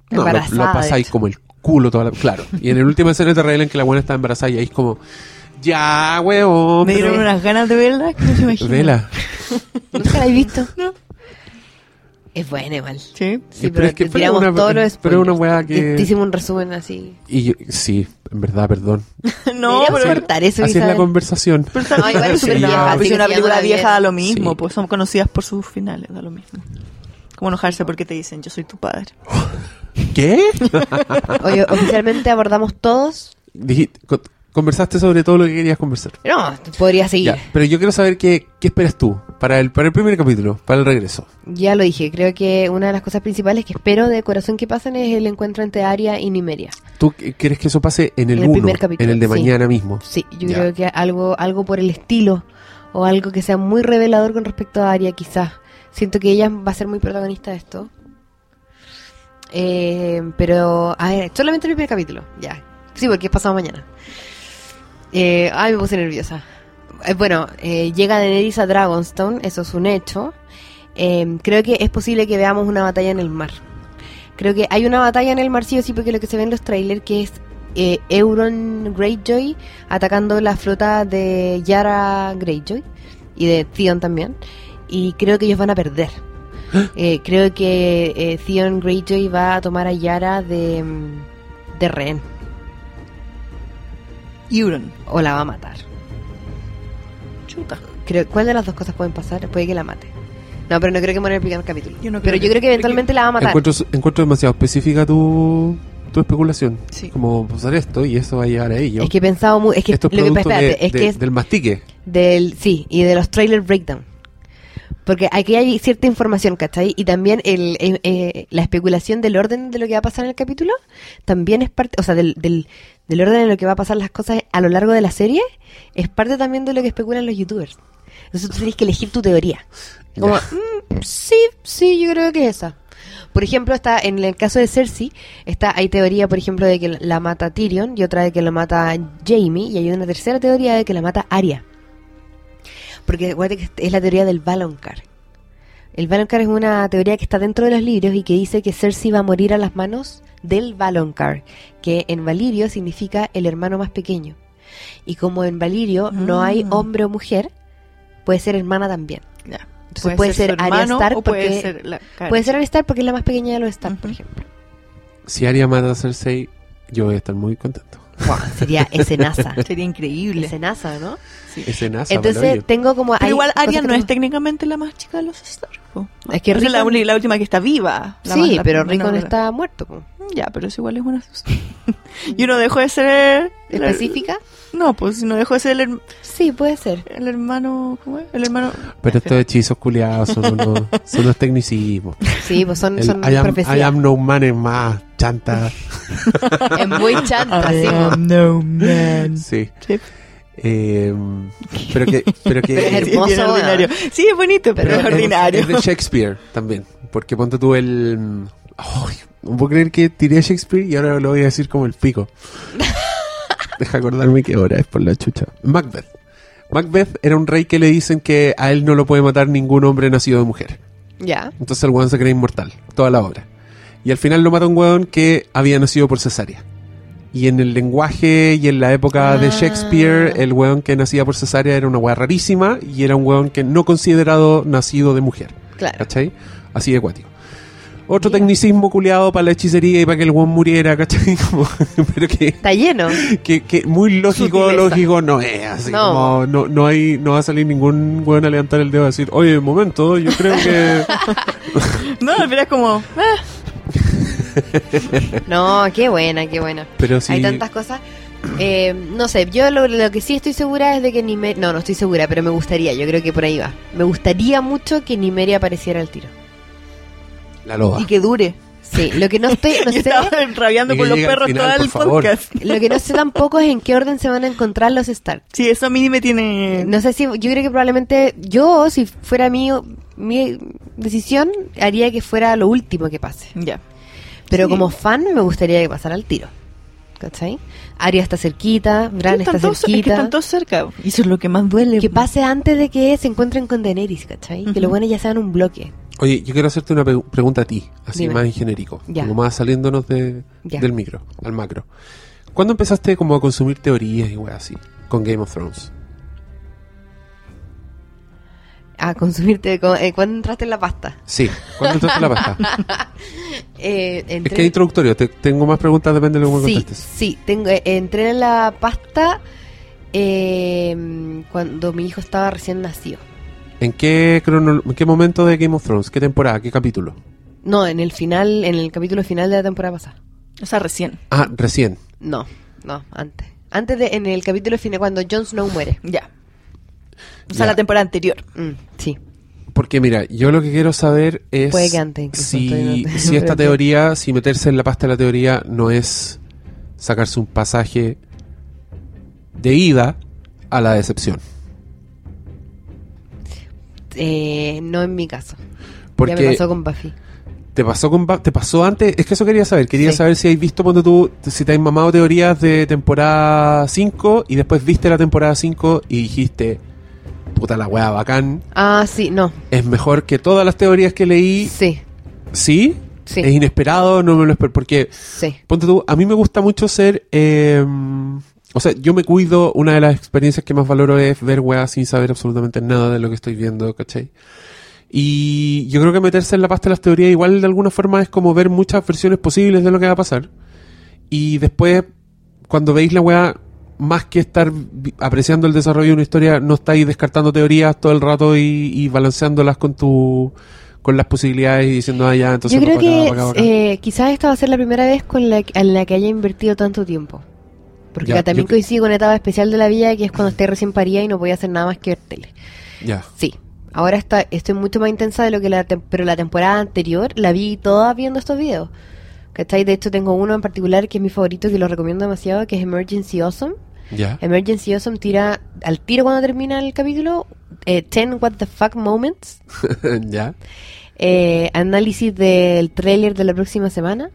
no, lo- lo,
Embarazada, de
pasáis
hecho.
como el culo toda la... Claro, y en el último escena te revelan que la buena está embarazada y ahí es como, ya, weón,
Me dieron unas ganas de verla que no se imagina.
vela.
¿Nunca la he
[LAUGHS]
visto? Es buena igual. Sí,
Sí.
pero
pero,
es que
te
fue
tiramos
una-
todos los
pero era una
spoilers.
weá que-
Te, te hicimos un resumen así.
Y yo- sí, en verdad, perdón.
[LAUGHS] No,
Deberíamos
pero...
cortar eso,
Así es la
Isabel.
conversación.
[LAUGHS] No, igual es
[LAUGHS] Sí,
súper
no,
vieja.
pues
así
si
que
una
si ya no
película
la
vieja da
vieron-
lo mismo,
Sí.
pues son conocidas por sus finales, da lo mismo. Como enojarse porque te dicen, yo soy tu padre.
¿Qué? [LAUGHS] Ah.
Oye, oficialmente abordamos todos.
Dij- con- conversaste sobre todo lo que querías conversar.
No, podría seguir.
Ya, pero yo quiero saber qué, qué esperas tú para el, para el primer capítulo, para el regreso.
Ya lo dije, creo que una de las cosas principales que espero de corazón que pasen es el encuentro entre Aria y Nimeria.
¿Tú qu- crees que eso pase en el
En el
1,
primer capítulo,
en el de
sí.
mañana mismo?
Sí, yo
Ya.
creo que algo, algo por el estilo o algo que sea muy revelador con respecto a Aria, quizás. Siento que ella va a ser muy protagonista de esto. Eh, pero, a ver, solamente el primer capítulo, ya. Sí, porque es pasado mañana. Eh, ay, me puse nerviosa. Eh, bueno, eh, llega Daenerys a Dragonstone, eso es un hecho. Eh, creo que es posible que veamos una batalla en el mar. Creo que hay una batalla en el mar, sí o sí, porque lo que se ve en los trailers que es eh, Euron Greyjoy atacando la flota de Yara Greyjoy y de Theon también. Y creo que ellos van a perder. Eh, creo que eh, Theon Greyjoy va a tomar a Yara de, mm, de rehén
Euron.
o la va a matar.
Chuta.
Creo, ¿Cuál de las dos cosas pueden pasar? Puede que la mate. No, pero no creo que muera en el primer capítulo.
Yo no creo
pero yo
que-
creo que eventualmente la va a matar.
Encuentro, encuentro demasiado específica tu, tu especulación.
Sí.
Como pasar esto y eso va a llegar a ello.
Es que he pensado muy. Es que
Esto es
lo que
producto
espérate,
de-
es
de-
que es
del mastique.
Del, sí, y de los trailer breakdown. Porque aquí hay cierta información, ¿cachai? Y también el, eh, eh, la especulación del orden de lo que va a pasar en el capítulo también es parte, o sea, del, del, del orden en lo que va a pasar las cosas a lo largo de la serie es parte también de lo que especulan los youtubers. Entonces tú tienes que elegir tu teoría. Como,
Ya.
"Mm, sí, sí, yo creo que es esa. Por ejemplo, está en el caso de Cersei, está hay teoría, por ejemplo, de que la mata Tyrion y otra de que la mata Jamie y hay una tercera teoría de que la mata Arya. Porque acuérdate que es la teoría del Baloncar. El Baloncar es una teoría que está dentro de los libros y que dice que Cersei va a morir a las manos del Baloncar, que en Valirio significa el hermano más pequeño. Y como en Valirio no hay
Mm.
hombre o mujer, puede ser hermana también.
Ya.
Entonces puede ser
su
Arya
hermano
Stark
o puede
porque-
ser la cara.
Puede ser Arya Stark porque es la más pequeña de los Stark, por
Ujú.
ejemplo.
Si Aria mata a Cersei, yo voy a estar muy contento.
Buah, sería
[LAUGHS]
escenaza.
Sería increíble.
escenaza, ¿no?
Sí.
Escenaza,
Entonces
maravillo.
tengo como...
Pero
hay
igual
cosas
Arya
que
no es
tengo-
técnicamente la más chica de los Stark. po.
Es que
Esa es la,
Rickon-
uni- la última que está viva. la más-
Sí,
la-
pero
la-
Rickon
la-
está muerto. po.
Ya, pero eso igual es una... [LAUGHS] y uno dejó de ser... el-
¿Específica?
No, pues no dejó de ser el, her-
Sí, puede ser.
el hermano... ¿Cómo es? El hermano...
Pero estos hechizos culiados son unos,
[LAUGHS]
son unos tecnicismos.
Sí, pues son,
El
son
I, am,
profecías.
I am no man es más
[LAUGHS]
chanta.
Es muy
[LAUGHS] Ah,
chanta, sí.
no man.
Sí.
Sí.
Eh, pero que, pero
[LAUGHS]
que
Pero es
Sí,
hermoso,
bien
weón.
ordinario. Sí, es bonito, pero,
Pero
es ordinario.
es de Shakespeare también. Porque ponte tú el. Ay, no puedo creer que tiré a Shakespeare y ahora lo voy a decir como el
[LAUGHS]
pico. Deja acordarme qué hora es por la chucha. Macbeth. Macbeth era un rey que le dicen que a él no lo puede matar ningún hombre nacido de mujer.
Ya.
Entonces el weón se cree inmortal, toda la obra. Y al final lo mata un weón que había nacido por cesárea. Y en el lenguaje y en la época de
Ah.
Shakespeare, el weón que nacía por cesárea era una weá rarísima y era un weón que no considerado nacido de mujer.
Claro.
¿Cachai? Así de cuático. Otro
Mira.
tecnicismo culeado para la hechicería y para que el weón muriera, ¿cachai? [LAUGHS] Como, pero que,
Está lleno.
que, que muy lógico,
Sutileza.
lógico no es. Así
No.
como no, no, hay, no va a salir ningún weón a levantar el dedo a decir, oye, un momento, yo creo que...
[LAUGHS]
No, pero es como... ah,
No, qué buena, qué buena.
Pero sí,
Hay tantas cosas. Eh, no sé, yo lo, lo que sí estoy segura es de que Nimeria... No, no estoy segura, pero me gustaría, yo creo que por ahí va. Me gustaría mucho que Nimeria apareciera al tiro.
la loba.
y que dure.
Sí, lo que no estoy,
[LAUGHS]
no
Yo
sé,
estaba rabiando
Y que
con los
llegue al
perros
final,
todo
por
el
favor.
podcast.
lo que no sé tampoco es en qué orden se van a encontrar los Stark.
Sí, eso a mí me tiene...
No sé si, yo creo que probablemente yo, si fuera mi, mi decisión, haría que fuera lo último que pase.
Ya.
Pero
Sí.
como fan me gustaría que pasara al tiro. ¿Cachai? Arya está cerquita, Bran
Sí,
está
están todos- es que
cerquita.
están todos cerca. Y eso es lo que más duele.
Que pase antes de que se encuentren con Daenerys, ¿cachai? Que los
Ujú.
buenos ya sean un bloque.
Oye, yo quiero hacerte una pe- pregunta a ti, así
Dime.
más en genérico,
Ya.
como más saliéndonos de-
Ya.
del micro, al macro. ¿Cuándo empezaste como a consumir teorías y weas así con Game of Thrones?
A consumirte. Con, eh, ¿Cuándo entraste en la pasta?
Sí, ¿cuándo entraste a la
[LAUGHS]
pasta?
Eh,
es
entré-
que es introductorio, te- tengo más preguntas, depende de lo que me
Sí,
contestes.
sí, tengo, eh, entré en la pasta eh, cuando mi hijo estaba recién nacido.
¿En qué, crono- en qué momento de Game of Thrones? ¿Qué temporada? ¿Qué capítulo?
No, en el final, en el capítulo final de la temporada pasada.
O sea, recién.
Ah, recién.
No, no, antes. Antes de, en el capítulo final, cuando Jon Snow muere.
Ya. O
Ya.
sea, la temporada anterior.
Mm, sí.
Porque mira, yo lo que quiero saber es
Puede que antes, incluso,
si,
todavía no- [LAUGHS]
si esta teoría, si meterse en la pasta de la teoría no es sacarse un pasaje de ida a la decepción.
Eh, no en mi caso.
Porque
Ya me pasó con Buffy.
te pasó con Ba- te pasó antes, es que eso quería saber, quería
Sí.
saber si habéis visto cuando tú si te has mamado teorías de temporada 5 y después viste la temporada 5 y dijiste puta la weá bacán,
Ah, sí, no.
es mejor que todas las teorías que leí.
Sí,
¿Sí?
Sí.
Es inesperado, no me lo espero porque
sí.
Ponte tú, a mí me gusta mucho ser. eh, o sea, yo me cuido. Una de las experiencias que más valoro es ver weas sin saber absolutamente nada de lo que estoy viendo, ¿cachai? Y yo creo que meterse en la pasta de las teorías, igual de alguna forma, es como ver muchas versiones posibles de lo que va a pasar. Y después, cuando veis la wea, más que estar vi- apreciando el desarrollo de una historia, no estáis descartando teorías todo el rato y, y balanceándolas con tu con las posibilidades y diciendo, ah, ya, entonces
Yo creo
va para acá,
que
va acá, va acá".
eh, quizás esta va a ser la primera vez con la, en la que haya invertido tanto tiempo. Porque
Ya,
también
yo-
coincide con la etapa especial de la vida, que es
[LAUGHS]
cuando esté recién parida y no podía hacer nada más que ver tele.
Ya.
Sí. Ahora está, estoy mucho más intensa de lo que la tem- pero la temporada anterior la vi toda viendo estos videos. ¿Cachai? De hecho tengo uno en particular que es mi favorito que lo recomiendo demasiado, que es Emergency Awesome.
Ya.
Emergency Awesome tira al tiro cuando termina el capítulo eh, 10 what the fuck moments,
[LAUGHS] ya.
eh, análisis del tráiler de la próxima semana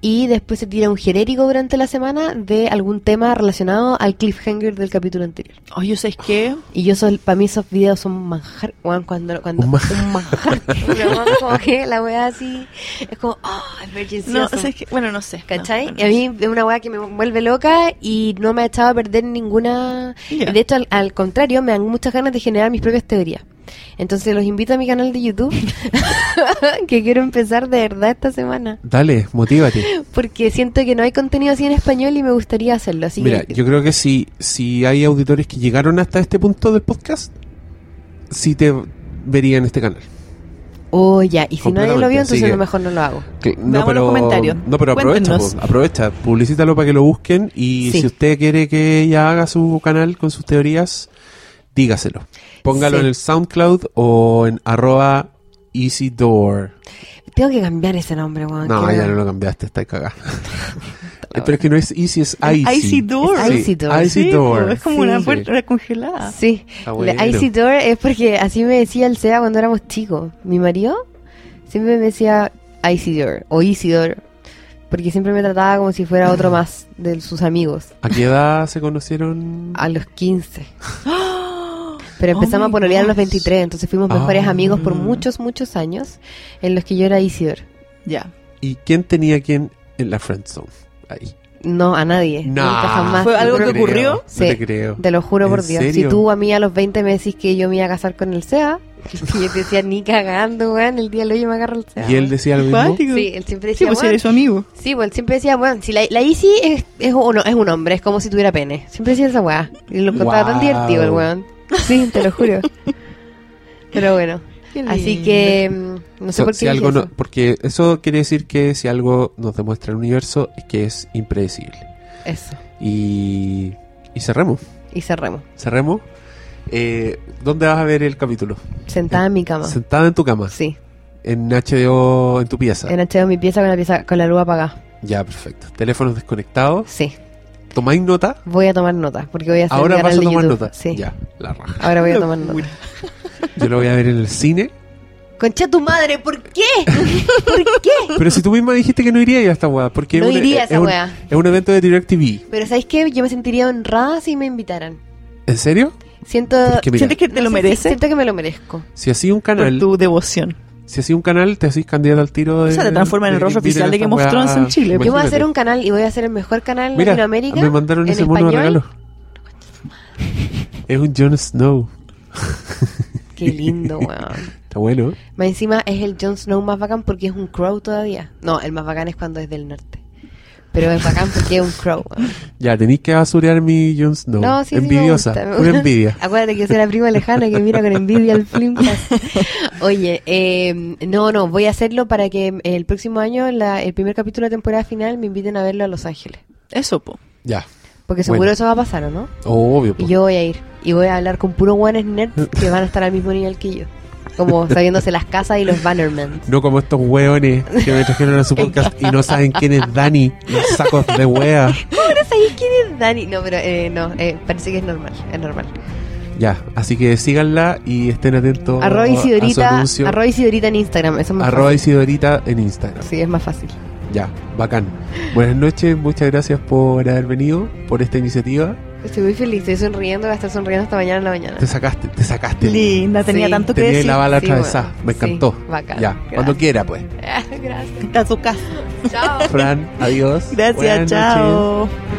y después se tira un genérico durante la semana de algún tema relacionado al cliffhanger del capítulo anterior.
Oye, ¿sabes qué?
Y yo, para mí esos videos son un manjar, weón, cuando, cuando
Un manjar.
un
[LAUGHS]
manjar. Pero, weón, como que la weá así, es como, oh, emergency.
No, o
awesome".
sea, es que- bueno, no sé.
¿Cachai?
No,
Y
bueno,
a
no
mí es una weá que me vuelve loca y no me ha echado a perder ninguna...
Ya.
De hecho, al, al contrario, me dan muchas ganas de generar mis propias teorías. Entonces los invito a mi canal de
[LAUGHS]
YouTube, que quiero empezar de verdad esta semana.
Dale,
[LAUGHS]
motívate.
Porque siento que no hay contenido así en español y me gustaría hacerlo. Así
Mira,
que,
yo creo que si, si hay auditores que llegaron hasta este punto del podcast, sí te verían este canal.
Oh, ya. Y si nadie lo
Completamente,
vio,
así
entonces a lo
que-
mejor no lo hago.
No,
Veamos los comentarios.
no, pero aprovecha,
Cuéntenos.
po, aprovecha, publicítalo para que lo busquen y
Sí.
si usted quiere que ella haga su canal con sus teorías, dígaselo. Póngalo
Sí.
en el SoundCloud o en arroba easydoor.
Tengo que cambiar ese nombre,
Ah,
weón.
No,
qué
ya
weón.
no lo cambiaste, está [LAUGHS] cagada. pero es que no es easy, es
Es
icy.
icy door.
Es icy
Sí,
door.
icy
Sí,
door.
pues, es como
Sí.
una
Sí.
puerta congelada.
Sí,
Está bueno.
la Icy Door es porque así me decía el SEA cuando éramos chicos. Mi marido siempre me decía Icy Door o Easy Door, porque siempre me trataba como si fuera otro
Ah.
más de sus amigos,
¿A qué edad se conocieron?
a los 15.
[GASPS]
Pero
Oh
empezamos
my
a pololear a los
gosh.
23, entonces fuimos mejores
Ah.
amigos por muchos, muchos años, en los que yo era Easy Door.
Ya.
¿Y quién tenía a quién en la friendzone? Ahí.
No, a nadie, Eh, nunca jamás.
Fue algo
Yo
que
creo-
ocurrió.
Sí.
Sí.
te creo.
Te lo juro
¿En
por Dios.
serio?
Si tú a mí a los 20 me decís que yo me iba a casar con el [LAUGHS] SEA, y yo te decía, ni cagando, weón, el día de hoy yo me agarro el SEA.
¿Y él
weón".
decía algo mismo?
Cuático.
Sí, él siempre
Sí,
decía,
pues
"Bueno".
eres su amigo.
Sí, pues él siempre decía, bueno, si la, la Izzy es, es, un, es un hombre, es como si tuviera pene. Siempre decía esa weá. Y lo contaba tan
Guau.
divertido el weón. Sí, te lo
[LAUGHS]
juro. Pero bueno. Así que, mm, no sé
So-
por qué.
si
dije
algo no-
eso.
porque eso quiere decir que si algo nos demuestra el universo es que es impredecible.
Eso.
Y, y cerremos.
Y cerremos.
Cerremos. Eh, ¿Dónde vas a ver el capítulo?
Sentada en mi cama.
Sentada en tu cama.
Sí.
En HBO, en tu pieza.
En HBO mi pieza con la, pieza, con la luz apagada.
Ya, perfecto. Teléfonos desconectados.
Sí.
¿Tomáis nota?
Voy a tomar nota. Porque voy a hacer mi
Ahora
canal
vas a
de
tomar
YouTube.
nota.
Sí.
[LAUGHS] Ya, la raja.
Ahora voy a tomar nota.
Yo lo voy a ver en el cine
Concha tu madre, ¿por qué? [LAUGHS] ¿Por qué?
Pero si tú misma dijiste que no iría yo a esta weá, porque
No
es, un,
iría a
es
esa
un-
weá.
es un evento de DirecTV.
Pero ¿sabes qué? Yo me sentiría honrada si me invitaran.
¿En serio?
Siento...
Porque mira,
¿Sientes que te
no
lo
sé,
mereces?
Siento que me lo merezco.
si hacía un
Por
canal,
tu devoción.
si hacía un canal, te hacís candidato al tiro de.
O sea, te transforma en el rostro
de-
oficial
mira
de Game
esta
of
weá.
Thrones en Chile.
Yo voy a
Imagínate.
hacer un canal y voy a ser el mejor canal en
Mira,
Latinoamérica.
me mandaron
en
ese mono de
español.
regalo. Es un Jon Snow.
Qué lindo, weón.
[LAUGHS] Está bueno.
Más encima es el Jon Snow más bacán porque es un crow todavía. No, el más bacán es cuando es del norte. Pero es bacán porque es un crow. weón.
Ya, tenéis que basurear mi Jon Snow.
No, sí, sí, me
Envidiosa.
gusta.
Una envidia.
Acuérdate que yo soy la prima lejana que mira con envidia el
[LAUGHS]
Flimcast. Oye, eh, no, no, voy a hacerlo para que el próximo año, la- el primer capítulo de la temporada final, me inviten a verlo a Los Ángeles.
Eso, po.
[LAUGHS]
Ya.
Porque seguro
Bueno.
eso va a pasar, ¿o no?
Obvio. pues. po.
Y yo voy a ir. Y voy a hablar con puros guanes nerds que van a estar al mismo nivel que yo.
[LAUGHS]
Como sabiéndose las casas y los bannermans.
No como estos hueones que me trajeron a su podcast y no saben quién es Dani. Los sacos de wea.
Ahora sabéis quién es Dani. No, pero eh, no, eh, parece que es normal, es normal.
Ya. Así que síganla y estén atentos
Arroba
a su
Isidorita,
anuncio.
arroba Isidorita en Instagram, eso es más
Arroba
fácil.
Isidorita en Instagram.
Sí, es más fácil.
Ya, bacán. Buenas noches, muchas gracias por haber venido, por esta iniciativa.
Estoy muy feliz, estoy sonriendo, voy a estar sonriendo hasta mañana en la mañana.
Te sacaste, te sacaste.
Linda, tenía
Sí.
tanto que
Tenía
decir.
la bala
sí,
atravesada.
bueno,
Me
sí,
encantó.
bacán.
ya,
Gracias.
cuando quiera, pues.
[LAUGHS] Gracias.
A tu casa.
Chao.
Fran, adiós.
[LAUGHS]
Gracias,
Buenas noches.
chao.